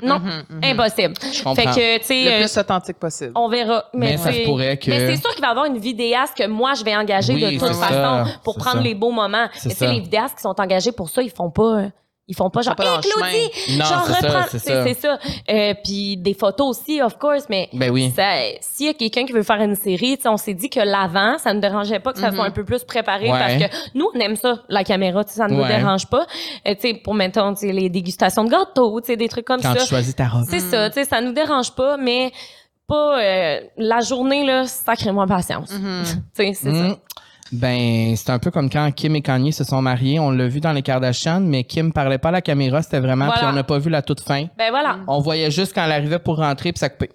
C: non, impossible.
A: Mm-hmm. comprends.
C: Fait que, tu
B: Mhm, Le
C: sais, euh,
B: plus authentique possible.
C: on verra. Mais,
A: Mais ça
C: tu sais,
A: se pourrait que-
C: Mais c'est sûr qu'il va y avoir une vidéaste que moi, je vais engager
A: Oui,
C: de toute
A: c'est ça,
C: façon pour
A: c'est
C: prendre
A: ça.
C: les beaux moments.
A: C'est
C: Mais tu sais,
A: ça.
C: les vidéastes qui sont engagés pour ça, ils font pas... euh, Ils font pas genre,
B: pas dans
C: hey,
B: le
C: Claudie,
A: Non,
C: genre
A: c'est ça,
C: reprends.
A: c'est
C: C'est
A: ça.
C: c'est ça. Euh, Puis des photos aussi, of course, mais
A: Ben oui.
C: ça- s'il y a quelqu'un qui veut faire une série, tu sais, on s'est dit que l'avant, ça ne dérangeait pas que ça soit un peu plus préparé
A: Mhm. Ouais.
C: parce que nous, on aime ça, la caméra, tu sais, ça ne nous
A: Ouais.
C: dérange pas. Euh, tu sais, pour, mettons, tu sais, les dégustations de gâteaux, tu sais, des trucs comme
A: Quand
C: ça.
A: tu Mhm. choisis ta robe.
C: C'est ça, tu sais, ça nous dérange pas, mais pas euh, la journée, là, sacrément patience. [LAUGHS] Tu sais, c'est ça.
A: Mm. Ben, c'est un peu comme quand Kim et Kanye se sont mariés. On l'a vu dans les Kardashians, mais Kim parlait pas à la caméra, c'était vraiment.
C: Voilà.
A: Puis on n'a pas vu la toute fin.
C: Ben voilà,
A: On voyait juste quand elle arrivait pour rentrer, puis ça coupait.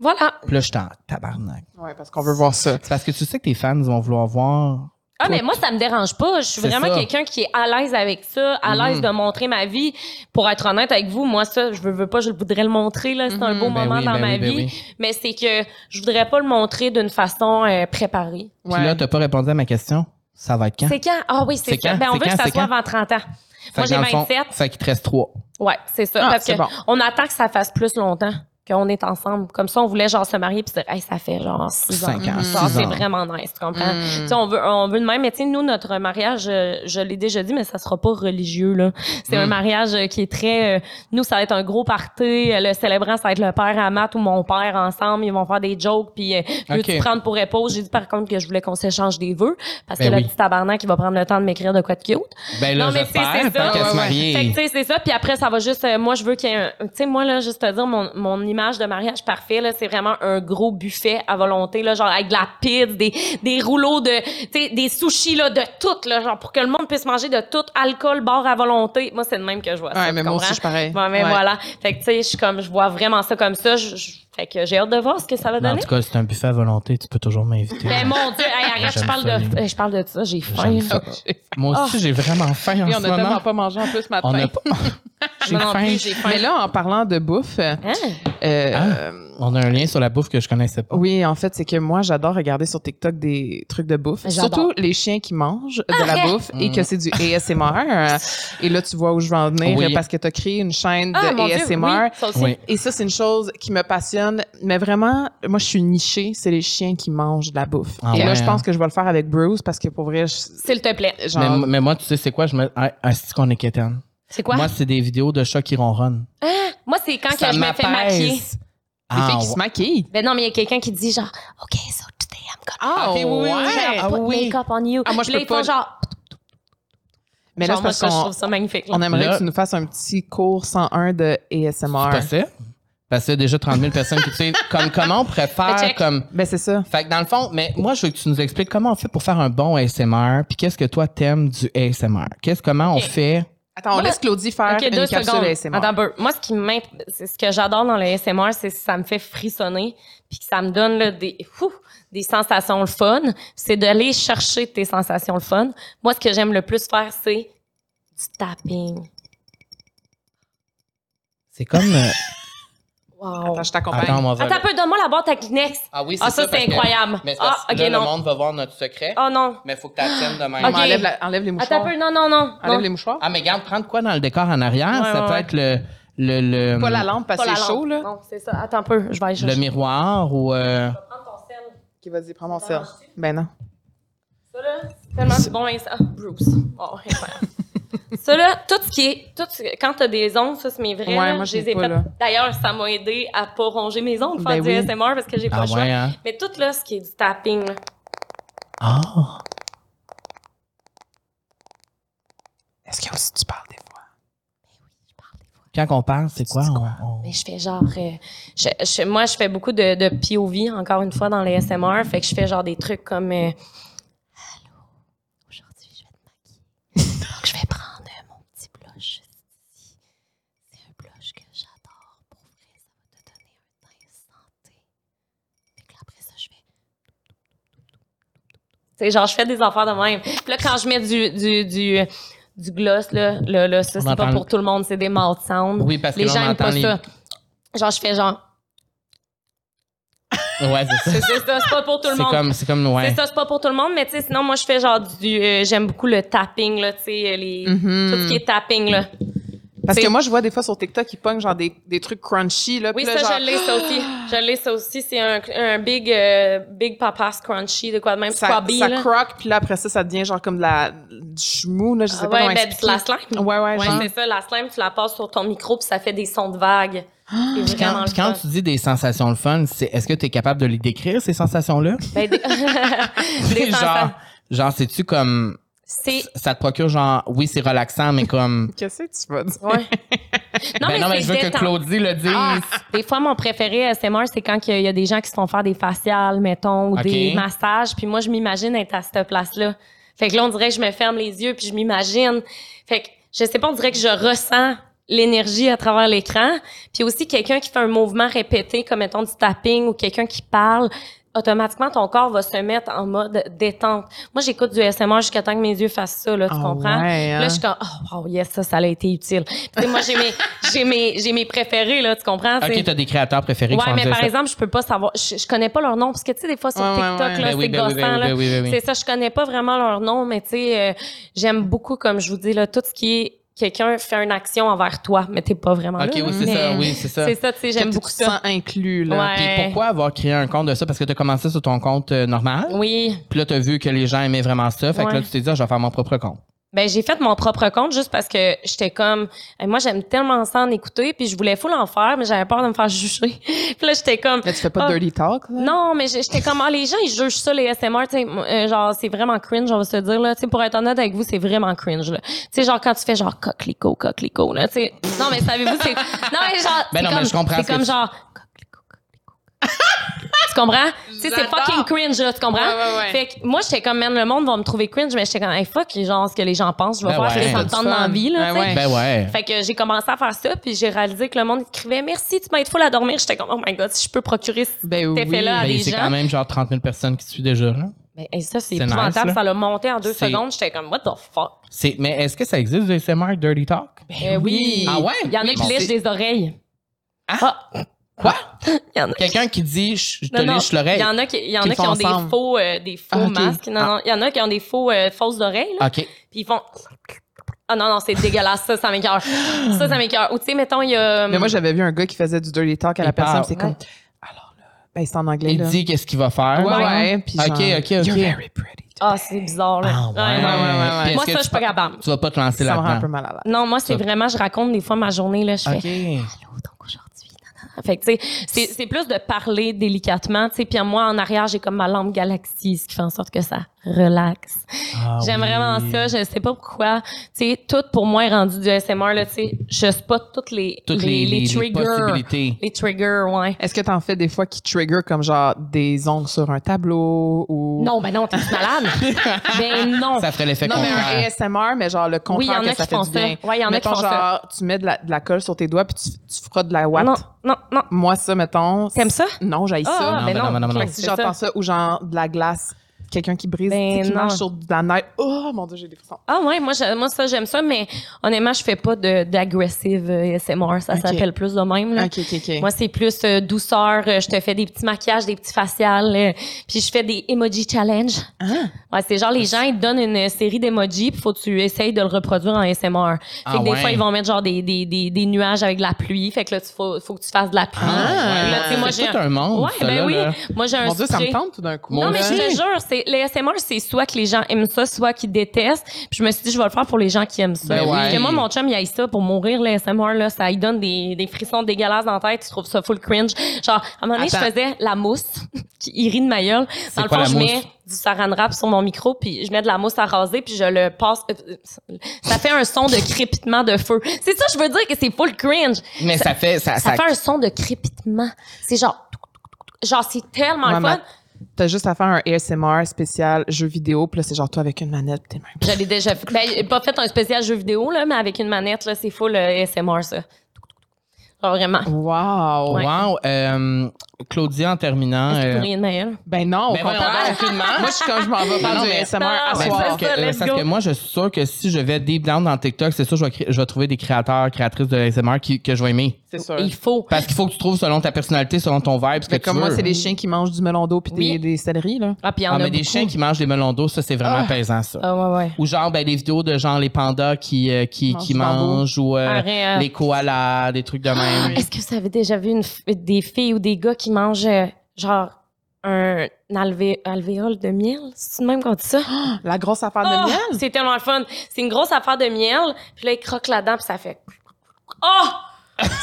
C: voilà.
A: Puis là, j'étais en tabarnak.
B: Ouais, parce qu'on veut voir ça.
A: C'est parce que tu sais que tes fans vont vouloir voir.
C: Ah,
A: Toi,
C: mais moi, ça me dérange pas. Je suis
A: C'est
C: vraiment
A: ça. Mhm.
C: quelqu'un qui est à l'aise avec ça, à l'aise de montrer ma vie. Pour être honnête avec vous, moi, ça, je veux, veux pas, je voudrais le montrer, là. C'est un beau
A: Ben
C: moment
A: oui,
C: dans
A: ben
C: ma
A: oui, ben
C: vie.
A: oui.
C: Mais c'est que je voudrais pas le montrer d'une façon euh, préparée.
A: Puis là, t'as pas répondu à ma question. Ça va être quand?
C: C'est quand? Ah oui, c'est
A: C'est
C: ça.
A: quand?
C: Ben, on
A: C'est
C: veut que
A: quand?
C: ça
A: C'est
C: soit
A: quand?
C: avant 30 ans.
A: Fait
C: Moi,
A: que
C: j'ai
A: dans le fond,
C: 27.
A: Fait qu'il te reste trois.
C: Ouais, c'est ça.
B: Ah,
C: parce
B: c'est
C: que
B: bon.
C: on attend que ça fasse plus longtemps qu'on est ensemble. Comme ça, on voulait genre se marier puis se dire, hey, ça fait genre six ans.
A: Cinq ans,
C: Genre,
A: six
C: c'est
A: ans.
C: vraiment nice, tu comprends?
B: Mm.
C: Tu sais, on veut, on veut de même, mais tu sais, nous, notre mariage, euh, je l'ai déjà dit, mais ça sera pas religieux, là. C'est
A: Mm.
C: un mariage euh, qui est très, euh, nous, ça va être un gros party. Euh, Le célébrant, ça va être le père à Matt ou mon père ensemble. Ils vont faire des jokes puis euh, veux-tu
A: Ok.
C: prendre pour épaule? J'ai dit, par contre, que je voulais qu'on s'échange des vœux parce
A: Ben
C: que
A: oui.
C: le petit tabarnak, il va prendre le temps de m'écrire de quoi de cute.
A: Ben là,
C: Non, mais c'est-
A: j'espère.
C: c'est ça.
A: Fait qu'elle
B: Ouais,
A: se
B: ouais.
A: marie.
C: Fait que, tu sais, c'est ça. Puis après, ça va juste. euh, moi, je veux qu'il y ait un. Tu sais, moi, là, juste te dire, mon, mon image de mariage parfait, là, c'est vraiment un gros buffet à volonté, là, genre avec de la pizza, des, des rouleaux de. Tu sais, des sushis, là, de tout, là, genre pour que le monde puisse manger de tout, alcool, bar à volonté. Moi, c'est le même que je vois. ça,
B: Ouais,
C: tu
B: mais moi aussi,
C: comprends?
B: je suis pareil.
C: Ouais, mais
B: Ouais.
C: voilà. Fait que, tu sais, je suis comme. Je vois vraiment ça comme ça. Je- je- fait que j'ai hâte de voir ce que ça va
A: Mais en
C: donner.
A: tout cas, c'est un buffet à volonté, tu peux toujours m'inviter.
C: Mais mon Dieu, hey, arrête,
A: J'aime
C: je parle,
A: ça,
C: de,
A: les-
C: je parle de ça, j'ai faim.
A: J'aime ça. Moi aussi, j'ai vraiment faim en
B: Puis
A: ce
B: on n'a tellement
A: moment.
B: pas mangé en plus ce matin.
A: On n'a pas. j'ai
C: Moi non
A: faim.
C: plus, j'ai faim.
B: Mais là, en parlant de bouffe, euh,
C: Hein?
B: euh,
A: On a un lien sur la bouffe que je connaissais pas.
B: oui, en fait, c'est que moi, j'adore regarder sur TikTok des trucs de bouffe.
C: J'adore.
B: Surtout les chiens qui mangent de la bouffe et que c'est du ASMR.
C: [LAUGHS]
B: euh, Et là, tu vois où je veux en venir
A: Oui.
B: euh, parce que tu as créé une chaîne de
C: Ah, mon Dieu, oui,
B: ASMR.
C: ça aussi.
A: Oui.
B: Et ça, c'est une chose qui me passionne. Mais vraiment, moi, je suis nichée. C'est les chiens qui mangent de la bouffe.
A: Ah
B: et
A: ouais,
B: là, je
A: hein.
B: pense que je vais le faire avec Bruce parce que pour vrai, je-
C: S'il te plaît.
B: genre...
A: Mais, mais moi, tu sais, c'est quoi? Je me. Ah, ah, c'est qu'on est quétaine.
C: C'est quoi?
A: Moi, c'est des vidéos de chats qui ronronnent.
C: Moi, c'est quand
A: Ça
C: que je me fais
A: m'apaise.
C: maquiller.
B: Des
A: Ah,
B: filles qui se maquillent.
C: Ben non, mais il y a quelqu'un qui dit genre, OK, so today I'm gonna
B: Ah,
A: oui, oui, oui,
B: ouais.
A: oui. Ah
C: put
A: oui.
C: makeup on you.
B: Ah, moi, je
C: Puis là,
B: peux
C: ils font
B: pas.
C: genre,
B: Mais là,
C: genre,
B: c'est
C: moi,
B: parce
C: ça, je
B: qu'on
C: trouve ça magnifique. là.
B: on aimerait
A: Là-
B: que tu nous fasses un petit cours 101 de
A: Tu
B: ASMR.
A: passais? Passais déjà 30 000 personnes qui tu sais, comme comment on préfère,
C: Mais check.
A: comme.
B: Ben, c'est ça.
A: Fait que dans le fond, mais moi, je veux que tu nous expliques comment on fait pour faire un bon ASMR, puis qu'est-ce que toi t'aimes du ASMR? Qu'est-ce, comment
C: Ok.
A: on fait?
B: Attends, on
C: Moi,
B: laisse Claudie faire
C: Ok,
B: une
C: deux
B: capsule
C: secondes.
B: ASMR.
C: Attends un peu. Moi, ce qui m'imp- c'est ce que j'adore dans le SMR, c'est que ça me fait frissonner, puis que ça me donne là, des fou, des sensations le fun. C'est d'aller chercher tes sensations le fun. Moi, ce que j'aime le plus faire, c'est du tapping.
A: C'est comme.
C: [LAUGHS]
A: euh,
C: Wow.
B: Attends, je t'accompagne.
A: attends, on va.
C: ben, Attends un peu, donne-moi la boîte à Kleenex.
A: Ah oui, c'est
C: Ah, ça,
A: parce
C: c'est
A: que-
C: incroyable.
A: Mais c'est
C: Ah,
A: parce que
C: ok,
A: là, le
C: non.
A: monde va voir notre secret,
B: Ah.
C: Oh non.
A: mais faut que t'attendes de même.
B: On
C: Ok.
B: Enlève, la- enlève les
C: Attends
B: mouchoirs.
C: un peu, non, non, non.
B: Enlève
C: non.
B: les mouchoirs.
A: Ah, mais regarde, prendre quoi dans le décor en arrière?
C: Ouais,
A: ça
C: ouais,
A: peut
C: ouais.
A: être le. le, le
B: Pas la lampe parce
C: Pas
B: que
C: la
B: c'est chaud,
C: lampe.
B: là.
C: Non, c'est ça. Attends un peu, je vais aller
A: Le
C: chercher.
A: miroir ou. euh,
C: Prends ton sel.
B: Qui va dire, prends mon sel.
C: Ah.
B: Ben non.
C: Ça, là, c'est tellement du bon instant. Ah, Bruce. Oh, rien
B: [LAUGHS]
C: Ça, là, tout ce qui est. Tout ce- Quand t'as des ongles, ça, c'est mes vrais.
B: Ouais,
C: là,
B: moi,
C: je les
B: j'ai
C: ai
B: pas,
C: faites.
B: là.
C: D'ailleurs, ça m'a aidé à pas ronger mes ongles,
B: Ben
C: faire du
B: oui.
C: ASMR parce que j'ai pas
A: Ah
C: le choix.
A: ouais, hein?
C: Mais tout, là, ce qui est du tapping, là.
A: Ah!
B: Est-ce que aussi tu parles des fois?
A: Quand on parle, c'est quoi? on- on-
C: Mais je fais genre. euh, je- je- moi, je fais beaucoup de, de POV, encore une fois, dans les SMR. Fait que je fais genre des trucs comme. euh, Allô, aujourd'hui, je vais te maquiller. [LAUGHS] Donc, je vais prendre euh, mon petit blush juste ici. C'est un blush que j'adore. Pour vrai, ça va te donner un teint santé. Fait que là, après ça, je vais. Tu sais, genre, je fais des affaires de même. Puis là, quand je mets du. du, du du gloss, là, là, là ça,
A: On
C: c'est pas
A: entend-
C: pour tout le monde, c'est des mouth sounds.
A: Oui, parce que
C: les
A: là,
C: gens
A: on
C: aiment
A: entend
C: pas
A: les-
C: ça. Genre, je fais genre.
A: Ouais, c'est ça.
C: C'est ça, c'est pas pour tout le
A: C'est
C: monde.
A: comme, c'est comme, ouais.
C: C'est ça, c'est pas pour tout le monde, mais tu sais, sinon, moi, je fais genre du. euh, J'aime beaucoup le tapping, là, tu sais, euh, les.
B: Mhm.
C: Tout ce qui est tapping, là.
B: Parce
C: C'est-
B: que moi, je vois des fois sur TikTok, ils pognent genre des, des trucs crunchy, là.
C: Oui,
B: puis là,
C: ça,
B: genre,
C: je l'ai, ça [GASPS] aussi. Je l'ai, ça aussi. C'est un, un big, euh, big papa crunchy, de quoi de même,
B: ça,
C: squabby,
B: ça
C: là.
B: croque, puis là, après ça, ça devient genre comme de la, du du chmou, là, je sais
C: Ah
B: pas
C: ouais,
B: comment
C: ben,
B: expliquer.
C: de la slime.
B: Ouais, ouais,
C: Ouais,
B: genre.
C: c'est ça, la slime, tu la passes sur ton micro, puis ça fait des sons
A: [GASPS]
C: de vagues. C'est
A: Puis quand,
C: vraiment
A: puis
C: le
A: quand
C: fun.
A: tu dis des sensations le fun, c'est est-ce que tu es capable de les décrire, ces sensations-là?
C: Ben, des- [LAUGHS]
A: [LAUGHS]
C: des
A: genre,
C: sensations.
A: genre c'est-tu comme.
C: C'est
A: Ça te procure genre, oui, c'est relaxant, mais comme.
B: Qu'est-ce que tu vas
A: [LAUGHS]
B: dire?
C: Ouais. [LAUGHS] Non,
A: ben non, mais
C: c'est
A: je veux que
C: détente.
A: Claudie le dise.
C: Ah, des fois, mon préféré SMR, c'est quand il y, a- il y a des gens qui se font faire des faciales, mettons, ou
A: Ok.
C: des massages. Puis moi, je m'imagine être à cette place-là. Fait que là, on dirait que je me ferme les yeux, puis je m'imagine. Fait que, je sais pas, on dirait que je ressens l'énergie à travers l'écran. Puis aussi, quelqu'un qui fait un mouvement répété, comme mettons du tapping, ou quelqu'un qui parle, automatiquement, ton corps va se mettre en mode détente. Moi, j'écoute du SMR jusqu'à temps que mes yeux fassent ça, là, tu
B: Ah
C: comprends?
B: ouais, hein?
C: Là, je suis comme, oh, wow, yes, ça, ça a été utile. Tu sais, moi, j'ai mes, j'ai mes, j'ai mes préférés, là, tu comprends?
A: ok,
C: C'est-
A: t'as des créateurs préférés qui
C: ouais,
A: sont
C: mais
A: déjà
C: par
A: ça.
C: exemple, je peux pas savoir, je, je connais pas leur nom, parce que, tu sais, des fois, sur
B: Ouais, ouais,
C: TikTok,
B: ouais.
C: là,
A: Ben oui,
C: c'est
A: ben oui,
C: gossant,
A: ben oui,
C: là.
A: ben oui, ben oui.
C: C'est ça, je connais pas vraiment leur nom, mais tu sais, euh, j'aime beaucoup, comme je vous dis, là, tout ce qui est, quelqu'un fait une action envers toi, mais t'es pas vraiment
A: Ok,
C: là.
A: oui, c'est
C: mais-
A: ça, oui, c'est ça.
C: C'est ça, tu sais, j'aime
B: Que
C: beaucoup
B: tu te
C: ça.
B: sens inclus, là.
C: Ouais.
A: Puis pourquoi avoir créé un compte de ça? Parce que t'as commencé sur ton compte euh, normal.
C: Oui.
A: Puis là, t'as vu que les gens aimaient vraiment ça. Fait que là,
C: Ouais.
A: tu t'es dit, Ah, je vais faire mon propre compte.
C: Ben, j'ai fait mon propre compte juste parce que j'étais comme, Eh, moi, j'aime tellement ça en écouter, puis je voulais full en faire, mais j'avais peur de me faire [LAUGHS] juger. puis là, j'étais comme,
B: Là, tu fais pas de
C: Ah.
B: dirty talk, là?
C: non, mais j'ai- j'étais comme, ah, les gens, ils jugent ça, les SMR, tu sais, moi, euh, genre, c'est vraiment cringe, on va se le dire, là, tu sais, pour être honnête avec vous, c'est vraiment cringe, là. Tu sais, genre, quand tu fais genre coquelicot, coquelicot, là, tu sais, non, mais savez-vous, c'est, non, mais genre,
A: Ben
C: c'est
A: non, mais
C: comme,
A: je comprends
C: c'est
A: ce que
C: comme
A: tu-
C: genre, coquelicot, coquelicot. tu comprends? Tu sais, c'est
B: J'adore.
C: fucking cringe, là, tu comprends?
B: Ouais, ouais, ouais.
C: Fait que moi, j'étais comme, man, le monde va me trouver cringe, mais j'étais comme, hey, fuck, les gens, ce que les gens pensent, je vais
A: Ben
C: faire
A: ouais.
C: ça
B: C'est
C: me tente
B: du fun.
C: d'envie, là,
B: Ben
C: tu sais.
B: ouais.
A: Ben ouais.
C: Fait que j'ai commencé à faire ça, puis j'ai réalisé que le monde écrivait merci, tu m'aides full à dormir. J'étais comme, oh my god, si je peux procurer cet
B: Ben oui.
C: effet-là à
A: Ben,
C: des
A: c'est
C: gens.
A: quand même genre 30 000 personnes qui te suivent déjà. là.
C: Ben, hey, ça, c'est
A: C'est nice,
C: épouvantable.
A: là.
C: ça l'a monté en deux
A: C'est-
C: secondes. J'étais comme, what the fuck?
A: C'est- Mais est-ce que ça existe, du SMR, Dirty Talk?
C: Eh
B: oui.
A: Ah ouais?
C: Il y en a
A: Oui,
C: qui
A: bon,
C: lèchent
A: c'est- Ah!
C: des oreilles.
A: Quoi?
C: Il y en a qui-
A: Quelqu'un qui dit, je je te
C: Non, non,
A: lèche l'oreille.
C: Il y en a qui, il y en
B: Qu'ils
C: a qui
B: font
C: ont
B: ensemble.
C: des faux, euh, des faux
B: Ah, ok.
C: masques. Non, non, il y en a qui ont des faux euh, fausses oreilles. là.
A: OK.
C: Puis ils font. Ah non, non, c'est dégueulasse. Ça, ça m'écœure. Ça, ça m'écœure. Ou tu sais, mettons, il y a.
B: Mais moi, j'avais vu un gars qui faisait du dirty talk à la
A: Il parle.
B: personne. C'est comme, alors là, ben, c'est en anglais,
A: Il
B: là.
A: dit qu'est-ce qu'il va faire.
B: ouais, ouais. Puis
A: Ok,
B: genre,
A: ok, ok.
B: You're very pretty.
C: Ah, c'est bizarre, là.
A: Ah ouais.
C: Ouais, non.
B: ouais, ouais.
A: Puis
C: Moi,
A: est-ce
C: ça,
A: que
C: je
A: tu
C: suis pas capable.
A: Tu vas pas te lancer
B: Ça me rend un peu
A: là-dedans.
B: mal à l'aise.
C: Non, moi, c'est
A: Ça-
C: vraiment, je raconte des fois ma journée, là. Je fais.
A: OK. Ouais,
C: Allô, donc aujourd'hui. nanana. Fait que, tu sais, c'est- c'est plus de parler délicatement, tu sais. Puis moi, en arrière, j'ai comme ma lampe galaxie, ce qui fait en sorte que ça relaxe.
A: Ah
C: J'aime
A: oui.
C: vraiment ça. Je sais pas pourquoi. Tu sais, tout pour moi est rendu du SMR, là, tu sais. Je spot toutes les,
A: Toutes les, les- les
C: triggers.
A: possibilités.
C: Les triggers, ouais.
B: Est-ce que t'en fais des fois qui trigger comme genre des ongles sur un tableau ou.
C: Non, ben non, t'es malade.
A: [LAUGHS]
C: ben non.
A: Ça ferait l'effet
B: Non, mais un
A: contraire.
B: ASMR, mais genre le
C: Oui, il y
B: contraire
C: en
B: que
C: a
B: ça
C: qui
B: fait
C: font
B: du bien.
C: ça. Ouais, il y en a qui
B: mettons,
C: font ça.
B: genre, tu mets de la, de la colle sur tes doigts puis tu, tu frottes de la ouate.
C: Ah, Non, non, non.
B: Moi, ça, mettons.
C: T'aimes ça?
B: Non, j'aille ça.
C: Ah,
A: Non,
C: ben
A: ben non,
C: non.
A: ben non, ben non.
C: Fait que
B: si
C: c'est
B: j'entends
C: ça.
B: ça ou genre de la glace, quelqu'un qui brise,
C: Ben
B: tu sais, qui
C: non.
B: marche sur de la neige. Oh mon dieu, j'ai des frissons.
C: Ah ouais, moi, je- moi ça j'aime ça, mais honnêtement, je fais pas de- d'aggressive euh, SMR, ça
B: Ok.
C: s'appelle plus de même. Là.
B: Ok, ok, ok.
C: Moi, c'est plus euh, douceur. euh, je te fais des petits maquillages, des petits faciales. euh, puis je fais des emoji challenge.
A: Ah.
C: Ouais, c'est genre les gens, ils te donnent une série d'emojis, puis faut que tu essayes de le reproduire en SMR. Fait
A: Ah
C: que des
A: ouais.
C: fois, ils vont mettre genre des, des, des, des nuages avec de la pluie. Fait que là, tu faut, faut que tu fasses de la pluie.
A: Ah,
C: Là, tu sais, moi,
A: c'est
C: j'ai
A: tout un monde,
C: Ouais,
A: ça,
C: ben
A: là,
C: oui.
A: là.
C: Moi, j'ai un
B: Mon dieu, ça me
C: spray.
B: tente tout d'un coup.
C: Non, mais
A: Moi
C: je te
A: aussi.
C: jure, c'est, les SMR, c'est soit que les gens aiment ça, soit qu'ils détestent. Puis je me suis dit, je vais le faire pour les gens qui aiment ça.
A: Ben oui.
C: Parce que moi, mon chum, il aille ça pour mourir, les SMR, là. Ça, il donne des, des frissons dégueulasses dans la tête. Il trouve ça full cringe. Genre, à un moment donné,
B: Attends.
C: je faisais la mousse [LAUGHS] qui il rit de ma gueule. Dans le
A: quoi,
C: fond,
A: la
C: je
A: mousse?
C: mets du saran wrap sur mon micro, puis je mets de la mousse à raser, puis je le passe. euh, Ça fait un son de crépitement de feu. C'est ça, je veux dire que c'est full cringe.
A: Mais ça fait. Ça,
C: Ça
A: ça-
C: fait un son de crépitement. C'est genre... Genre, c'est tellement le
B: Ouais,
C: fun.
B: mais T'as juste à faire un ASMR spécial jeu vidéo, puis là, c'est genre toi avec une manette, pis t'es même.
C: J'avais déjà fait. Ben, j'ai pas fait un spécial jeu vidéo, là, mais avec une manette, là, c'est full euh, le SMR, ça. Genre, vraiment.
B: Wow!
C: Ouais.
A: Wow. euh, Claudia, en terminant.
C: Est-ce que
A: euh,
C: vous riez de ma gueule?
B: Ben non, au
A: Ben voyons,
B: contraire.
A: aucunement.
B: [LAUGHS] Moi, je suis comme je m'en vais faire
A: Non,
B: du
A: mais-
B: ASMR
C: Non,
B: à
C: mais
A: Ben,
C: soir.
A: parce que,
C: Ça, let's
A: euh, parce
C: go.
A: que moi, je suis sûr que si je vais deep down dans TikTok, c'est sûr que je vais, créer- je vais trouver des créateurs, créatrices de ASMR qui- que je vais aimer.
B: C'est sûr.
C: Il faut.
A: Parce qu'il faut que tu trouves selon ta personnalité, selon ton vibe, ce que
B: Mais
A: tu
B: comme
A: veux.
B: moi, c'est les chiens qui mangent du melon d'eau puis des,
C: Oui.
B: des céleris, là.
C: Ah, puis il y en
A: Ah,
C: a
A: mais des
C: beaucoup.
A: chiens qui mangent des melons d'eau, ça, c'est vraiment
B: Ah.
A: pesant, ça.
C: Ah, ouais, ouais.
A: Ou genre, ben, des vidéos de genre les pandas qui, euh, qui,
B: Mangent
A: qui
B: du bambou.
A: mangent, ou euh,
C: Arrête.
A: les
C: Ah.
A: koalas, des trucs de même.
C: [LAUGHS] Est-ce que vous avez déjà vu une f- des filles ou des gars qui mangent, euh, genre, un alvé- alvéole de miel. C'est même qu'on dit ça?
B: La grosse
A: Ah,
B: affaire
C: Oh,
B: de miel?
C: C'est tellement le fun. C'est une grosse affaire de miel. Puis là, il croque là-dedans, puis ça fait... Oh!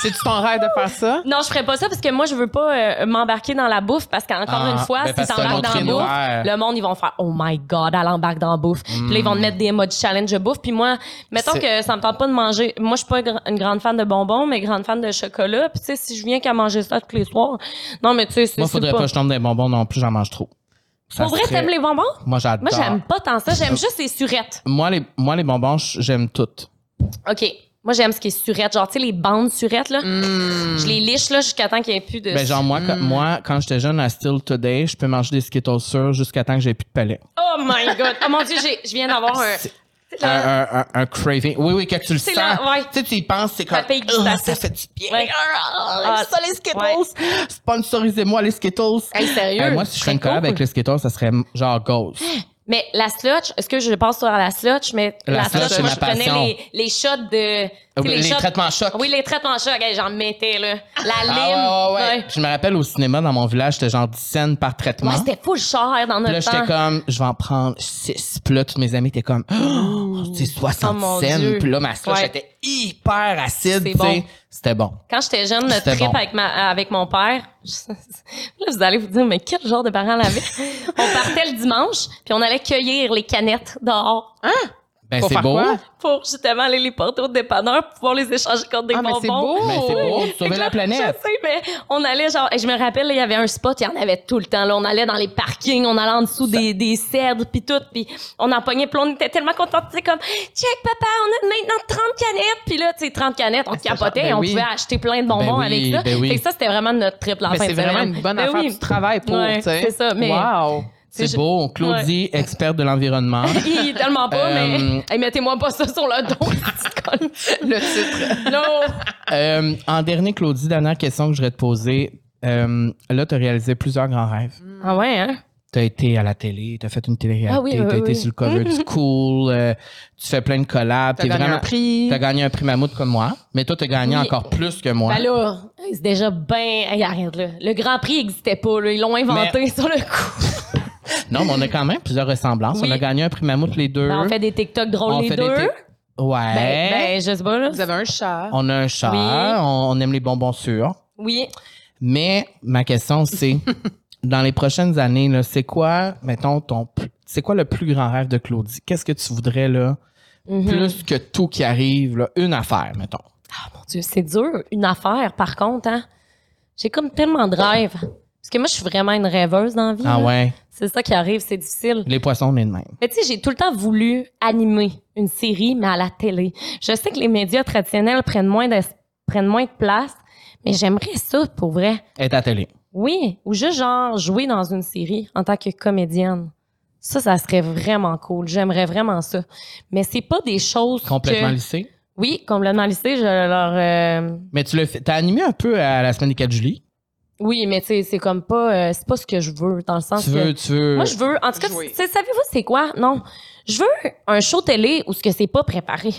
B: C'est-tu ton rêve de faire ça?
C: Non, je ferais pas ça parce que moi, je veux pas euh, m'embarquer dans la bouffe parce qu'encore
A: Ah,
C: une fois,
A: ben
C: si
A: parce que c'est un
C: t'embarques
A: autre
C: dans la bouffe,
A: univers.
C: le monde, ils vont faire « Oh my God, elle embarque dans la bouffe. Puis là, ils vont te mettre des modes challenge de bouffe. Puis moi, mettons
A: C'est-
C: que ça me tente pas de manger... Moi, je suis pas gr- une grande fan de bonbons, mais grande fan de chocolat. Puis tu sais, si je viens qu'à manger ça tous les soirs... Non, mais tu sais, c'est
A: Moi,
C: c'est
A: faudrait pas que je tombe dans les bonbons non plus, j'en mange trop. Ça
C: Pour vrai,
A: serait-
C: t'aimes les bonbons?
A: Moi, j'adore.
C: Moi, j'aime pas tant ça. J'aime juste les surettes.
A: Moi, les, moi, les bonbons, j- j'aime toutes.
C: OK. Moi, j'aime ce qui est surette. Genre, tu sais, les bandes surettes, là.
A: Hmm.
C: Je les liche, là, jusqu'à temps qu'il n'y ait plus de.
A: Mm. Ben, genre, moi,
C: Mm.
A: quand, moi, quand j'étais jeune à Still Today, je peux manger des Skittles sûrs jusqu'à temps que j'ai plus de palais.
C: Oh my God. Oh mon Dieu, j'ai- je viens d'avoir un.
A: Un, un, un- un craving. Oui, oui, que tu le
C: C'est
A: sens.
C: là, ouais.
A: Tu sais, tu y penses, c'est comme.
C: Ça fait
A: Ugh,
C: gustatif.
A: ça fait du bien.
C: Ouais.
A: Ah,
C: Ah,
A: ça, les Skittles. Sponsorisez-moi les Skittles.
C: Hey, sérieux?
A: Euh, moi, si je
C: Très
A: fais une collab
C: cool. Ah,
A: avec les Skittles, ça serait genre Ghost.
C: Mais la slotch, est-ce que je passe sur la slotch? Mais la,
A: La
C: slotch,
A: slotch, c'est
C: moi,
A: ma
C: je prenais
A: passion.
C: les, les shots de. tu sais,
A: les
C: shots-
A: traitements chocs.
C: Oui, les traitements chocs. Hey, J'en mettais, là. La lime.
A: Ah, ouais, ouais, ouais.
C: Ouais.
A: Je me rappelle au cinéma, dans mon village, c'était genre 10 scènes par traitement.
C: Ouais, c'était full cher dans
A: Puis
C: notre
A: là, j'étais
C: temps.
A: comme, je vais en prendre 6. Puis là, tous mes amis étaient comme, oh, c'est 60
C: Oh, mon Dieu.
A: cents. Puis là, ma slush
C: Ouais.
A: était hyper acide. tu
C: C'est
A: sais.
C: bon.
A: C'était bon.
C: Quand j'étais jeune, notre
A: C'était
C: trip
A: bon.
C: avec, ma- avec mon père, [LAUGHS] je- là, vous allez vous dire, mais quel genre de
A: [LAUGHS]
C: parents l'avait? on partait le dimanche, puis on allait cueillir les canettes dehors
A: Ben,
B: Pour
A: c'est
B: faire
A: beau.
B: quoi?
C: pour justement aller les porter au dépanneur pour pouvoir les échanger contre des
B: Ah, mais
C: bonbons.
B: c'est beau!
A: Ben, c'est beau. Sauver la planète.
C: Oh, Je sais, mais on allait genre, et je me rappelle, là, il y avait un spot, il y en avait tout le temps. Là, on allait dans les parkings, on allait en dessous des, des cèdres, puis tout, puis on en pognait, puis on était tellement contents. C'était comme, check papa, on a maintenant 30 canettes, puis là, tu sais, 30 canettes, on
B: c'est
C: capotait,
B: genre- ben
C: on
B: oui.
C: pouvait acheter plein de bonbons
A: Ben oui,
C: avec ça.
A: ben oui.
C: Fait que ça, c'était vraiment notre trip la
B: Mais
C: fin
B: c'est
C: de semaine.
B: vraiment une bonne
C: Ben
B: affaire
C: oui.
B: du
C: [LAUGHS]
B: travail pour,
C: Ouais,
B: tu sais.
C: c'est ça, mais-
B: Wow!
C: C'est
A: C'est
C: ju-
A: beau. Claudie, experte de
C: [LAUGHS]
A: l'environnement.
C: Hi, tellement pas, mais
A: Euh,
C: Hey, mettez-moi pas ça sur le dos, [LAUGHS] petite conne.
B: Le titre.
C: Non.
A: Euh, en dernier, Claudie, dernière question que je voudrais te poser. Euh, là, tu as réalisé plusieurs grands rêves.
C: Ah ouais, hein?
A: Tu as été à la télé, tu as fait une télé-réalité,
C: Ah oui,
A: tu as
C: oui,
A: été
C: oui. Mm-hmm.
A: sur le cover du Cool, euh, tu fais plein de collabs.
B: T'as
A: t'es
B: gagné
A: vraiment-
B: un prix.
A: T'as gagné un prix Mammouth comme moi, mais toi, t'as gagné
C: Oui.
A: encore plus que moi.
C: Ben là, hey, c'est déjà bien. Hey, arrête là. Le Grand Prix n'existait pas, là. Ils l'ont inventé [LAUGHS] sur le coup.
A: non, mais on a quand même plusieurs ressemblances.
C: Oui.
A: On a gagné un prix Mammouth les deux.
C: Ben, on fait des TikTok drôles
A: On
C: les
A: fait des Hein?
C: deux.
A: t- Ouais.
C: Ben, ben, je sais pas, là.
B: Vous avez un chat.
A: On a un chat,
C: Oui.
A: on, on aime les bonbons sûrs.
C: Oui.
A: Mais ma question,
C: [LAUGHS]
A: c'est dans les prochaines années, là, c'est quoi, mettons, ton p- c'est quoi le plus grand rêve de Claudie? Qu'est-ce que tu voudrais là?
C: Hmm.
A: Plus que tout qui arrive, là, une affaire, mettons.
C: Ah, Mhm. mon Dieu, c'est dur. Une affaire, par contre, hein. J'ai comme tellement de rêves. Parce que moi, je suis vraiment une rêveuse dans la vie.
A: Ah
C: là.
A: ouais.
C: C'est ça qui arrive, c'est difficile.
A: Les poissons, on est de même.
C: Mais tu sais, j'ai tout le temps voulu animer une série, mais à la télé. Je sais que les médias traditionnels prennent moins de, prennent moins de place, mais j'aimerais ça pour vrai.
A: Être à la télé.
C: Oui, ou juste genre jouer dans une série en tant que comédienne. Ça, ça serait vraiment cool. J'aimerais vraiment ça. Mais c'est pas des choses
A: Complètement
C: que...
A: lycée.
C: Oui, complètement lycée. Je leur... euh,
A: Mais tu l'as fait. T'as animé un peu à la semaine des 4 juillet.
C: Oui, mais tu sais, c'est comme pas... euh, c'est pas ce que je veux, dans le sens
A: Tu
C: que...
A: veux, tu veux.
C: Moi, je veux. En tout cas,
B: Jouer.
C: tu sais, savez-vous c'est quoi? Non. Je veux un show télé où ce que c'est pas préparé.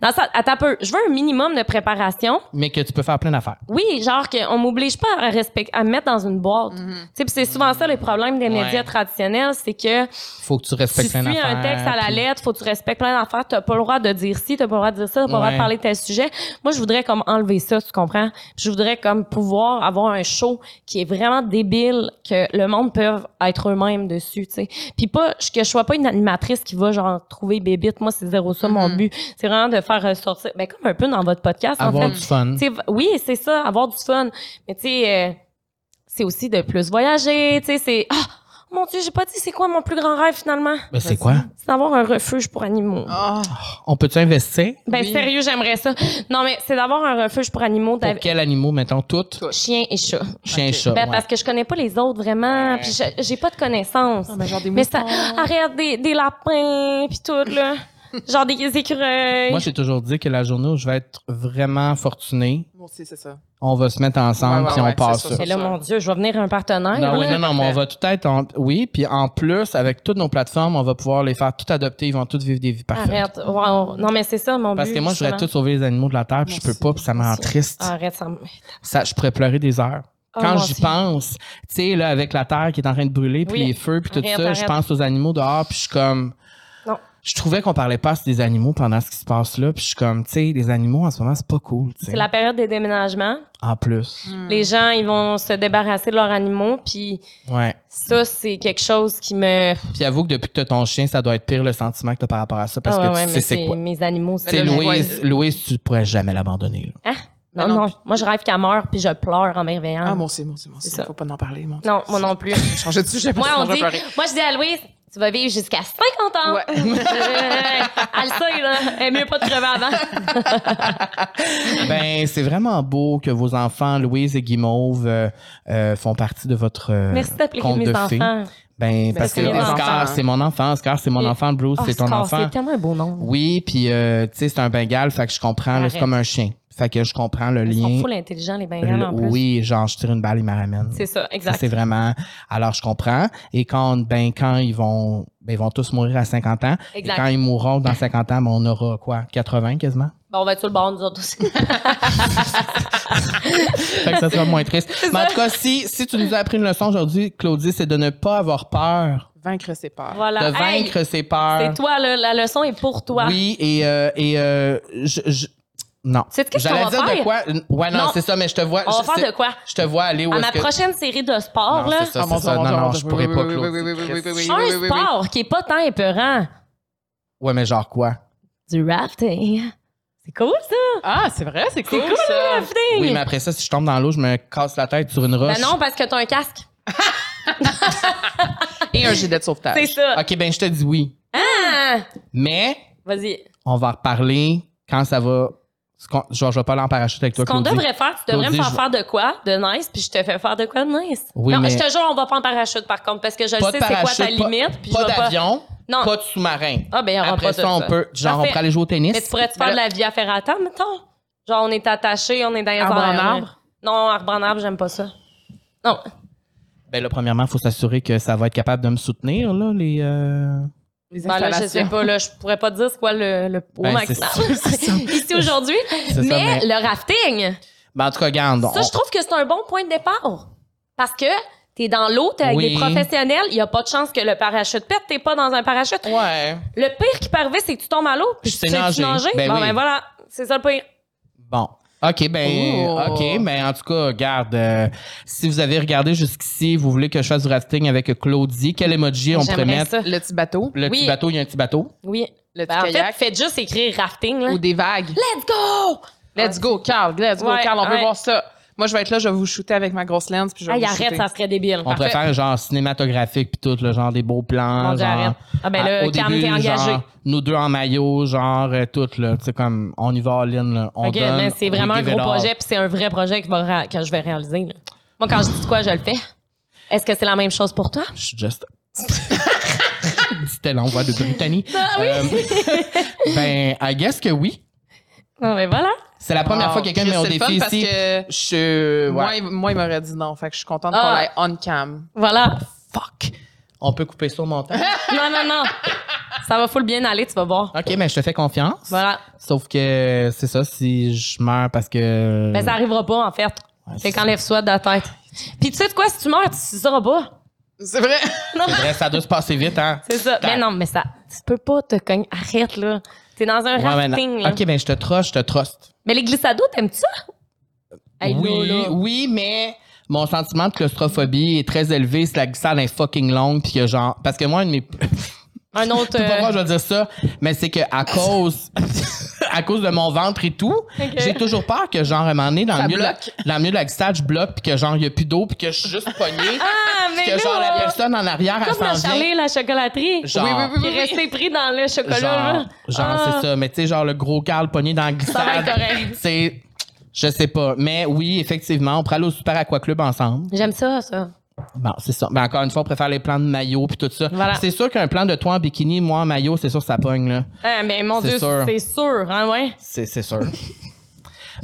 C: Dans ça, attends un peu. Je veux un minimum de préparation.
A: Mais que tu peux faire plein d'affaires.
C: Oui, genre qu'on m'oblige pas à, respect, à me mettre dans une
B: Mm.
C: boîte.
B: Mhm.
C: Tu sais, puis c'est souvent ça le problème des
A: Ouais.
C: médias traditionnels, c'est que
A: Faut que tu
C: tu
A: respectes
C: suis
A: plein d'affaires.
C: un texte à la
A: puis-
C: lettre, faut que tu respectes plein d'affaires, t'as pas le droit de dire ci, t'as pas le droit de dire ça, t'as pas le droit de
A: Ouais.
C: parler de tel sujet. Moi, je voudrais comme enlever ça, tu comprends? Je voudrais comme pouvoir avoir un show qui est vraiment débile, que le monde peut être eux-mêmes dessus, tu sais. Puis pas, que je sois pas une animatrice qui va genre trouver bébite. Moi, c'est zéro ça
A: Mm-hmm.
C: mon but. C'est vraiment de faire ressortir, ben comme un peu dans votre podcast, en
A: Avoir du
C: fait.
A: fun.
C: Tu sais, oui, c'est ça, avoir du fun. Mais tu sais, euh, c'est aussi de plus voyager, tu sais, c'est... Ah! mon Dieu, j'ai pas dit c'est quoi mon plus grand rêve finalement?
A: Ben, c'est quoi?
C: C'est d'avoir un refuge pour animaux.
B: Ah,
A: On peut-tu investir?
C: ben
B: oui.
C: sérieux, j'aimerais ça. Non, mais c'est d'avoir un refuge pour animaux,
A: Pour
C: d'av-
A: quel animaux, mettons, toutes?
B: Tout.
C: chien et chat.
A: Chien,
B: Ok.
A: chat.
C: Ben,
A: ouais.
C: parce que je connais pas les autres vraiment, puis je- j'ai pas de connaissances.
B: Ah, ben, genre des
C: mais ça,
B: moutons.
C: arrête des, des lapins puis
A: [LAUGHS]
C: tout là, genre des écureuils.
A: Moi, j'ai toujours dit que la journée où je vais être vraiment fortuné,
B: moi aussi, c'est ça.
A: on va se mettre ensemble
B: Ouais, ouais,
A: puis
B: ouais,
A: on passe
B: c'est
A: ça.
C: mais là, mon Dieu, je vais venir un partenaire.
A: Non, oui,
C: là.
A: non, non, mais on va tout être en... Oui, puis en plus, avec toutes nos plateformes, on va pouvoir les faire toutes adopter. Ils vont toutes vivre des vies parfaites.
C: Arrête. hein. Wow. Non, mais c'est ça mon
A: Parce
C: but.
A: que moi, je voudrais
C: justement.
A: tout sauver les animaux de la Terre, puis je peux
B: Merci.
C: Ah.
A: pas, puis ça me rend triste.
C: Arrête ça. me- Oh,
A: Ça, je pourrais pleurer des heures.
C: Ah,
A: Quand j'y pense, tu sais, là, avec la terre qui est en train de brûler, puis
C: Oui.
A: les feux, puis tout
C: Rien
A: ça,
C: paraît.
A: je pense aux animaux dehors, puis je suis comme...
C: Non.
A: Je trouvais qu'on parlait pas assez des animaux pendant ce qui se passe là, puis je suis comme, tu sais, les animaux en ce moment, c'est pas cool, tu sais.
C: C'est la période des déménagements.
A: En plus.
C: Les gens, ils vont se débarrasser de leurs animaux, puis
A: Ouais.
C: ça, c'est quelque chose qui me...
A: Puis avoue que depuis que t'as ton chien, ça doit être pire le sentiment que t'as par rapport à ça, parce
C: Ah
A: que
C: ouais, ouais,
A: tu sais
C: mais
A: c'est
C: c'est-
A: quoi.
C: Mes animaux,
A: Tu sais,
B: là,
C: c'est...
B: je
A: Louise, Louise, tu pourrais jamais l'abandonner,
C: [LAUGHS]
A: là.
C: Non,
B: Mais non.
C: non, moi, je rêve qu'elle meurt, puis je pleure en me réveillant.
B: Ah, moi aussi, moi aussi, moi aussi.
C: C'est ça.
B: Faut pas en parler, moi.
C: Non, moi
A: [LAUGHS]
C: non plus.
B: Changer de sujet,
C: moi,
B: parce que
C: on
B: sinon, je
C: dit...
B: vais pleurer.
C: Moi, je dis à Louise, tu vas vivre jusqu'à 50 ans. [LAUGHS]
B: Ouais.
C: Euh, elle le sait, là. Elle est mieux pas de crever avant.
A: Euh, Ben, c'est vraiment beau que vos enfants, Louise et Guimauve, euh, euh, font partie de votre euh,
C: Merci d'appliquer
A: conte
C: mes
A: de fées.
C: enfants.
A: Ben, parce
B: c'est
A: que
C: mes
A: Oscar,
B: enfants.
A: c'est mon enfant. Oscar, c'est mon
C: Et-
A: enfant. Bruce, c'est ton
C: Oscar,
A: enfant.
C: Oh, C'est tellement un beau nom.
A: Oui, puis, euh, tu sais, c'est un Bengale, fait que je comprends. là, C'est
C: Arrête.
A: comme un chien. Fait que je comprends le
C: Ils
A: lien.
C: sont full intelligents, les Bengales,
A: Le-
C: en plus.
A: oui, genre, je tire une balle, il me ramène.
C: C'est ça,
A: Ça,
C: exact.
A: C'est vraiment. Alors, je comprends. Et quand, ben, quand ils vont, ben, ils vont tous mourir à 50 ans. Et
C: Exact.
A: quand ils mourront dans 50 ans, ben, on aura quoi? 80 quasiment?
C: Bon, on va être sur le bord, nous autres aussi.
A: [LAUGHS] fait que ça sera moins
C: [LAUGHS]
A: triste. Mais en tout cas, si, si tu nous as appris une leçon aujourd'hui, Claudie, c'est de ne pas avoir peur,
B: Vaincre ses peurs.
C: voilà.
A: de
C: Hey,
A: vaincre ses peurs.
C: c'est toi, là, la leçon est pour toi.
A: Oui, et, euh, et euh, je, je- non.
C: Sais-tu qu'est-ce
A: J'allais
C: qu'on va
A: dire de
C: faire?
A: quoi Ouais, non,
C: Non.
A: c'est ça, mais je te vois.
C: On va
A: je,
C: faire
A: c'est-
C: de quoi?
A: Je te vois aller où
C: À
A: est-ce
C: ma
A: que
C: prochaine série de sport,
A: Non,
C: là,
A: c'est
B: Ah,
A: ça, c'est ça. Non, non, je pourrais pas, Claudie.
C: un sport qui est pas tant épeurant,
A: Ouais, mais genre quoi
C: du rafting. C'est cool, ça?
B: Ah, c'est vrai, c'est cool,
C: C'est cool,
B: ça.
C: le rafting!
A: Ah, Oui, mais après ça, si je tombe dans l'eau, je me casse la tête sur une roche.
C: Ben non, parce que t'as un casque.
B: Et un gilet de
C: C'est
B: sauvetage.
C: ça.
A: Ok, ben je te dis oui.
C: Ah!
A: Mais
C: Vas-y.
A: on va reparler quand ça va. ce qu'on- Genre, je vais pas aller en parachute avec
C: Ce
A: toi,
C: qu'on
A: Claudie.
C: devrait faire, tu devrais
A: Claudie,
C: me faire
A: je-
C: faire de quoi de nice, puis je te fais faire de quoi de nice.
A: Oui,
C: non,
A: mais-
C: je te jure, on va pas en parachute, par contre, parce que je le
A: Pas
C: sais,
A: de
C: c'est quoi
A: parachute,
C: ta
A: pas-
C: limite, puis
A: Pas
C: je vais pas...
A: d'avion,
C: Non.
A: pas de sous-marin.
C: Ah, ben, il y aura
A: Après
C: pas
A: ça,
C: de
A: on
C: ça.
A: peut, genre, on
C: Parfait.
A: pourrait aller jouer au tennis.
C: Mais tu pourrais te faire de la vie à Ferrata, mettons? Genre, on est attaché, on est dans les
B: Arbre en
C: airs,
B: arbre?
C: ouais. Non, arbre en arbre, j'aime pas ça. Non.
A: Ben là, premièrement, faut s'assurer que ça va être capable de me soutenir, là, les... euh,
B: Les
C: Ben là, je sais
B: installations.
C: pas, là, je pourrais pas te dire c'est quoi le, le au
A: Ben,
C: maximum
A: c'est ça, c'est ça.
C: [LAUGHS] ici aujourd'hui.
A: ça,
C: Mais,
A: mais-
C: le rafting,
A: Ben, en tout cas, garde.
C: ça, je trouve que c'est un bon point de départ. Parce que t'es dans l'eau, t'es avec
A: Oui.
C: des professionnels, il y a pas de chance que le parachute pète, t'es pas dans un parachute.
A: Ouais.
C: Le pire qui peut arriver, c'est que tu tombes à l'eau, puis
A: Je
C: tu
A: sais
C: sais
A: nager.
C: nager.
A: Ben
C: bon,
A: oui.
C: ben voilà, c'est ça le pire.
A: Bon. OK, ben,
B: Oh.
A: OK, mais en tout cas, garde. euh, si vous avez regardé jusqu'ici, vous voulez que je fasse du rafting avec Claudie, quel emoji on pourrait
C: J'aimerais
A: mettre?
C: ça.
B: Le petit bateau
A: Le
C: Oui.
A: petit bateau, il y a un petit bateau.
C: Oui.
B: Le
C: Ben, en
B: petit
C: fait,
B: kayak.
C: faites juste écrire rafting, là.
B: ou des vagues.
C: Let's go!
B: Let's go, Carl. Let's go,
C: Ouais,
B: Carl. On veut
C: ouais.
B: voir ça. Moi, je vais être là, je vais vous shooter avec ma grosse lens. Puis je vais
C: Hey,
B: vous
C: arrête,
B: shooter.
C: ça serait débile.
A: On pourrait faire genre cinématographique puis tout, le genre des beaux plans.
C: Mon Dieu,
A: genre,
C: arrête. Ah, ben
A: à-
C: là,
A: au
C: Cam,
A: début,
C: t'es engagé.
A: genre, nous deux en maillot, genre euh, tout là, tu sais comme on y va all in, là, on
C: Ok,
A: donne,
C: mais c'est
A: we
C: vraiment un
A: give it
C: gros
A: all.
C: projet, puis c'est un vrai projet qui va ra- que je vais réaliser. là. Moi, quand je dis de quoi, je le fais. Est-ce que c'est la même chose pour toi?
A: Je suis juste. [LAUGHS] Dit-elle en voix de Brittany.
C: Ah
A: Euh, ben, I guess que oui.
B: Ah,
C: Non,
B: ben
C: mais voilà.
A: C'est la première
B: Wow,
A: fois que quelqu'un
B: Oh, Chris,
A: met au défi
B: c'est le fun parce
A: ici.
B: que
A: Je. ouais.
B: moi, il- moi, il m'aurait dit non. Fait que je suis contente qu'on
C: Ah.
B: l'aille on cam.
C: Voilà.
A: Fuck. On peut couper ça au
C: [LAUGHS]
A: montant.
C: Non, non, non. Ça va full bien aller, tu vas voir.
A: OK, mais je te fais confiance.
C: Voilà.
A: Sauf que c'est ça, si je meurs parce que.
C: Mais Ben, ça arrivera pas, en fait.
A: Ouais,
C: Fait
A: c'est-
C: qu'enlève-toi de la tête. Puis tu sais de quoi, si tu meurs, tu sauras pas. [LAUGHS]
B: C'est vrai.
C: Non,
A: C'est vrai, ça doit se passer vite, hein?
C: c'est ça.
A: Tac.
C: Mais non, mais ça, tu peux pas te cogner. Arrête, là. T'es dans un
A: Ouais, mais non.
C: rafting, là.
A: OK, ben je te trust, je te trust.
C: Mais les glissados, t'aimes-tu ça? Hey, là,
A: oui,
C: là.
A: oui, mais mon sentiment de claustrophobie est très élevé si la glissade est fucking longue puis que genre parce que moi une de mes [LAUGHS]
C: Un autre.
A: Tout
C: euh,
A: pourquoi je vais dire ça, mais c'est que à cause [LAUGHS] à cause de mon ventre et tout, j'ai toujours peur que genre à un moment donné dans
B: Ça
A: le milieu de la-
B: bloque.
A: dans le milieu de la glissade, je bloque puis que genre il y a plus d'eau puis que je suis juste
C: [LAUGHS]
A: pognée,
C: Ah, mais
A: puis que genre la
C: là,
A: personne en arrière elle
C: Comme le
A: s'en vient.
C: Charlie, la chocolaterie.
A: Genre,
B: Oui, oui, oui,
C: Qui est resté pris dans le chocolat. là.
A: genre, genre,
C: Ah.
A: c'est ça, mais tu sais genre le gros Carl pogné dans la
C: Ça va
A: glissade.
C: être correct.
A: C'est je sais pas, mais oui, effectivement, on pourrait aller au Super Aqua Club ensemble.
C: J'aime ça, ça.
A: Bon, c'est ça. Mais encore une fois, on préfère les plans de maillot puis tout ça.
C: Voilà.
A: C'est sûr qu'un plan de toi en bikini, moi en maillot, c'est sûr que ça pogne là.
C: Ah, mais mon
A: C'est
C: Dieu,
A: sûr.
C: c'est sûr, hein, ouais.
A: C'est c'est sûr. [LAUGHS]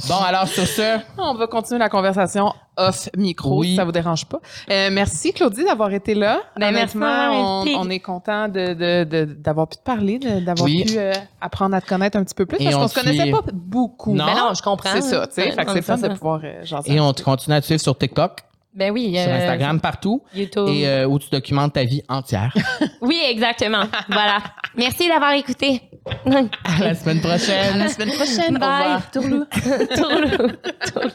A: bon, alors sur ce,
B: On va continuer la conversation off micro
A: Oui.
B: si ça vous dérange pas. Euh, merci Claudie d'avoir été là.
C: Ben, merci
B: Honnêtement,
C: d'avoir
B: on,
C: été.
B: on est content de de- de- d'avoir pu te parler, de- d'avoir
A: Oui.
B: pu euh, apprendre à te connaître un petit peu plus
A: Et
B: parce
A: on
B: qu'on se
A: te
B: connaissait
A: suit.
B: pas beaucoup.
A: Non.
C: Mais non, je comprends.
B: C'est ça, tu sais.
C: Ouais,
B: fait que
C: non,
B: c'est le fun
C: ça,
B: de
C: ça.
B: pouvoir euh, jaser.
A: Et on te continue à te suivre sur TikTok.
C: Ben oui.
A: sur
C: euh,
A: Instagram, partout.
C: YouTube.
A: Et euh, où tu documentes ta vie
C: [LAUGHS]
A: entière.
C: Oui,
A: [LAUGHS]
C: exactement. voilà. Merci d'avoir écouté.
A: à la semaine prochaine.
B: la semaine prochaine.
C: Bye. [LAUGHS] Tourlou. Tourlou.